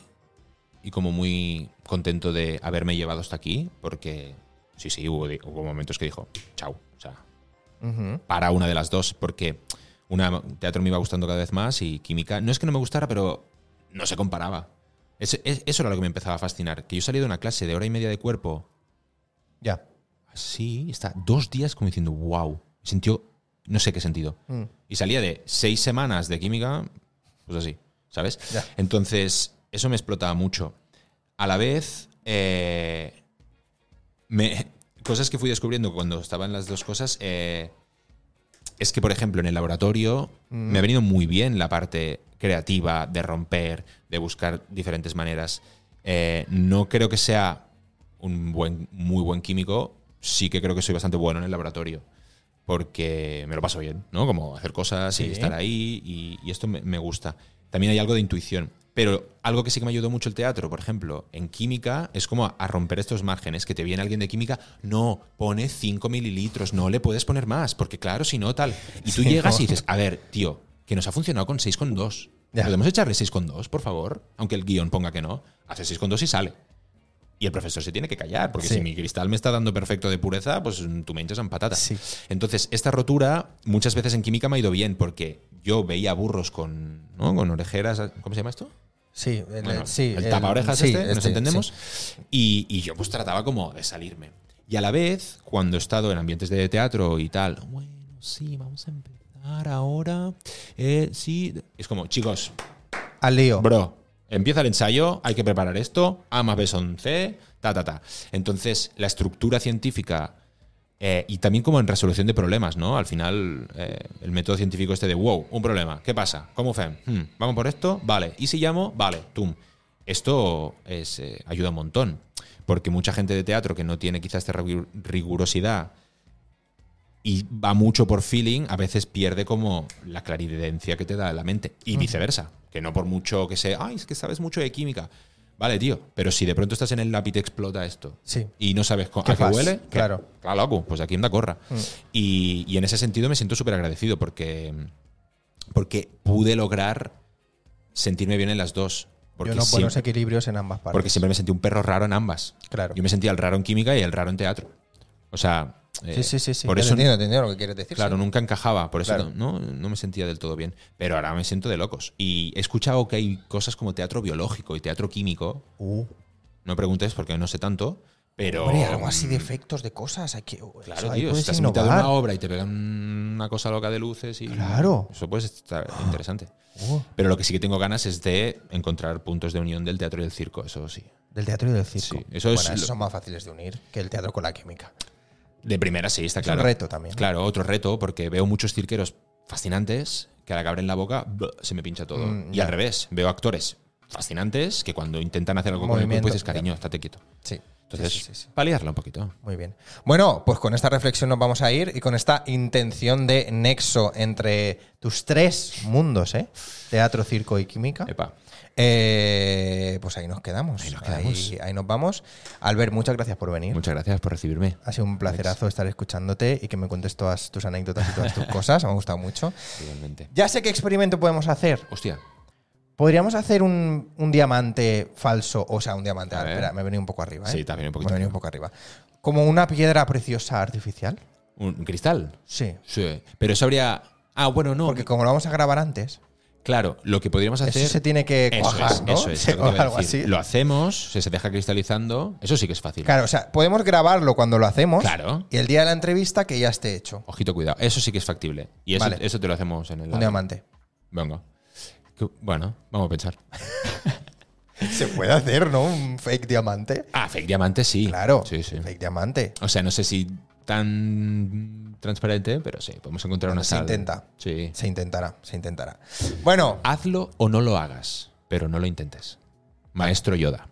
B: y como muy contento de haberme llevado hasta aquí, porque sí, sí, hubo, di- hubo momentos que dijo, chao, o sea,
A: *laughs* Ujú.
B: para una de las dos, porque una, teatro me iba gustando cada vez más y química, no es que no me gustara, pero no se comparaba. Ese- es- eso era lo que me empezaba a fascinar, que yo salí de una clase de hora y media de cuerpo
A: Ya.
B: así, está dos días como diciendo, wow, sintió no sé qué sentido.
A: Mm.
B: Y salía de seis semanas de química, pues así, ¿sabes?
A: Ya.
B: Entonces, eso me explotaba mucho. A la vez, eh, me- cosas que fui descubriendo cuando estaban las dos cosas, eh, es que, por ejemplo, en el laboratorio me ha venido muy bien la parte creativa de romper, de buscar diferentes maneras. Eh, no creo que sea un buen, muy buen químico, sí que creo que soy bastante bueno en el laboratorio. Porque me lo paso bien, ¿no? Como hacer cosas y
A: Sí.
B: estar ahí, y, y esto me, me gusta. También hay algo de intuición. Pero algo que sí que me ayudó mucho el teatro, por ejemplo, en química, es como a, a romper estos márgenes, que te viene alguien de química, no, pone 5 mililitros, no le puedes poner más, porque claro, si no, tal. Y tú
A: Sí,
B: llegas
A: ¿no?
B: y dices, a ver, tío, que nos ha funcionado con 6,2.
A: Ya.
B: ¿Podemos echarle 6,2, por favor? Aunque el guión ponga que no. Hace 6,2 y sale. Y el profesor se tiene que callar, porque
A: Sí.
B: si mi cristal me está dando perfecto de pureza, pues mm, tú me echas en patata.
A: Sí.
B: Entonces, esta rotura muchas veces en química me ha ido bien, porque yo veía burros con, ¿no? con orejeras, ¿cómo se llama esto?
A: Sí, el,
B: Bueno,
A: sí,
B: el tapaorejas
A: sí,
B: este, nos
A: este,
B: entendemos.
A: sí.
B: Y, y yo pues trataba como de salirme. Y a la vez, cuando he estado en ambientes de teatro y tal, bueno, sí, vamos a empezar ahora. eh, sí, es como, chicos,
A: Al lío.
B: Bro, empieza el ensayo, hay que preparar esto, A más B son C, ta, ta, ta. Entonces, la estructura científica eh, y también como en resolución de problemas, ¿no? Al final, eh, el método científico este de, wow, un problema, ¿qué pasa? ¿Cómo fue? Hmm, ¿Vamos por esto? Vale. ¿Y si llamo? Vale, tum. Esto es, eh, ayuda un montón, porque mucha gente de teatro que no tiene quizá esta rigu- rigurosidad y va mucho por feeling, a veces pierde como la clarividencia que te da la mente. Y viceversa. Que no por mucho que sea, ay, es que sabes mucho de química. Vale, tío, pero si de pronto estás en el lápiz y te explota esto
A: Sí.
B: y no sabes co-
A: ¿Qué
B: a qué
A: fas?
B: huele, ¿qué?
A: Claro. Mm.
B: Claro, loco, pues aquí en da corra. Y, y en ese sentido me siento súper agradecido porque, porque pude lograr sentirme bien en las dos. Porque,
A: Yo no
B: siem-
A: buenos equilibrios en ambas partes.
B: porque siempre me sentí un perro raro en ambas.
A: Claro.
B: Yo me sentía el raro en química y el raro en teatro. O sea, eh,
A: sí, sí, sí, sí.
B: por
A: Te
B: eso
A: entiendo, te entiendo lo que quieres decir.
B: Claro,
A: sí.
B: nunca encajaba, por eso
A: Claro.
B: no, no me sentía del todo bien. Pero ahora me siento de locos. Y he escuchado que hay cosas como teatro biológico y teatro químico.
A: Uh,
B: No preguntes porque no sé tanto, Pero. mm,
A: Hombre, algo así de efectos, de cosas. Hay que,
B: Claro,
A: eso ahí
B: tío,
A: puedes
B: estás en mitad de
A: innovar.
B: una obra y te pegan una cosa loca de luces y.
A: Claro.
B: Eso puede estar interesante.
A: Uh,
B: Pero lo que sí que tengo ganas es de encontrar puntos de unión del teatro y del circo, eso sí.
A: del teatro y del circo.
B: Sí, eso es
A: Bueno,
B: lo-
A: esos son más fáciles de unir que el teatro con la química.
B: De primera sí, está
A: Es un
B: claro.
A: reto también.
B: Claro, otro reto, porque veo muchos cirqueros fascinantes que a la que abren la boca bluh, se me pincha todo.
A: Mm,
B: y
A: ya.
B: al revés, veo actores fascinantes que cuando intentan hacer algo con el
A: Movimiento,
B: cuerpo dices,
A: ya.
B: cariño, estate quieto.
A: Sí.
B: Entonces,
A: Sí, sí, sí, sí.
B: paliarla un poquito.
A: Muy bien. Bueno, pues con esta reflexión nos vamos a ir y con esta intención de nexo entre tus tres mundos, ¿eh? Teatro, circo y química.
B: Epa.
A: Eh, pues ahí nos quedamos.
B: Ahí nos quedamos.
A: Ahí, ahí nos vamos. Albert, muchas gracias por venir.
B: Muchas gracias por recibirme.
A: ha sido un placerazo estar escuchándote y que me cuentes todas tus anécdotas y todas tus cosas. Me ha gustado mucho.
B: Igualmente.
A: Ya sé qué experimento podemos hacer.
B: Hostia,
A: Podríamos hacer un, un diamante falso, o sea, un diamante.
B: A
A: ah,
B: ver.
A: espera, me he venido un poco arriba. ¿eh?
B: Sí, te has venido un poquito
A: Me he venido un poco arriba. Como una piedra preciosa artificial.
B: ¿un cristal?
A: Sí.
B: Sí. Pero eso habría... Ah, bueno, no.
A: Porque como lo vamos a grabar antes,
B: Claro, lo que podríamos hacer...
A: eso se tiene que
B: Eso
A: cuajar,
B: es,
A: ¿no?
B: eso
A: *laughs*
B: es,
A: Sí,
B: lo que
A: o
B: te iba a
A: algo
B: decir.
A: así.
B: Lo hacemos, se, se deja cristalizando. Eso sí que es fácil.
A: Claro, o sea, podemos grabarlo cuando lo hacemos.
B: Claro.
A: Y el día de la entrevista que ya esté hecho.
B: Ojito, cuidado. Eso sí que es factible. Y eso,
A: Vale.
B: eso te lo hacemos en el.
A: Un diamante.
B: Venga. Que- Bueno, vamos a pensar.
A: Se puede hacer, ¿no? Un fake diamante.
B: Ah, fake diamante sí.
A: Claro.
B: Sí, sí.
A: Fake diamante.
B: O sea, no sé si tan transparente, pero sí, podemos encontrar
A: Bueno,
B: una
A: se
B: sal.
A: intenta.
B: Sí.
A: Se intentará, se intentará. Bueno,
B: Hazlo o no lo hagas, pero no lo intentes. Maestro Yoda.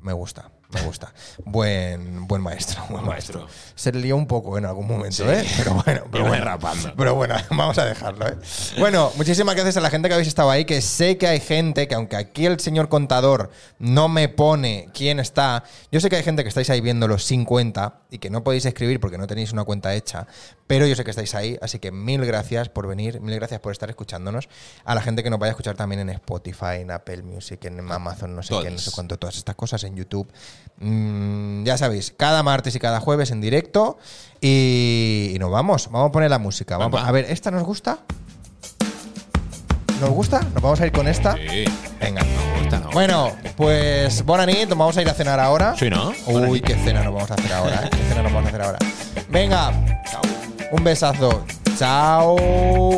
A: me gusta, me gusta. Buen, buen maestro, buen maestro.
B: maestro.
A: Se lió un poco en algún momento,
B: Sí.
A: ¿eh? Pero bueno, pero
B: Iba
A: bueno.
B: derrapando.
A: Pero bueno, *laughs* vamos a dejarlo, ¿eh? Bueno, muchísimas gracias a la gente que habéis estado ahí, que sé que hay gente que aunque aquí el señor contador no me pone quién está, yo sé que hay gente que estáis ahí viendo los 50 y que no podéis escribir porque no tenéis una cuenta hecha, pero yo sé que estáis ahí, así que mil gracias por venir, mil gracias por estar escuchándonos, a la gente que nos vaya a escuchar también en Spotify, en Apple Music, en Amazon, no sé qué, no
B: Todas.
A: sé cuánto, todas estas cosas en YouTube. Mm, ya sabéis, cada martes y cada jueves en directo y, y nos vamos, vamos a poner la música. Vamos a pon-
B: Venga.
A: a ver, ¿esta nos gusta? ¿Nos gusta? ¿Nos vamos a ir con esta?
B: Sí.
A: Venga.
B: Esta no.
A: Bueno, pues buena nit, nos vamos a ir a cenar ahora.
B: Sí, ¿no?
A: Uy, qué cena nos vamos a hacer ahora, ¿eh? qué cena nos vamos a hacer ahora. Venga, un besazo. Chao.